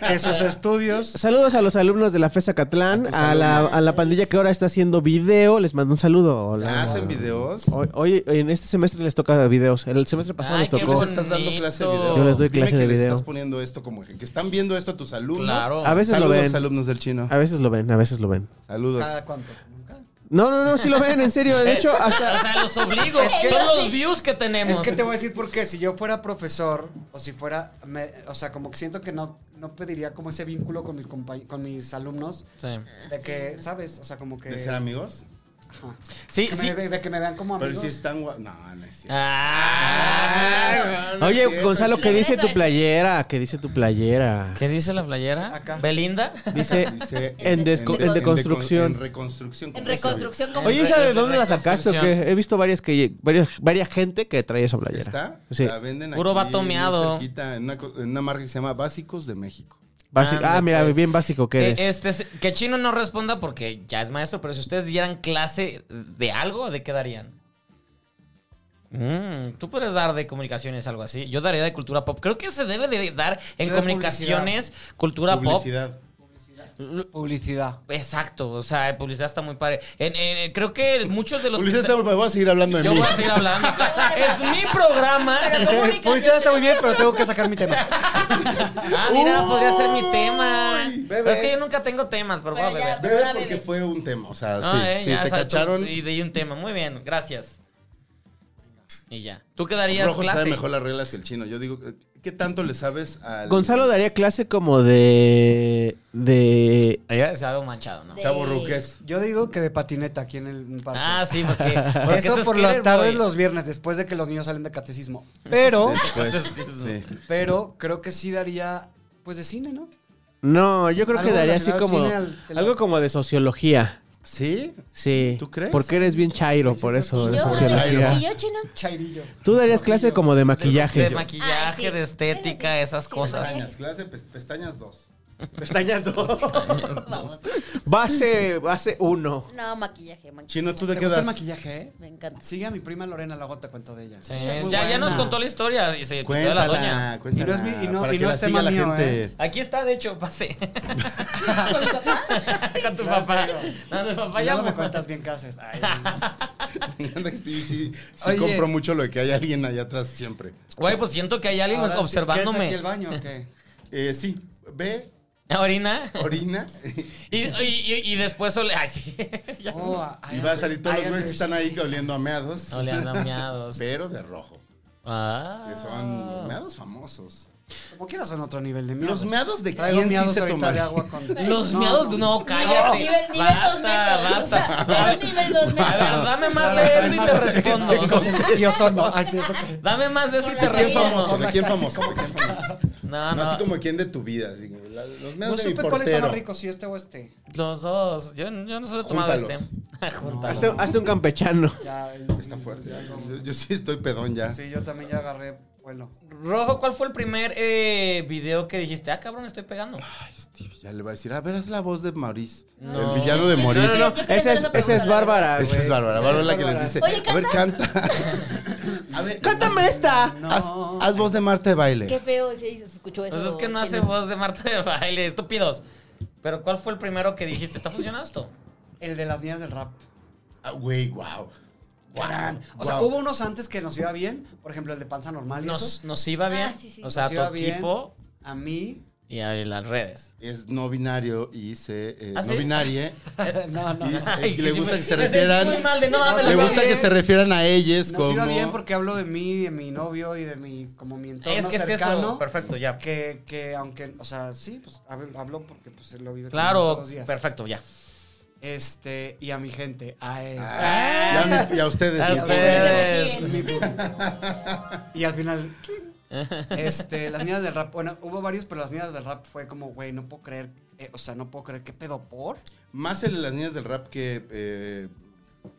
S3: que sus estudios.
S6: Saludos a los alumnos de la FES Acatlán, a la, a la pandilla que ahora está haciendo video. Les mando un saludo. Hola.
S4: Ah, ¿Hacen videos?
S6: Hoy, hoy en este semestre les toca videos. El semestre pasado
S2: Ay,
S6: les
S2: qué
S6: tocó.
S4: ¿Cómo pues, estás dando clase de video?
S6: Yo les doy
S4: Dime
S6: clase
S4: que
S6: de
S4: les
S6: video.
S4: estás poniendo esto como que, que están viendo esto a tus alumnos.
S2: Claro.
S6: A veces lo
S4: Saludos,
S6: ven. Ah,
S4: alumnos del chino.
S6: A veces lo ven, a veces lo ven.
S4: Saludos.
S2: ah,
S3: ¿Cada cuánto? ¿Nunca?
S6: No, no, no, sí lo ven, en serio. De hecho,
S2: O
S6: hasta.
S2: sea, los obligo. Son los views que tenemos.
S3: Es que te voy a decir por qué. Si yo fuera profesor, o si fuera. me- o sea, como que siento que no, no pediría como ese vínculo con mis, compa- con mis alumnos.
S2: Sí.
S3: De que, ¿sabes? O sea, como que.
S4: ¿De ser amigos?
S3: Ajá.
S2: Sí,
S3: Que me
S2: sí.
S3: ve- de que me vean como
S4: Pero
S3: amigos.
S4: si están guapos. No, no es cierto.
S2: Ah.
S4: Ah, no, no es
S6: Oye,
S4: cierto,
S6: Gonzalo,
S4: chino.
S6: ¿qué dice tu
S1: Regresa.
S6: playera? ¿Qué dice tu playera?
S2: ¿Qué dice la playera?
S3: Acá.
S2: ¿Belinda?
S6: Dice.
S4: Dice,
S6: En desco- en deconstrucción.
S4: En reconstrucción.
S1: En reconstrucción como
S6: Oye, ¿esa de dónde la sacaste o
S2: Reconstrucción.
S6: qué? He visto varias que varias, varias gente que trae esa playera.
S4: ¿Está?
S6: Sí.
S4: La venden
S2: Puro
S4: aquí,
S2: vato meado.
S4: cerquita, en, una, co- en una marca que se llama Básicos de México.
S6: Básico-
S2: Ande,
S6: ah, mira,
S2: pues.
S6: bien básico
S4: E-,
S6: que
S2: Eh,
S6: eres.
S2: Este, que Chino no responda porque ya es maestro, pero si ustedes dieran clase de algo, ¿de qué darían? Mm, Tú puedes dar de comunicaciones algo así. Yo daría de cultura pop. Creo que se debe de dar en
S3: Yo de
S2: comunicaciones cultura
S4: Publicidad.
S3: Publicidad.
S2: pop. Exacto, o sea, publicidad está muy padre. En- en- creo que muchos de los... que
S4: Publicidad está muy padre, voy a seguir hablando de
S2: Yo
S4: mí.
S2: voy a seguir hablando. es mi programa.
S3: Pues, Publicidad eh, está muy bien, pero tengo que sacar mi tema.
S2: Ah, mira, podría ser mi tema.
S4: Uy,
S2: Pero es que yo nunca tengo temas, pero voy a
S1: Pero ya,
S2: beber.
S4: Bebe
S1: Ah,
S4: porque
S1: bebe.
S4: fue un tema, o sea,
S2: Ah,
S4: sí,
S2: eh,
S4: sí,
S2: ya,
S4: te
S2: o sea, tú-
S4: cacharon.
S2: Y de ahí un tema. Muy bien, gracias. Y ya. ¿Tú quedarías
S4: Rojo
S2: clase?
S4: sabe mejor las reglas que el chino. Yo digo, eh, ¿qué tanto le sabes al
S6: Gonzalo daría clase como de. de.
S2: Allá se ha dado manchado, ¿no?
S1: De-
S4: Chavo Ruqués?
S3: Yo digo que de patineta aquí en el parque.
S2: Ah, sí, porque. porque
S3: Eso
S2: es
S3: por las
S2: skater
S3: tardes,
S2: boy.
S3: los viernes, después de que los niños salen de catecismo. Pero,
S4: Después, sí.
S3: pero creo que sí daría, pues de cine, ¿no?
S6: No, yo creo que
S3: Algo
S6: daría así como.
S3: relacionado al cine, al tele-
S6: Algo como de sociología.
S4: ¿Sí?
S6: Sí.
S4: ¿Tú crees?
S6: Porque eres bien chairo, por eso,
S1: Y
S6: de
S1: yo,
S6: sociología.
S1: y yo chino.
S3: Chairillo.
S6: Tú darías clase como de
S2: De
S6: maquillaje.
S2: maquillaje,
S1: Ay, Ah, sí.
S2: de estética, esas
S1: Sí,
S2: cosas.
S1: sí.
S4: Pestañas, clase, pes- pestañas 2.
S6: Pestañas dos.
S1: Vamos.
S6: Base, base uno.
S1: No, maquillaje, maquillaje.
S4: Chino, ¿tú
S3: ¿Te
S4: de qué
S3: gusta el
S4: das?
S3: maquillaje, eh?
S1: Me encanta.
S3: Sigue a mi prima Lorena, luego te cuento de ella.
S2: Sí,
S3: Es muy
S2: ya, ya
S3: buena.
S2: nos contó la historia y se contó de la
S4: Cuéntala,
S2: doña.
S4: cuéntala.
S3: Y no es mi- y no-
S4: para
S3: y
S4: que
S3: no
S4: la
S3: es tema
S4: siga la
S3: mío, ¿eh?
S4: gente.
S2: Aquí está, de hecho, pase. Con tu papá. No, tu papá
S3: Y
S2: ya
S3: luego me
S2: murió.
S3: cuentas bien qué haces. Ay,
S4: Me encanta que Stevie sí, sí
S3: Oye.
S4: compró mucho lo de que hay alguien allá atrás siempre.
S2: Güey, pues siento que hay alguien
S3: ahora sí, ¿qué es aquí
S2: observándome.
S3: el baño o qué?
S4: Eh, sí, ve,
S2: Orina.
S4: orina
S2: Y, y- y- y después ole. Ay, sí. Ya.
S3: Oh, I
S4: y va a salir todos los
S3: under-
S4: güeyes que están ahí oliendo a meados.
S2: Oleando a meados.
S4: Pero de rojo.
S2: Ah.
S4: Que son meados famosos.
S3: Como quieras son otro nivel de miedos.
S4: Los meados de
S3: Traigo
S4: quién sí
S3: miados
S4: se
S3: ahorita de
S4: tomarían.
S3: agua con-
S2: Los
S3: No,
S2: miados,
S3: no.
S2: no, cállate.
S1: Nivel, nivel dos
S2: basta,
S1: metros.
S2: basta.
S1: O sea, era un nivel dos
S2: A
S1: metros.
S2: ver, dame más de eso y te respondo.
S3: Y yo solo. Ay, sí, eso que-
S2: Dame más de eso y
S4: ¿De
S2: te
S4: quién famoso?
S2: respondo.
S4: ¿De quién famoso? ¿De quién famoso?
S2: No,
S4: No, así
S2: Ah, no.
S4: como quién de tu vida. así como la- los
S3: No
S4: meados de mi
S3: Pues supe cuál está
S4: portero.
S3: más rico, si este o este.
S2: Los dos. Yo, yo no solo he tomado
S4: Júntalos.
S2: este. Júntalos.
S6: Hazte, hazte un campechano.
S3: Ya,
S4: Está fuerte.
S3: Mm, ya, no.
S4: Yo, yo sí estoy pedón ya.
S3: Sí, yo también ya agarré vuelo.
S2: Rojo, ¿cuál fue el primer eh, video que dijiste? Ah, cabrón, estoy pegando.
S4: Ay, Stevie, Este, ya le va a decir, a ver, haz la voz de Maurice.
S2: No.
S4: El villano de Maurice.
S1: No, no, no.
S6: Esa es, esa es Bárbara.
S4: Esa es
S6: güey.
S4: Bárbara. Bárbara es la que les dice,
S1: Oye,
S4: a ver, canta. a ver,
S6: Cántame esta.
S4: Haz, haz voz de Marta de baile.
S1: Qué feo se dice, se escuchó eso.
S2: Pues es que no hace
S1: chino.
S2: voz de Marta de baile, estúpidos. Pero ¿cuál fue el primero que dijiste? ¿Está funcionando esto?
S3: El de las niñas del rap.
S4: Ah, Güey, wow.
S3: Gran. O sea, hubo unos antes que nos iba bien. Por ejemplo, el de panza normal. Y esos.
S2: Nos, nos iba bien.
S1: Ah, sí, sí.
S2: O sea, a
S3: Nos
S2: tu
S3: iba bien.
S2: equipo
S3: A mí.
S2: y a las redes.
S4: Es no binario y se... eh, no
S2: ¿Ah, sí?
S4: binarie.
S3: No, Ah, no.
S4: Y,
S3: Nos
S4: se- y le gusta que se
S2: Me sentí
S4: refieran...
S2: muy mal de, no, mames,
S4: Le
S2: güey.
S4: gusta que se refieran a ellos como...
S3: iba bien porque hablo de mí, de mi novio y de mi, como mi entorno
S2: Es que es eso.
S3: cercano.
S2: Perfecto, ya.
S3: que, que aunque, o sea, sí, pues hablo hablo porque pues él lo vive conmigo todos
S2: Claro,
S3: los días.
S2: perfecto, ya.
S3: Este, y a mi gente. A él.
S4: Ah, y a mi- y a ustedes.
S2: A
S4: y a ustedes.
S2: ustedes.
S1: Sí.
S3: Y al final, Este, las niñas del rap, bueno, hubo varios, pero las niñas del rap fue como, güey, no puedo creer, eh, o sea, no puedo creer, ¿qué pedo por?
S4: Más el de las niñas del rap que. Eh,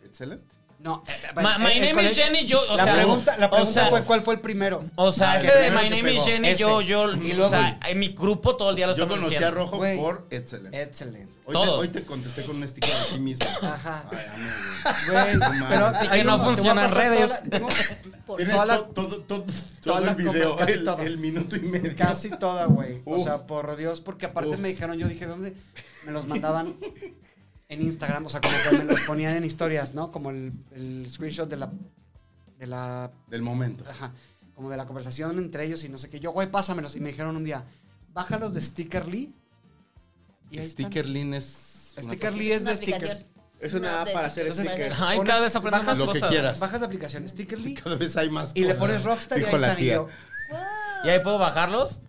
S4: Excellent.
S3: No, eh, eh,
S2: Ma-
S3: eh,
S2: my
S3: el
S2: name is
S3: colegio-
S2: Jenny, yo- o
S3: la
S2: sea,
S3: pregunta, la
S2: o
S3: pregunta
S2: sea-
S3: fue cuál fue el primero.
S2: O sea,
S3: Ah, el
S2: ese de
S3: primero
S2: My
S3: que
S2: Name is
S3: pegó.
S2: Jenny,
S3: Ese.
S2: yo, yo,
S3: Y
S2: o
S3: luego,
S2: sea, en mi grupo todo el día lo
S4: Yo
S2: estamos
S4: conocí a
S2: diciendo. Eh,
S4: Rojo
S3: Güey.
S4: por Excellent.
S3: excelente.
S4: Hoy te,
S2: Todos.
S4: hoy te contesté con un sticker de ti mismo.
S3: Ajá.
S4: Ay, amo,
S3: Güey,
S4: No
S3: pero
S4: mames.
S2: Y que
S3: hay
S2: no
S3: uno- te voy a
S2: funcionan
S3: pasar
S2: redes.
S3: toda la- tengo-
S1: Por
S4: Tienes
S3: toda la-
S4: to- todo, todo,
S3: toda
S4: todo
S3: la
S4: el video,
S3: coma- casi
S4: el,
S3: todo.
S4: el minuto y medio.
S3: Casi toda, güey. O
S4: Uf.
S3: sea, por Dios, porque aparte
S4: Uf.
S3: me dijeron, yo dije, ¿dónde? Me los mandaban en Instagram, o sea, como que me los ponían en historias, ¿no? Como el, el screenshot de la, de la,
S4: Del momento.
S3: ajá, como de la conversación entre ellos y no sé qué. Yo, güey, pásamelos. Y me dijeron un día, bájalos de Stickerly. Y ahí están.
S4: Stickerlin es. una
S3: Stickerly es
S1: una
S3: de
S1: aplicación.
S3: stickers.
S1: Es una app para hacer
S3: Entonces,
S1: stickers.
S2: Ay,
S3: pones-
S2: cada vez aprendo más
S3: bajas-
S4: Lo que
S2: cosas.
S4: quieras.
S3: Bajas la aplicación Stickerly
S4: Cada vez hay más.
S3: y le
S4: cosas.
S3: pones Rockstar y ahí
S4: Dijo la
S3: están. Y
S4: tía.
S3: yo,
S2: ¿Y ahí puedo bajarlos?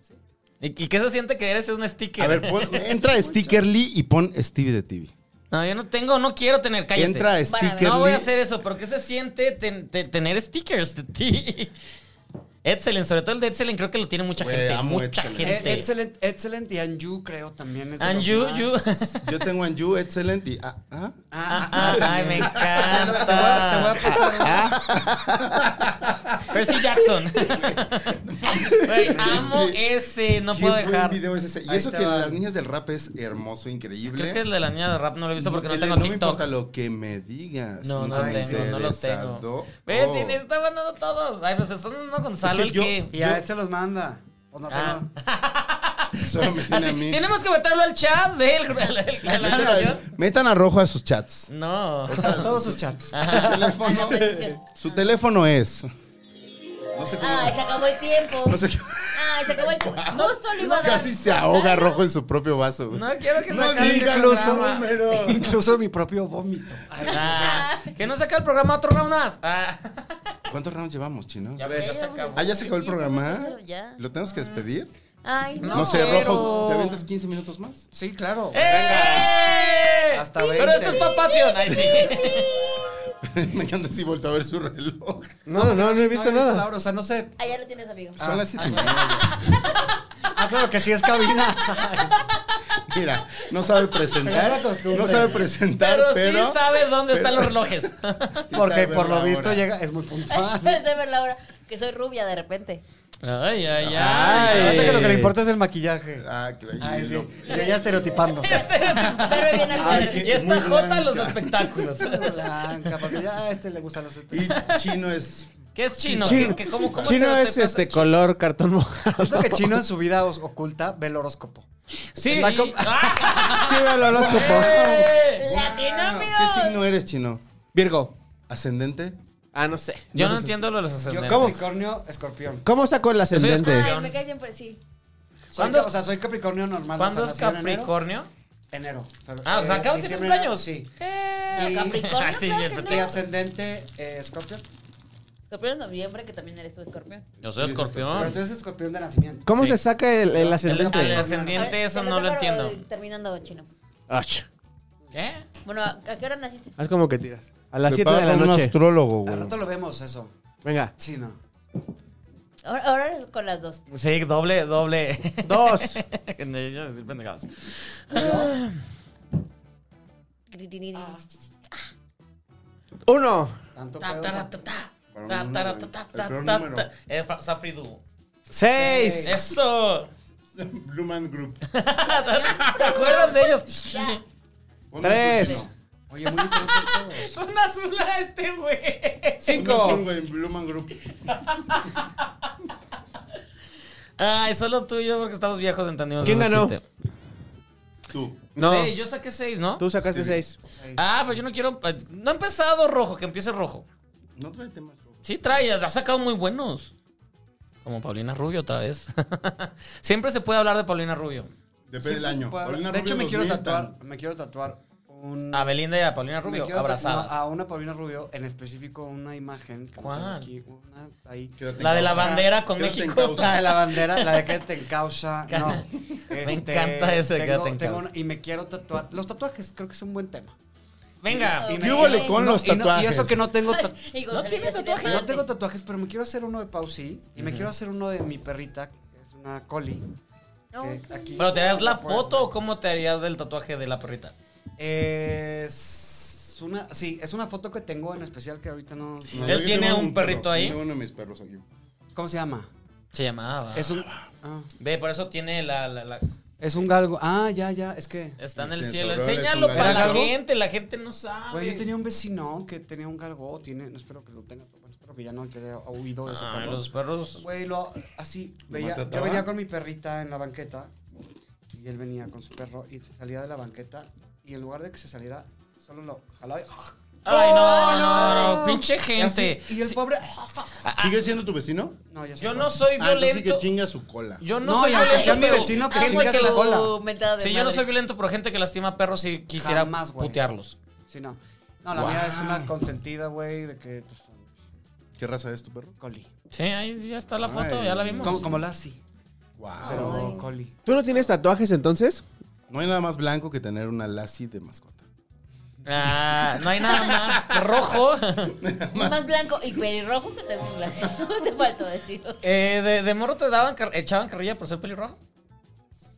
S2: ¿Y, y qué se siente que eres un sticker?
S4: A ver, pon- entra a Stickerly y pon Stevie de TV.
S2: No, yo no tengo, no quiero tener, cállate.
S4: Entra a
S1: Van a ver.
S4: Stickerly.
S2: No voy a hacer eso, pero ¿qué se siente ten- te- tener stickers de ti? Excellent, sobre todo el de Excellent creo que lo tiene mucha
S4: Güey,
S2: gente,
S4: amo E-,
S2: mucha
S4: Excellent.
S2: gente.
S3: "Eh, Excellent, excellent y Anju creo también es de
S2: And
S3: los
S2: you,
S3: más-
S2: you.
S4: Yo tengo Anju, Excellent y. Ah, ah.
S2: Ah, ah, ay, me
S3: Te voy a- te
S2: encanta.
S3: voy a pasar un-
S4: Ah,
S3: Ah.
S2: Percy Jackson. Güey, amo
S4: Es que-
S2: ese, no
S4: Qué
S2: puedo
S4: buen
S2: dejar.
S4: video es ese. Y
S3: Ahí
S4: eso
S3: te
S4: que
S3: va.
S4: las niñas del rap es hermoso, increíble.
S2: Creo que el de la niña de rap no lo he visto porque no,
S4: Ele,
S2: tengo
S4: me
S2: TikTok.
S4: importa lo que me digas.
S2: No, no lo
S4: Nunca me
S2: tengo, no lo
S4: interesado.
S2: tengo. Ve,
S4: Oh.
S2: tiene- está mandando todos. Ay, pues está mandando a Gonzalo
S4: Es que
S2: el
S4: yo-
S2: que.
S3: Y a él se los manda. Pues no
S2: Ah.
S3: tengo-
S4: Solo me tiene
S2: Así,
S4: a mí.
S2: tenemos que meterlo al chat del. de la- de la
S4: Metan a-
S2: grabación.
S4: Metan a rojo a sus chats.
S2: No.
S3: a todos sus chats.
S2: Ah.
S4: Su teléfono,
S1: bendición.
S4: su teléfono es. No sé cómo.
S1: Ay, se acabó el tiempo.
S4: no sé qué-
S1: Ay, se acabó el tiempo. Justo le iba a dar.
S4: Casi se ahoga rojo en su propio vaso. güey.
S2: No quiero que
S4: No
S2: se acabe
S4: digan
S2: el
S4: los
S2: programa.
S4: números.
S3: Incluso mi propio vómito.
S2: Ah, que no saca el programa otro round más. Ah.
S4: ¿Cuántos rounds llevamos, chino?
S2: Ya ves, ya se acabó.
S4: Ah, ya se acabó el
S1: Sí, ya se
S4: programa.
S1: acabó, ya.
S4: ¿Lo tenemos que despedir?
S1: Ay, no.
S4: No, sé,
S2: pero-
S4: rojo. ¿Te aventas 15 minutos más?
S3: Sí, claro.
S2: ¡Eh!
S3: Hasta
S2: Pero
S3: 20.
S2: esto es para Patreon. Ay, sí.
S4: me encanta si vuelto a ver su reloj.
S6: No, no, no, no he
S3: No he
S6: visto
S3: la
S6: nada.
S3: hora, o sea, no sé.
S1: Ah, ya lo tienes, amigo.
S4: Son las 7 y media.
S3: Ah, claro que sí es cabina.
S4: Mira, no sabe
S3: Pero
S4: presentar.
S3: era costumbre.
S4: No sabe presentar,
S2: Pero,
S4: pero.
S2: sí sabe dónde están los relojes.
S4: sí
S3: Porque
S4: sabe
S3: por lo
S4: la
S3: visto
S4: hora.
S3: llega, es muy
S1: Ay,
S3: puntual.
S1: de ver la hora. Que soy rubia de repente.
S2: Ay, ay,
S6: Ay.
S2: ay.
S3: Aparte que lo que le importa es el maquillaje.
S4: Ah, claro.
S3: Ay,
S4: y
S3: sí.
S4: lo-
S3: Y ella estereotipando.
S2: este-
S1: Pero bien al
S4: Ay,
S1: padre.
S4: qué-
S2: Y está
S4: muy
S2: Jota
S4: blanca.
S2: los espectáculos.
S3: Blanca, porque ya a este le gustan los
S4: Y
S3: estereotipos.
S4: chino es.
S2: ¿Qué es chino?
S6: Chino,
S2: ¿Qué- qué- cómo- cómo
S6: Chino
S2: se-
S6: es
S2: te-
S6: este color cartón mojado.
S3: Siento que Chino en su vida os- oculta ve el horóscopo.
S2: Sí.
S3: Está com-
S2: Ah.
S6: Sí, ve el horóscopo.
S2: Eh.
S1: Latino,
S4: ¿Qué
S1: amigo.
S4: signo eres, chino?
S6: Virgo.
S4: ¿Ascendente?
S6: Ah, no sé.
S2: Yo no
S6: sé.
S2: entiendo lo de los ascendentes.
S3: ¿Cómo? Capricornio, escorpión.
S6: ¿Cómo sacó el ascendente?
S1: Ay, me cae bien por sí.
S3: Soy
S2: ¿Cuándo-
S3: ca- o sea, soy Capricornio normal.
S2: ¿Cuándo
S3: o
S2: es
S3: sea, nací en enero.
S2: Capricornio?
S3: Enero. Febr-
S2: Ah, o sea,
S3: eh,
S2: acabas de
S3: diciembre,
S2: cumplir años.
S3: Sí.
S2: Eh,
S3: Y-
S1: Capricornio,
S2: Ah, sí,
S1: claro
S2: de
S1: que
S2: repente.
S3: Y ascendente eh, escorpión.
S1: Escorpión en noviembre, que también eres tú, escorpión.
S2: Yo soy
S3: Pero
S2: escorpión.
S3: tú eres escorpión de nacimiento.
S6: ¿Cómo
S2: Sí.
S6: se saca el, el ascendente?
S2: El ascendiente,
S1: Ahora,
S2: eso
S1: te
S2: no lo
S1: toca, pero,
S2: entiendo.
S1: eh, Terminando chino.
S6: Ach.
S2: ¿Qué?
S1: Bueno, ¿a a qué hora naciste?
S6: Haz como que tiras. A las 7
S4: Preparado
S6: de la
S4: con un
S6: noche.
S4: astrólogo,
S3: Al
S4: güey.
S3: rato lo vemos, eso.
S6: Venga.
S3: Sí, no.
S1: Ahora, ahora eres con las dos.
S2: Sí, doble, doble.
S6: Dos.
S2: Yo decir pendejadas.
S3: Ah.
S6: Uno.
S3: Tanto
S2: Ta,
S3: pedo.
S2: ta, ta, ta, ta.
S4: Para un
S2: Ta, ta,
S4: número.
S2: ta, ta,
S4: El peor
S2: ta,
S4: número.
S2: ta. Eh, fa- Safri Duo.
S6: Seis.
S2: Eso.
S4: Blue Man Group.
S2: ¿Te acuerdas de ellos?
S4: Ponme
S6: Tres.
S4: su chino.
S3: Oye, muy diferentes todos.
S2: Una azul a este güey.
S4: Ponme azul,
S6: Cinco.
S4: güey, Blue Man Group.
S2: Ay, solo tú y yo porque estamos viejos entendimos.
S6: ¿Quién
S2: ese
S6: ganó?
S2: chiste.
S4: Tú.
S6: No.
S2: Sí, yo saqué seis, ¿no?
S6: Tú sacaste seis.
S2: Ah, pero yo no quiero. No ha empezado rojo, que empiece rojo.
S4: No trae temas. güey.
S2: Sí, trae, ha sacado muy buenos. Como Paulina Rubio otra vez. Siempre se puede hablar de Paulina Rubio.
S4: Depende del año. Paulina
S3: De hecho,
S4: Rubio
S3: me quiero
S4: 2000,
S3: tatuar.
S4: tan-
S3: Me quiero tatuar un.
S2: A Belinda y a Paulina
S3: me
S2: Rubio,
S3: quiero
S2: abrazadas.
S3: tatuar A una Paulina Rubio, en específico una imagen. que tengo
S2: ¿Cuál?
S3: Aquí, una ahí.
S4: Quédate
S2: La
S4: en
S2: de la
S4: causa.
S2: bandera con
S4: Quédate en
S2: México.
S4: causa.
S3: La de la bandera, la de que te encausa. No. este,
S2: Me encanta ese que
S3: tengo-
S2: te encausa.
S3: tengo una- Y me quiero tatuar. Los tatuajes creo que es un buen tema.
S2: Venga.
S3: Y me-
S4: ¿Qué hubo con
S3: no,
S4: los
S3: y no-
S4: tatuajes?
S3: y eso que no tengo ta-
S1: Y
S2: ¿No
S1: Gonzalo
S2: tienes
S1: ya se
S2: tatuaje?
S1: llama.
S3: no tengo tatuajes, pero me quiero hacer uno de Pausi y me quiero hacer uno de mi perrita, que es una collie.
S1: No,
S3: que
S1: ok.
S3: Eh, aquí-
S2: ¿Pero te harías la
S3: no puedes
S2: foto
S3: ver.
S2: o cómo te harías del tatuaje de la perrita?
S3: Es una, sí, es una foto que tengo en especial que ahorita no. no-
S4: No,
S2: Él
S4: yo
S2: tiene
S4: tengo
S2: un perrito
S4: perro,
S2: ahí.
S4: Tiene uno de mis perros aquí.
S3: ¿Cómo se llama?
S2: Se llamaba.
S3: Es un, ah,
S2: Ve, por eso tiene la... la- la-
S3: es un galgo. Ah, ya, ya, es que.
S2: Está en el
S4: Este,
S2: cielo.
S4: Sorol es
S2: Enséñalo
S4: un
S2: para la
S3: galgo.
S2: gente. La gente no sabe.
S3: Güey, yo tenía un vecino que tenía un galgo, tiene, no espero que lo tenga, bueno, espero que ya no, que haya huido de ese
S2: Ah,
S3: perro.
S2: los perros...
S3: Güey, lo, así,
S4: ¿Lo
S3: veía- yo
S4: maltrataba?
S3: venía con mi perrita en la banqueta y él venía con su perro y se salía de la banqueta y en lugar de que se saliera, solo lo jalaba y... ¡ah!
S2: Ay, no, no, no, pinche
S3: Y así,
S2: gente.
S3: Y el pobre... ¡ah,
S2: Ah,
S4: ¿Sigue siendo tu vecino?
S3: No, ya se
S2: Yo
S3: fue.
S2: no
S4: Ah,
S2: soy
S4: entonces sí que
S2: violento.
S4: chinga su cola.
S2: Yo no,
S3: No,
S2: soy
S3: y aunque
S2: violento.
S3: sea mi
S2: pero
S3: vecino, que
S2: gente
S3: chinga
S2: que
S3: su
S2: las-
S3: cola.
S1: mentada de
S2: Sí, yo no
S1: madre.
S2: soy violento, pero gente que lastima perros y quisiera
S3: Jamás, güey.
S2: putearlos.
S3: Sí, no. No, la mía es una consentida, güey, de que... Pues,
S4: ¿Qué raza es tu perro?
S3: coli.
S2: Sí, ahí ya está la foto,
S4: Ay.
S2: ya la vimos.
S3: Como, como Lassie,
S4: Wow.
S3: pero coli.
S6: ¿Tú no tienes tatuajes entonces?
S4: No hay nada más blanco que tener una lassi de mascota.
S2: Ah, no hay nada más rojo.
S1: Más blanco y pelirrojo que tengo un blanco. Te faltó decir.
S2: Eh, de, de morro te daban, car- echaban carrilla por ser pelirrojo.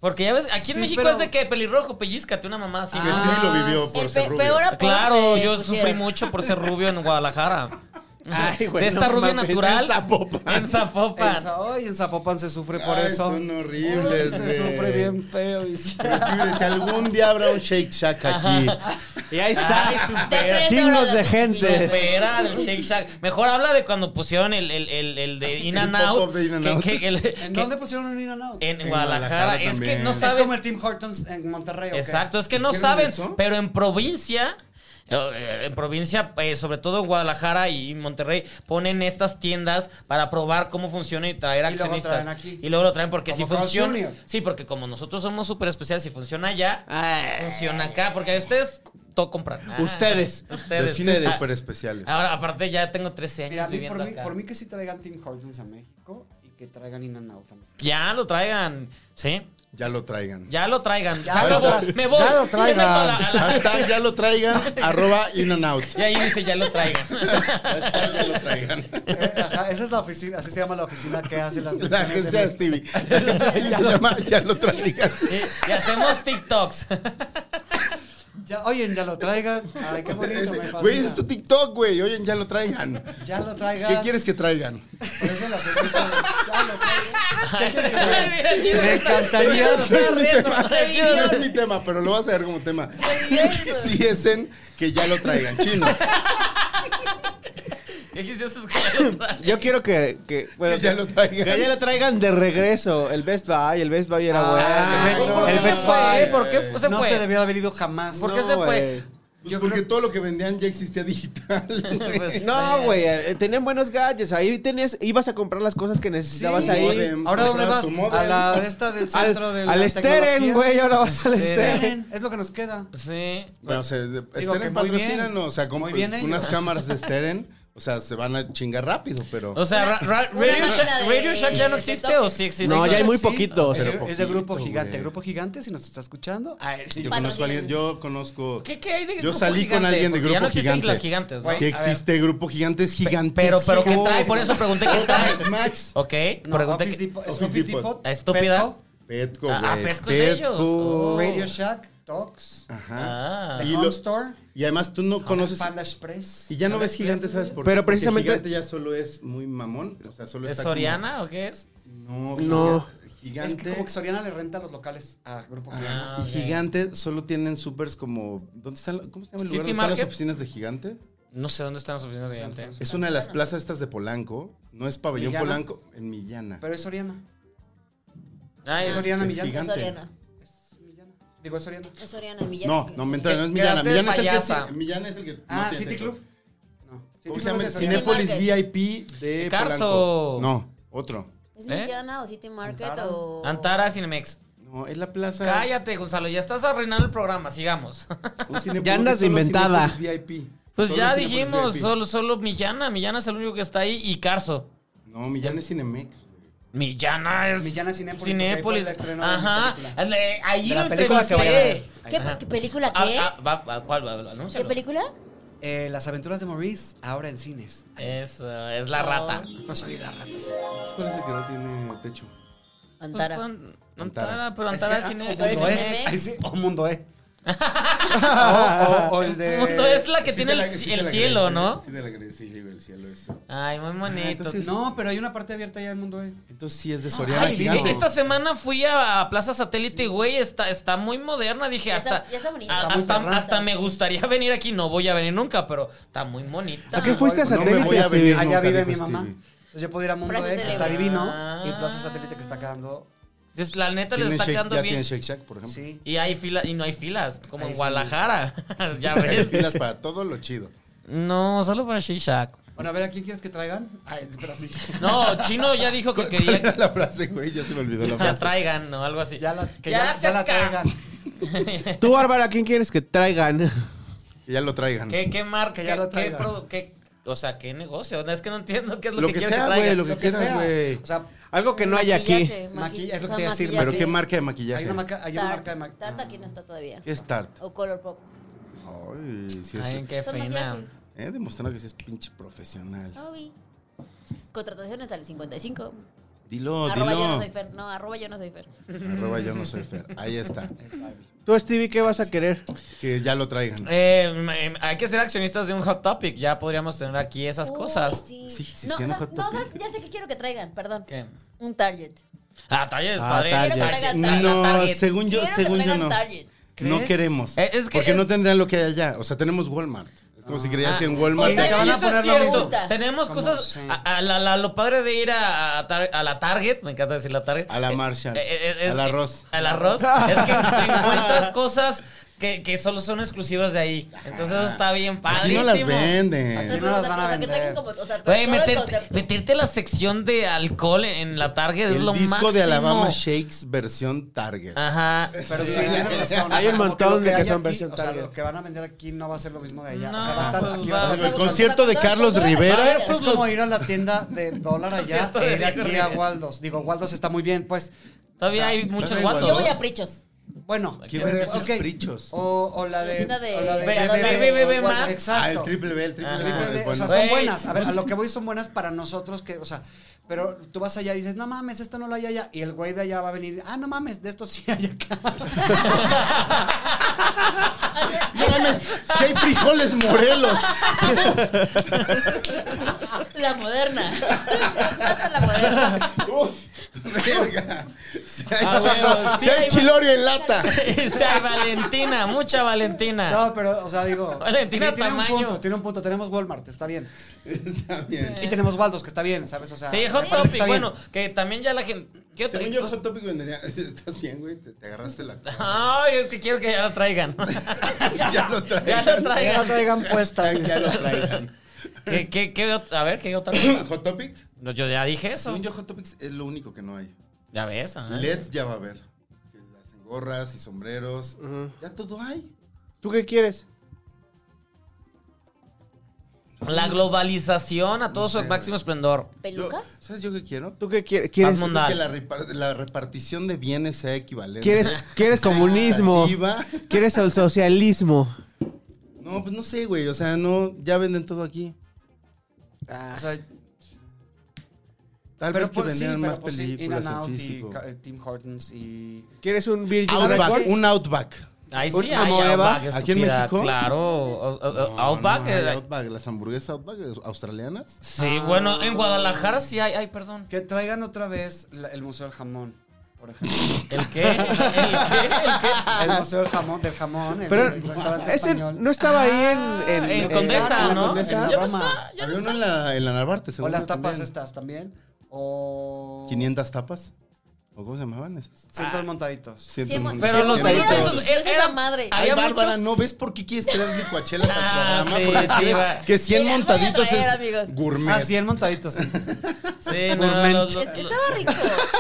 S2: Porque ya ves, aquí en
S3: Sí,
S2: México
S3: pero-
S2: es de que pelirrojo, pellizcate una mamá así. Ah,
S4: Que Stevie lo vivió por
S1: El
S4: ser
S1: pe-
S4: rubio.
S1: peor apodo
S2: Claro,
S1: que
S2: yo
S4: pues
S2: sufrí
S1: pusieron.
S2: mucho por ser rubio en Guadalajara.
S6: Ay, güey,
S2: de esta
S6: no
S2: rubia
S6: mames,
S2: natural.
S4: en Zapopan.
S2: En Zapopan.
S3: En Sa- Ay, en Zapopan se sufre por
S4: Ay,
S3: eso.
S4: Son
S3: Ay,
S4: horribles,
S3: se
S4: güey.
S3: sufre bien feo. Y...
S4: Pero Stevie decía, algún día habrá un Shake Shack aquí.
S6: Y ahí está.
S2: Ay,
S1: De
S2: supera.
S1: tres
S6: Chingos
S1: horas
S6: de
S1: los
S6: gente.
S1: chiquillos.
S2: Supera del Shake Shack. Mejor habla de cuando pusieron el, el, el, el de In
S4: El
S2: and
S4: pop-up
S2: Out.
S4: de In and
S2: que-
S4: Out.
S2: que- el- que-
S3: ¿En dónde pusieron un in and out?
S2: en
S4: En
S2: Guadalajara.
S4: Guadalajara
S2: Es que
S4: también.
S2: no
S4: Es
S3: Es
S2: saben.
S3: como el Team Hortons en Monterrey. ¿o qué?
S2: Exacto, es que no
S4: ¿Hicieron
S2: saben,
S4: eso?
S2: pero en provincia, eh, en provincia, eh, sobre todo en Guadalajara y Monterrey, ponen estas tiendas para probar cómo funciona y traer
S3: Y luego
S2: accionistas.
S3: traen aquí.
S2: Y luego lo traen porque
S3: Como
S2: si
S3: Carl
S2: funciona.
S3: Jr..
S2: Sí, porque como nosotros somos súper especiales, si funciona allá,
S7: Ah.
S2: funciona acá, porque ustedes todo compran. Ah,
S6: Ustedes.
S2: Ustedes.
S4: Vecinos
S2: ustedes. Ah.
S4: súper especiales.
S2: Ahora, aparte ya tengo 13 años
S3: Mira, a mí,
S2: viviendo
S3: por, mí,
S2: acá.
S3: por mí que sí traigan Team Hortons a México y que traigan in and out también.
S2: Ya lo traigan, ¿sí?
S4: Ya lo traigan.
S2: Ya lo traigan.
S3: Ya
S2: Se
S4: lo
S2: acabó.
S4: tra-
S2: Me voy.
S3: ya lo
S2: Yo me meto a la- a la-
S4: Hashtag ya lo traigan, arroba in and out.
S2: Y ahí dice, ya lo traigan.
S4: Hashtag ya lo traigan.
S3: Eh, ajá, esa es la oficina, así se llama la oficina que hace las
S4: La
S3: menciones
S4: agencia de
S3: en-
S4: Stevie. Stevie se llama Ya lo traigan.
S2: Y, y hacemos TikToks.
S3: Ya, oye, ya lo traigan. Ay, qué bonito.
S4: Ese-
S3: me fascina.
S4: Güey, ese es tu TikTok, güey. Oye, ya lo traigan.
S3: Ya lo traigan.
S4: ¿Qué quieres que traigan?
S3: Por eso las he dicho, ya lo traigan.
S2: Mira, chido.
S3: Me encantaría.
S2: Chido, está riendo.
S4: No es mi tema, pero lo vas a ver como tema. ¿Qué quisiesen que ya lo traigan? Chino.
S2: Pues ¿Qué quisieras que ya lo traigan?
S6: Yo quiero que, que, bueno,
S4: Que ya lo traigan.
S6: que ya lo traigan de regreso. El Best Buy, el Best Buy era
S3: Ah,
S6: bueno.
S3: el
S6: No,
S3: Best- el
S6: no,
S3: Best
S6: no,
S3: Buy.
S2: Eh, ¿Por qué se
S3: no
S2: fue?
S3: se debió haber ido jamás.
S2: ¿Por qué
S3: No,
S2: se
S6: güey.
S2: fue?
S4: Pues porque todo lo que vendían ya existía digital. güey.
S2: Pues,
S6: No,
S2: eh,
S6: güey, eh, tenían buenos gadgets. Ahí tenías, ibas a comprar las cosas que necesitabas
S4: Sí.
S6: ahí.
S4: Modem.
S3: ¿Ahora dónde
S4: Comprabas
S3: vas?
S4: tu
S3: A
S4: modem.
S3: la de esta del
S6: Al,
S3: centro de la
S6: al Steren,
S3: tecnología.
S6: güey, ahora vas al
S2: Steren.
S6: Steren.
S3: Steren, Es lo que nos queda.
S2: Sí.
S4: Bueno, o sea, de-
S3: que
S4: Steren
S3: muy bien.
S4: patrocínanos. O sea, como
S3: Muy bien ellos.
S4: unas cámaras de Steren. O sea, se van a chingar rápido, pero.
S2: O sea, ra- ra-
S1: una
S2: Radio,
S1: máquina
S2: Shack,
S1: de-
S2: Radio Shack ya no existe o sí existe.
S6: No, ya hay muy
S3: Sí.
S6: poquitos.
S3: Es, de-
S4: Pero
S3: es de grupo
S4: poquito,
S3: gigante.
S4: güey.
S3: Grupo gigante, si nos está escuchando.
S2: Ah,
S3: Ay,
S4: yo conozco a alguien. Yo conozco.
S2: ¿Qué, qué hay de
S4: Yo
S2: grupo
S4: salí con
S2: gigante?
S4: alguien de
S2: Porque ya
S4: grupo
S2: no existen
S4: gigante.
S2: las gigantes, ¿no?
S4: Si existe grupo gigante, es gigantesco.
S2: Pero, pero ¿qué trae? Por eso pregunté qué trae.
S4: Max.
S2: Ok,
S3: no,
S2: pregunté
S3: Office
S2: qué.
S3: Depot- es
S4: Office
S3: Office
S4: Depot.
S3: Depot,
S2: Estúpida.
S3: Petco,
S4: Petco, güey.
S2: Ah, Petco es de ellos. Oh.
S3: Radio Shack, Tox,
S4: Ajá.
S2: Ah.
S3: The
S4: Y
S3: Home
S4: lo-
S3: Store,
S4: Y además tú no conoces.
S3: Panda Express.
S4: Y ya no ves gigante, ¿sabes por qué?
S6: Pero
S4: Porque
S6: precisamente-
S4: Gigante ya solo es muy mamón. O sea, solo
S2: ¿Es
S4: está como-
S2: Soriana o qué es?
S4: No,
S6: No.
S4: Gigante.
S3: Es que como que Soriana le renta los locales a Grupo Gigante.
S2: Ah,
S4: Y
S2: ok.
S4: Gigante solo tienen supers como. ¿Dónde está la- ¿Cómo se llama el lugar
S2: City
S4: donde están las
S2: Market.
S4: oficinas de Gigante?
S2: No sé dónde están las oficinas de gigante.
S4: Es una de las plazas estas de Polanco. No es Pabellón
S3: Millana.
S4: Polanco, en Millana.
S3: Pero es Soriana.
S2: Ah,
S3: Es
S2: es-
S3: Soriana
S4: es
S3: Millán.
S1: Es
S4: gigante.
S1: Soriana.
S3: Es Millana. Digo, es Soriana.
S1: Es Soriana Millán.
S4: No, no, mentira, no es
S2: Te
S4: Millana.
S2: quedaste
S4: Millana es, el que,
S2: payasa.
S4: sí- Millana es el que. no
S3: Ah,
S4: tiene
S3: City
S4: techo.
S3: Club. No. City
S4: ¿Cómo
S3: Club
S4: se llama?
S3: es de Soriana.
S4: Cinépolis
S1: Market.
S4: VIP de
S2: Carso.
S4: Polanco. No, otro.
S1: ¿Es
S2: ¿Eh?
S1: Millana o City Market
S3: Antara.
S1: o...?
S2: Antara Cinemex.
S4: No, es la plaza.
S2: Cállate, Gonzalo, ya estás arruinando el programa, sigamos.
S4: Un Cinépolis,
S6: Ya andas de
S4: solo
S6: inventada.
S4: Cinépolis VIP.
S2: Pues
S4: Solo
S2: ya
S4: Cinépolis
S2: dijimos,
S4: VIP.
S2: solo, solo Millana, Millana es el único que está ahí y Carso.
S4: No, Millán es Cinemex. güey.
S2: Millana es.
S3: Millana Cinépolis, porque ahí
S2: Cinépolis.
S3: fue el estreno de
S2: Ajá.
S3: mi
S2: Eh, Ahí
S3: De
S2: lo
S3: la película que vayan a ver.
S2: entrevisté.
S3: Ahí
S1: ¿Qué,
S3: está.
S1: qué película
S2: Ah, pues,
S1: qué?
S2: ah, va- va- ¿Cuál? Va-
S1: ¿Qué
S2: anúncialo.
S1: película?
S3: Eh, Las aventuras de Maurice, ahora en cines.
S2: Eso, es la rata.
S1: Oh,
S3: No soy la rata.
S4: ¿Cuál es el que no tiene techo?
S1: Antara.
S2: Pues, pues, Antara, pero Antara es,
S3: que-
S2: cine.
S3: ah,
S2: es
S3: Mundo
S2: cine-
S3: E. Ay, sí, O Mundo E.
S4: O,
S3: el de-
S2: Mundo E es la Ah, que
S4: Sí
S2: tiene
S4: te la-
S2: el,
S4: sí
S2: ci-
S4: te
S2: el
S4: la
S2: cielo,
S4: agradezco,
S2: ¿no?
S4: Sí, te la agradezco, sí, el cielo ese.
S2: Ay,
S3: Ah,
S2: muy bonito.
S4: entonces-
S3: No, pero hay una parte abierta ya en Mundo E.
S4: Entonces sí es de Soriana
S2: Ay,
S4: Gigante.
S2: esta semana fui a Plaza Satélite, güey, está, está muy moderna, dije,
S1: Ya está-
S2: hasta,
S1: ya está bonita.
S2: a-
S1: Está muy
S2: hasta,
S1: perrona.
S2: hasta me gustaría venir aquí, no voy a venir nunca, pero está muy bonita.
S6: ¿A qué fuiste a
S4: No me voy
S6: satélite?
S4: a venir
S6: Stevie?
S3: Allá
S4: nunca,
S3: vive mi
S4: dijo
S3: mamá.
S4: Stevie.
S3: Entonces yo puedo ir a Mundo
S1: Plaza
S3: E, que está
S1: Celebrity.
S3: divino.
S2: Ah.
S3: Y Plaza Satélite que está quedando.
S2: Es- La neta les
S4: Tiene
S2: está
S4: Shake-
S2: quedando
S4: ya tiene
S2: bien.
S4: Shake Shack, por ejemplo.
S3: Sí.
S2: Y hay filas, y no hay filas, como
S3: Ay,
S2: en
S3: sí.
S2: Guadalajara. ya
S4: Hay
S2: ves.
S4: filas para todo lo chido.
S2: No, solo para Shishak.
S3: Bueno, a ver, ¿a quién quieres que traigan? Ay, espera, sí.
S2: No, Chino ya dijo que
S4: ¿Cuál
S2: quería
S4: era
S2: que
S4: la frase, güey? Ya se me olvidó la
S2: ya
S4: frase.
S2: traigan, o algo así.
S3: Ya la, que
S2: Ya
S3: ya,
S2: se
S3: ya la
S2: acabó.
S3: traigan.
S6: Tú, Bárbara, ¿quién quieres que traigan?
S4: Que ya lo traigan.
S2: ¿Qué, qué marca?
S3: Que ya
S2: ¿Qué,
S3: lo
S2: qué
S3: traigan.
S2: produ- qué- o sea, ¿qué negocio? Es que no entiendo qué es lo,
S4: Lo
S2: que,
S4: que
S2: quieren
S4: sea,
S2: que traigan.
S4: güey, lo que
S3: Lo que
S4: quieras,
S3: sea.
S4: güey.
S3: O sea,
S6: Algo que no hay aquí.
S1: Maquillaje,
S3: Maqui- es lo
S1: o sea,
S3: que te iba a decir,
S1: maquillaje.
S4: ¿Pero qué marca de maquillaje?
S3: hay una, marca, hay una
S1: Tarte.
S3: marca de ma-
S1: Tarte
S3: Ah.
S1: aquí no está todavía.
S4: ¿Qué es Tart?
S1: O Color Pop.
S4: Ay, sí es.
S2: Oh. Ay, qué
S1: Son
S2: pena.
S1: maquillaje.
S4: Eh, demostrando que sí es pinche profesional.
S1: Obi. Contrataciones al 55.
S4: Dilo,
S1: arroba yo no
S4: dilo.
S1: soy Fer. No, arroba yo no soy Fer.
S4: Arroba yo no soy Fer. Ahí está.
S6: Tú, Stevie, ¿qué vas a querer?
S4: Que ya lo traigan.
S2: Eh, mm, hay que ser accionistas de un hot topic. Ya podríamos tener aquí esas
S1: Uy,
S2: cosas.
S1: Sí,
S4: Sí, sí,
S1: no,
S4: tiene
S1: o sea,
S4: hot
S1: no,
S4: topic.
S1: ¿sabes? ya sé que quiero que traigan, perdón.
S2: ¿Qué?
S1: Un Target.
S2: Ah, Target es
S6: Ah,
S2: padre.
S6: Target.
S1: Quiero que traigan Target.
S4: No,
S2: Target.
S4: según yo,
S1: Quiero que
S4: según yo
S1: traigan
S4: no.
S1: Target.
S4: No
S3: ¿Crees?
S4: queremos.
S2: Eh, es que
S4: porque
S2: es- Ah,
S4: no tendrían lo que hay allá. O sea, tenemos Walmart. Es como si creías que en Walmart.
S3: Sí, te acaban
S2: Y
S3: a
S2: eso es
S3: poner lo
S2: cierto.
S1: mismo.
S2: Tenemos
S3: Como
S2: cosas.
S3: sé.
S2: a- a la- la- lo padre de ir a, a tar- a la Target, me encanta decir la Target.
S4: A la Marshall.
S2: Eh, eh, eh, es
S4: al
S2: que-
S4: arroz.
S2: Al arroz. es que encuentras cosas que, que solo son exclusivas de ahí. Entonces eso está bien
S4: Aquí
S2: padrísimo.
S4: no las
S1: O sea,
S4: venden.
S3: no
S1: pero, o
S3: las
S1: sea,
S3: van a
S1: o sea, que traigan
S3: vender.
S1: como, o sea, pero
S2: Güey,
S1: todo el
S2: meterte,
S1: concepto.
S2: meterte a la sección de alcohol en, en la Target es
S4: El
S2: lo
S4: disco
S2: máximo. Ah.
S4: de Alabama Shakes versión Target.
S2: Ajá.
S3: Pero sí, tienes razón.
S6: Hay un
S3: como
S6: montón
S3: lo
S6: de que
S3: hay
S6: son
S3: aquí,
S6: versión
S3: o sea,
S6: Target.
S3: lo que van a vender aquí no va a ser lo mismo de allá.
S2: No,
S3: o sea, va a estar
S2: pues,
S3: aquí.
S2: va-
S3: Va a
S4: El
S3: estar
S4: concierto de Carlos Rivera.
S1: Target.
S3: es como ir a la tienda de dólar allá
S2: Concierto
S3: e
S2: de
S3: ir aquí
S2: Diego
S3: a
S2: Rivera.
S3: Waldos. Digo, Waldos está muy bien, pues.
S2: Todavía
S3: O sea,
S2: hay muchos
S4: todavía hay
S2: guatos.
S1: Yo voy
S4: todos.
S1: a Prichos.
S3: Bueno,
S4: ¿Qué vergas
S3: ok.
S4: es Prichos?
S3: O, o la
S1: La
S3: de.
S1: tienda de-
S3: o la
S1: Ve-
S2: ve- ve- ve- ve
S3: Waldos.
S2: más.
S3: Exacto.
S4: Ah, el triple B, el triple
S2: Ajá.
S4: B.
S3: Triple B,
S4: bueno.
S3: o sea,
S2: Güey,
S3: son buenas. A ver,
S2: pues-
S3: a lo que voy son buenas para nosotros que, o sea, pero tú vas allá y dices, no mames, esto no lo hay allá. Y el güey de allá va a venir, ah, no mames, de esto sí hay acá.
S4: No mames, si hay frijoles morelos.
S3: Ah.
S1: La moderna. Hasta la moderna.
S4: Uf, verga. Si hay,
S2: Ah,
S4: chilo-
S2: bueno, sí,
S4: si hay
S2: ahí va.
S4: chilorio en lata.
S2: Sí, hay Valentina, mucha Valentina.
S3: No, pero, o sea, digo.
S2: Valentina
S3: tiene
S2: Tamaño.
S3: un punto, tiene un punto. Tenemos Walmart, está bien.
S4: Está bien.
S3: Y tenemos Waldos, que está bien, ¿sabes? O sea,
S2: sí,
S3: me
S2: Hot
S3: parece que
S2: Topic.
S3: está bien.
S2: Bueno, que también ya la gente. ¿Qué
S4: Según
S2: otra-
S4: yo, Hot Topic vendería. ¿Estás bien, güey? Te, te agarraste la cara.
S2: Ay, es que quiero que ya la traigan.
S4: ya lo traigan.
S2: ya la
S3: Que la
S2: traigan.
S3: traigan puesta.
S4: Ya, ya lo traigan.
S2: ¿Qué, qué, qué ot- a ver, ¿qué otra cosa?
S4: Hot Topic.
S2: No, yo ya dije eso.
S4: Según yo, Hot Topics es lo único que no hay.
S2: Ya ves.
S3: Ah,
S2: ajá.
S4: LEDs ya va a haber. Que Las gorras y sombreros. Ya todo hay.
S6: ¿Tú qué quieres?
S2: La globalización a todo
S4: No
S2: su
S4: sé,
S2: máximo
S4: güey.
S2: esplendor.
S4: Yo-
S1: ¿Pelucas?
S4: ¿Sabes yo qué quiero?
S6: ¿Tú qué quieres?
S2: Paz
S6: ¿Quieres,
S2: mundial.
S4: Que la, repar- la repartición de bienes sea equivalente.
S6: quieres, quieres comunismo?
S4: IVA.
S6: ¿Quieres el socialismo?
S4: No, pues no sé, güey. O sea, no, ya venden todo aquí.
S3: Ah, O sea,
S4: Tal
S3: pero
S4: vez que
S3: pues sí,
S4: vendían
S3: pero
S4: más
S3: pues sí, In
S4: películas
S3: and
S4: en
S3: Out y
S4: físico.
S3: Ca- eh, Tim Hortons y...
S6: ¿Quieres un Virgin
S4: Outback,
S6: Records?
S4: un Outback.
S2: Ahí
S6: ¿Un
S2: sí hay
S6: Amoeba?
S2: Outback,
S4: ¿Aquí en
S2: estúpida,
S4: México?
S2: Claro. o- o- o-
S4: No,
S2: Outback.
S4: no hay Ah.
S2: eh,
S4: Outback, las hamburguesas Outback eh, australianas.
S2: Sí, bueno, en Guadalajara sí hay. Ay, perdón.
S3: Que traigan otra vez la- el Museo del Jamón, por ejemplo.
S2: ¿El qué? ¿El qué? ¿El qué?
S3: el Museo del Jamón, del Jamón, el,
S6: Pero
S3: el restaurante
S6: ese
S3: español.
S6: no
S2: Ah,
S6: estaba ahí en...
S2: en Condesa,
S6: en la
S2: ¿no?
S6: Condesa.
S3: En
S2: Ah,
S3: Roma.
S4: Había uno en la, en la Narvarte,
S3: O
S4: seguro.
S3: las tapas
S4: también.
S3: estas también. O...
S4: 500 tapas. ¿O cómo se llamaban esas?
S3: 100 montaditos.
S4: Ciento
S1: Sí,
S4: mon-
S1: mon-
S2: Pero
S4: cien
S2: los
S1: Sí,
S4: monitos.
S1: sí,
S2: eventos
S1: sí, sí,
S2: era
S1: esa madre.
S4: Ay,
S2: había
S4: Bárbara,
S2: muchos-
S4: ¿no ves por qué quieres traer licuachelas
S2: Ah,
S4: al programa?
S2: sí,
S4: Porque
S2: sí,
S4: crees
S2: va.
S4: que 100
S1: Mira, voy a
S4: montaditos
S1: traer,
S4: es
S1: amigos.
S4: gourmet.
S3: Ah, 100 montaditos, sí.
S2: Sí, no,
S3: Gourmet.
S2: los- los-
S1: Es- Estaba rico.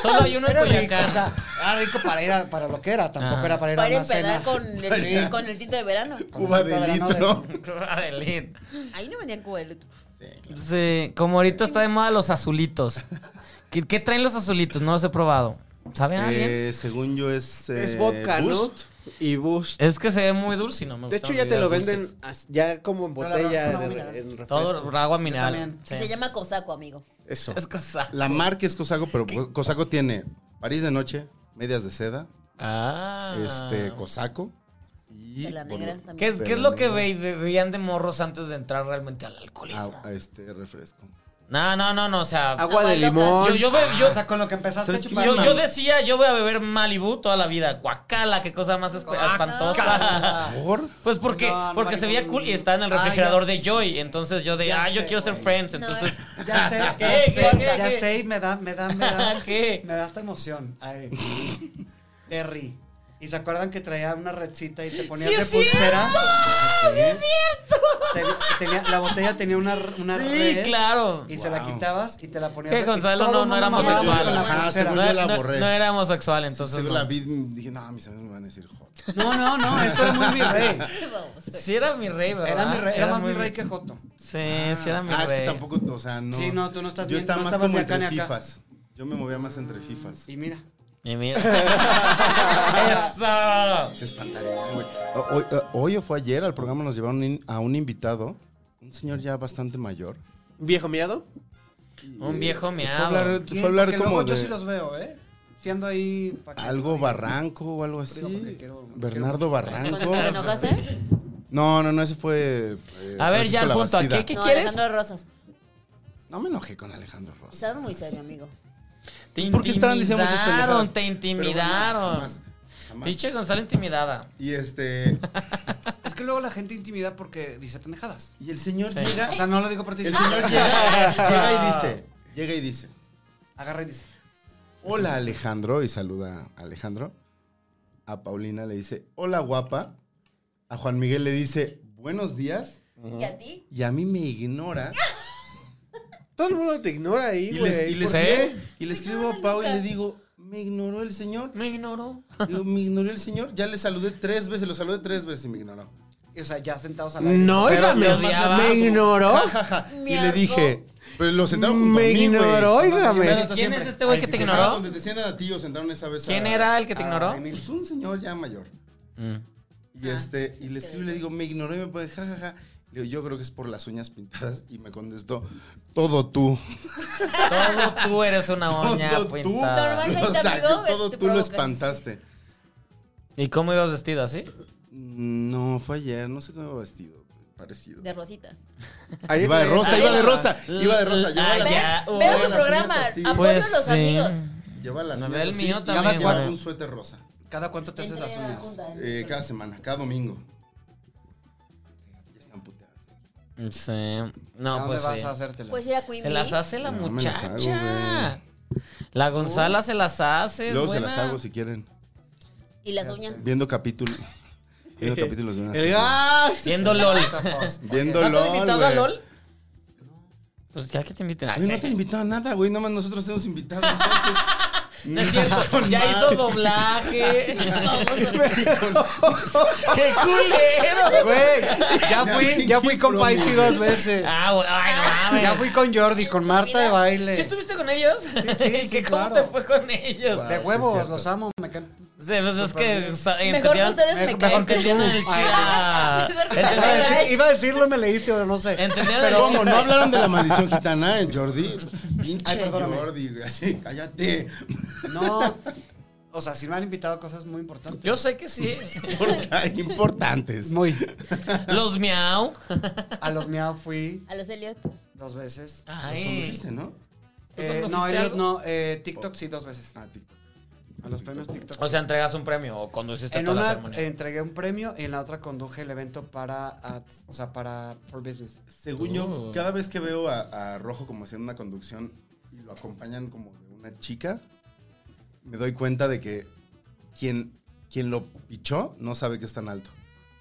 S2: Solo hay uno en
S3: Era rico,
S2: Culiacán. Ah.
S3: o sea, era rico para ir a- para lo que era, tampoco
S2: Ajá.
S3: era para ir a
S1: Para
S3: una
S1: empedar
S3: cena.
S1: con el, con el tinto de verano.
S4: Cuba de
S3: Verano de-
S4: litro.
S2: Adelín.
S1: Ahí no vendían cubelito.
S2: Sí, como ahorita está de moda los azulitos. ¿Qué, qué traen los azulitos? No los he probado. ¿Saben a alguien?
S4: Eh, según yo es. eh,
S8: Es vodka,
S4: Boost.
S8: ¿no? Y boost.
S2: Es que se ve muy dulce y no me gusta.
S8: De hecho, ya te lo venden as- ya como en
S3: Pero la
S8: botella,
S3: verdad es
S8: de-
S3: una buena.
S8: en refresco.
S2: Todo agua mineral.
S3: también.
S2: Sí.
S1: Se llama Cosaco, amigo.
S8: Eso.
S2: Es cosa.
S4: La marca es Cosaco, pero Cosaco tiene París de noche, medias de seda,
S2: Ah.
S4: este Cosaco y pues,
S1: De la negra
S4: bueno,
S2: ¿Qué
S1: también.
S2: es, qué es lo que ve- ve- veían de morros antes de entrar realmente al alcoholismo?
S4: a- a este refresco.
S2: No, no, no, no. O sea,
S8: Agua de
S1: Agualoca.
S8: limón.
S2: yo, yo, ve- yo-
S3: o sea, con lo que empezaste a
S4: ¿Sabes qué?
S3: chupar.
S2: yo-
S3: man.
S2: yo decía, yo voy a beber Malibu toda la vida. Cuacala, qué cosa más esp- espantosa.
S4: ¿Por?
S2: Pues porque,
S3: No, no,
S2: porque se veía
S3: Malibu.
S2: cool y está en el
S3: Ah,
S2: refrigerador
S3: ya
S2: de
S3: sé.
S2: Joy. Entonces yo de,
S3: Ya
S2: ah, yo
S3: sé,
S2: quiero ser
S3: güey.
S2: Friends.
S1: No,
S2: Entonces,
S3: Ya sé, ya
S2: ¿Qué,
S3: sé,
S2: qué,
S3: ya
S2: qué?
S3: sé, y me da, me da, me da.
S2: ¿Qué?
S3: Me da esta emoción. Ay. Terry. ¿Y se acuerdan que traía una redcita y te ponías
S2: ¡Sí
S3: de
S2: es
S3: pulsera?
S2: ¡Sí es cierto!
S3: Te- tenía- la botella tenía una, una
S2: Sí,
S3: red.
S2: claro.
S3: Y se la
S4: Wow.
S3: quitabas y te la ponías.
S2: ¿Qué,
S3: y
S2: Gonzalo?
S3: todo
S2: No,
S3: el
S2: no
S3: mundo
S2: era
S3: mamaba con la
S4: homosexual. Ajá,
S3: pulsera.
S4: según
S2: No,
S4: yo la
S2: no-
S4: borré.
S2: no era homosexual, entonces.
S4: Según
S2: no.
S4: la vi, dije, no, mis amigos me van a decir, joder.
S3: No, no, no, esto es muy mi rey.
S1: Vamos.
S2: Sí, era mi rey, ¿verdad?
S3: Era, mi rey, era más
S2: muy-
S3: mi rey que Joto.
S2: Sí, sí, era mi
S4: Ah, es
S2: rey.
S4: que tampoco, o sea, no.
S3: Sí, no, tú no estás
S4: Yo
S3: bien,
S4: estaba
S3: no
S4: más
S3: estabas
S4: como
S3: ni acá
S4: entre
S3: ni acá.
S4: fifas. Yo me movía más entre fifas.
S3: Y mira.
S2: Y mira. ¡Eso!
S4: Se espantaría, güey. O- Hoy, eh, hoy o fue ayer al programa nos llevaron in- a un invitado, un señor ya bastante mayor.
S8: ¿Viejo miado?
S2: Un viejo
S4: Fue a
S2: meado.
S4: hablar-
S3: ¿Quién?
S4: Fue a hablar
S3: Porque
S4: como
S3: luego yo
S4: de
S3: sí los veo, ¿eh? Siendo ahí. pa' que-
S4: algo barranco o algo así.
S3: Digo, porque quiero-
S4: Bernardo
S1: ¿Con
S4: Barranco.
S1: el que te enojaste?
S4: No, no, no, ese fue. eh,
S2: A ver,
S4: Francisco
S2: ya el punto, ¿a
S4: Labastida.
S2: qué- qué-
S1: No,
S2: quieres?
S1: Alejandro Rosas.
S4: No me enojé con Alejandro Ross.
S1: Estás muy serio, amigo.
S2: Te
S4: Porque Pues, estaban diciendo muchas
S2: intimidaron,
S4: pendejadas.
S2: te
S4: Pero
S2: intimidaron.
S4: jamás, jamás.
S2: Pinche Gonzalo intimidada.
S4: Y este.
S3: Es que luego la gente intimida porque dice pendejadas.
S4: Y el señor
S2: Sí.
S4: llega.
S3: O sea, no lo digo por ti.
S4: El
S3: sino-
S4: señor llega, llega y dice. Llega y dice.
S3: Agarra y dice.
S4: Hola Alejandro, y saluda a Alejandro. A Paulina le dice, hola guapa. A Juan Miguel le dice, buenos días.
S1: ¿Y a ti?
S4: Y a mí me ignora.
S8: Todo el mundo te ignora ahí,
S4: Y,
S8: güey.
S4: les- y le
S8: ¿Por
S2: ¿Sí?
S8: qué?
S4: escribo- y le escribo a Pau y le digo, me ignoró el señor.
S2: Me ignoró.
S4: Digo, me ignoró el señor. Ya le saludé tres veces, lo saludé tres veces y me ignoró.
S3: O sea, ya sentados al aire.
S8: No,
S2: Pero
S8: oígame,
S2: me odiaba.
S8: me ignoró.
S4: Ah, Ja, ja, ja.
S1: Me
S4: Y le
S1: ahorcó.
S4: dije, pero lo sentaron junto a
S8: Me
S4: mí, güey.
S8: ignoró,
S3: Me
S8: oígame.
S3: siento
S2: Pero, ¿Quién
S3: siempre.
S2: es este güey
S3: Ay,
S2: que
S3: sí,
S2: te
S3: sí.
S4: Ah,
S2: ignoró?
S4: Donde te sientan a ti o sentaron esa vez a-
S2: ¿Quién era el que te
S3: Ah,
S2: ignoró? Ah,
S3: Emil.
S4: Pues un señor ya mayor.
S2: Mm.
S4: Y este, y le escribo y le digo, me ignoró y me pone jajaja. Le digo, yo creo que es por las uñas pintadas. Y me contestó, todo tú.
S2: Todo tú eres una uña
S4: Todo tú.
S2: pintada.
S1: Normalmente,
S4: O sea,
S1: amigo,
S4: que todo
S1: te
S4: tú lo
S1: provocas.
S4: espantaste.
S2: ¿Y cómo ibas vestido así?
S4: No, fue ayer, no sé cómo iba vestido. Parecido.
S1: De Rosita.
S8: Ayer
S4: Iba de
S8: me-
S4: rosa,
S2: Ay,
S4: iba de
S2: no.
S4: rosa, iba de rosa.
S2: Ay,
S4: Llevaba las-
S2: ya.
S1: Ven,
S2: uy.
S1: veo su
S4: Bueno,
S1: programa.
S4: sí,
S1: Apoyo
S2: Pues
S1: a los
S2: sí.
S1: amigos.
S4: Llevaba las
S2: Me ve
S4: uñas
S2: el
S4: así,
S2: mío
S4: y
S2: también,
S4: Llevaba
S2: güey.
S4: un suéter rosa.
S3: ¿Cada cuánto te haces las
S1: Entrega
S3: uñas?
S1: junta, ¿no?
S4: eh, cada semana, cada domingo. Ya están puteadas.
S2: Sí.
S3: ¿A
S2: No,
S3: dónde
S2: pues
S3: vas
S2: sí.
S3: a hacértela?
S1: Puedes ir a Queen
S2: Se las
S1: Bee.
S2: hace la
S4: No, me las hago,
S2: muchacha.
S4: güey. Oh.
S2: La Gonzala se las hace. es
S4: Luego
S2: buena.
S4: se las hago si quieren.
S1: Y las uñas.
S4: Viendo capítulos. Viendo capítulos de una
S8: El
S4: serie.
S8: gas.
S2: Siendo LOL.
S4: Viendo
S2: ¿No te
S4: LOL.
S2: han invitado a
S4: güey.
S2: LOL? Pues ya que te inviten. Ay,
S4: Güey, no
S2: sí.
S4: te he invitado a nada, güey. Nada más nosotros hemos invitado. Entonces,
S2: No es cierto. Ya hizo doblaje. ¡Qué culero!
S3: Güey, ya fui, ya fui con
S4: Ridículo,
S3: Paisy dos veces.
S2: Ah, güey, ay, no mames.
S3: Ya fui con Jordi, con Marta de baile.
S2: ¿Sí estuviste con ellos?
S3: sí,
S2: ¿Qué-
S3: sí,
S2: ¿Cómo
S3: claro.
S2: te fue con ellos?
S4: Wow.
S3: De
S4: Ah, sí,
S3: huevos,
S4: cierto.
S3: los amo, me can-
S2: Sí, pues es que o sea,
S1: Mejor que
S2: entendieron,
S1: ustedes me
S3: Mejor-
S1: caen.
S3: mejor que tú. Ah,
S2: entendieron
S1: Ay, de
S2: el chiste.
S3: Iba a,
S1: verdad.
S3: decir- iba a decirlo y me leíste, pero no sé.
S2: Entendieron el
S4: Pero como
S2: chiste.
S4: no hablaron de la maldición gitana, eh, Jordi. Pinche
S3: Ay, perdóname.
S4: Jordi, güey, así, cállate.
S3: No. O sea, sí me han invitado a cosas muy importantes.
S2: Yo sé que sí.
S4: Porque hay importantes.
S3: Muy.
S2: Los miau.
S3: A los Miau fui
S1: A los Elliot.
S3: dos veces.
S4: Los
S2: Ay.
S4: condujiste, ¿no?
S3: Eh,
S2: Ah, ¿Tú
S3: no,
S2: condujiste
S3: Elliot
S2: algo?
S3: no. eh, TikTok sí, dos veces.
S4: Ah, TikTok.
S3: A los premios TikTok.
S2: O
S3: sí.
S2: sea, entregas un premio o conduciste
S3: en
S2: toda la
S3: una
S2: ceremonia.
S3: entregué un premio y en la otra conduje el evento para ads, o sea, para for business.
S4: Según
S2: Oh.
S4: yo, cada vez que veo a, a Rojo como haciendo una conducción y lo acompañan como de una chica, me doy cuenta de que quien, quien lo pichó no sabe que es tan alto.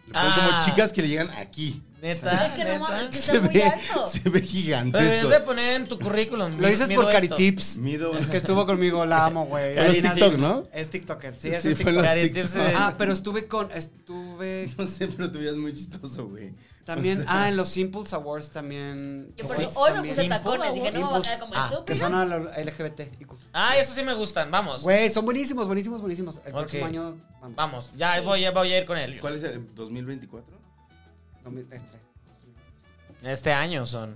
S4: Le ponen
S2: Ah.
S4: como chicas que le llegan aquí.
S2: Neta.
S1: Es que no
S2: neta.
S1: mames, que
S4: Se
S1: está muy
S4: ve,
S1: alto.
S4: se ve
S2: Pero debes de
S4: gigantesco.
S2: poner en tu currículum.
S3: Lo
S2: mi-
S3: dices
S2: mido
S3: por
S2: esto.
S3: Caritips,
S4: Mido un-
S3: que estuvo conmigo, la amo, güey.
S4: Pero es
S3: Karina
S4: TikTok,
S3: Dib-
S4: ¿no?
S3: Es TikToker, Ah, sí,
S4: Sí,
S3: es
S4: fue en
S3: TikToker.
S4: los
S2: Cari tips
S4: TikTok.
S2: de-
S3: Ah, pero estuve con estuve
S4: No sé, pero te veías muy chistoso, güey.
S3: También, ah, en los Impulse Awards también.
S1: Yo
S3: que
S1: por
S3: sí,
S1: eso hoy me
S3: también.
S1: puse tacones, dije, no me voy a quedar como
S2: Ah,
S1: estúpida.
S3: Que son a lo LGBT.
S2: Ah, eso sí me gustan. Vamos.
S3: Güey, son buenísimos, buenísimos, buenísimos. El próximo
S2: Ok.
S3: año, vamos.
S2: Vamos. Ya voy, ya voy a ir con él.
S4: ¿Cuál es el 2024?
S3: no, mi- este,
S2: Este año son.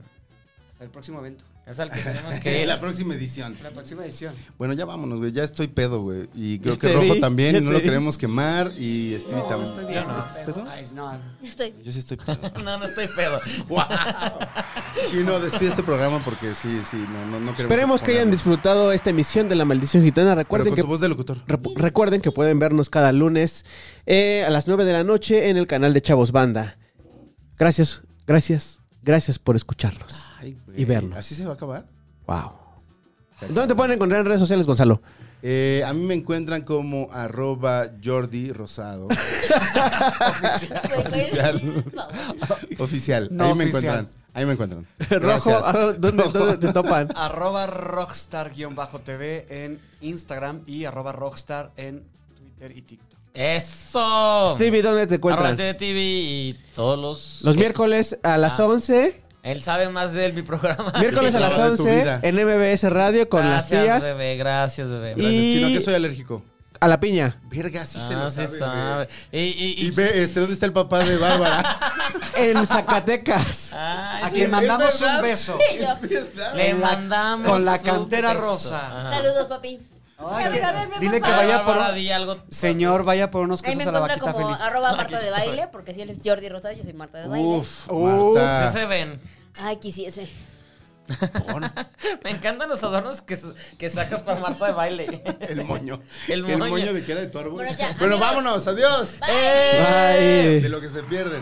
S3: Hasta el próximo evento.
S2: Es al que tenemos que ir.
S4: La próxima edición.
S3: La próxima edición.
S4: Bueno, ya vámonos, güey. Ya estoy pedo, güey. Y creo
S6: Ya
S4: que
S6: te
S4: Rojo
S6: vi,
S4: también.
S6: ya
S4: y No
S6: te
S4: lo
S6: vi.
S4: queremos quemar. Y Stevie
S3: No,
S4: también.
S3: estoy bien.
S4: ¿Estás
S3: pero-
S4: este pedo?
S3: Ay, no.
S1: Estoy.
S4: Yo sí estoy pedo.
S2: No, no estoy pedo.
S4: Wow. Chino, despide este programa porque sí, sí, no, no, no queremos.
S6: Esperemos que hayan
S4: exponernos.
S6: disfrutado esta emisión de La Maldición Gitana.
S4: Pero
S6: Recuerden
S4: con
S6: que
S4: tu voz de locutor.
S6: Repu- Recuerden que pueden vernos cada lunes eh, a las 9 de la noche en el canal de Chavos Banda. Gracias, gracias, gracias por escucharnos.
S4: Ay, güey.
S6: y vernos.
S4: ¿Así se va a acabar?
S6: Wow.
S4: Se
S6: ¿Dónde te
S4: acabó.
S6: pueden encontrar en redes sociales, Gonzalo?
S4: Eh, a mí me encuentran como arroba Jordi Rosado.
S1: Güey, güey,
S4: Oficial.
S1: vamos.
S4: oficial.
S3: No
S4: Ahí me
S3: oficial.
S4: encuentran. Ahí me encuentran.
S6: Rojo,
S4: Gracias.
S6: ah, ¿dónde, dónde te topan?
S3: Arroba rockstar-tv en Instagram y arroba rockstar en Twitter y TikTok.
S2: Eso.
S6: Stevie, ¿dónde te
S2: Arroba
S6: encuentran?
S2: Stevie TV y todos los.
S6: Los miércoles a las
S2: Ah.
S6: 11.
S2: Él sabe más de él, mi programa.
S6: Miércoles a las
S4: Hablaba de tu
S6: 11
S4: vida.
S6: en MBS Radio con
S2: gracias,
S6: las tías.
S2: Bebé, gracias, bebé.
S6: Y-
S4: Gracias, Chino, que soy alérgico.
S6: A la piña.
S4: Verga, sí
S2: Ah,
S4: se lo sabe.
S2: se
S4: güey.
S2: sabe. Y, y, y-
S4: Y ve, este, ¿dónde está el papá de Bárbara?
S6: En Zacatecas.
S2: Ay,
S3: A
S2: sí,
S3: quien mandamos
S4: verdad.
S3: un beso.
S2: le
S3: con la-
S2: mandamos.
S3: con la
S2: su
S3: cantera
S2: beso.
S3: rosa.
S2: Ajá.
S1: Saludos, papi.
S3: Ay,
S1: A ver, a ver, mi
S3: dile
S1: papá.
S3: que vaya por
S2: Bárbara,
S3: un-
S2: di algo.
S3: Señor, vaya por unos
S1: Ahí me
S3: quesos a la
S1: encuentra
S3: vaquita
S1: como
S3: feliz.
S1: arroba Marta
S2: Vaquita
S1: de Baile, porque si él es Jordi Rosado, yo soy Marta de Baile.
S4: Uf,
S6: Uf.
S2: Sí
S4: Marta.
S2: se ven.
S1: Ay, quisiese.
S2: Me encantan los adornos que, que sacas para Marta de baile.
S4: El moño.
S2: El moño.
S4: de que era de tu árbol.
S1: Bueno, ya,
S4: Bueno,
S1: adiós.
S4: vámonos. Adiós.
S2: ¡Eh!
S1: Bye.
S6: Bye.
S4: De lo que se pierden.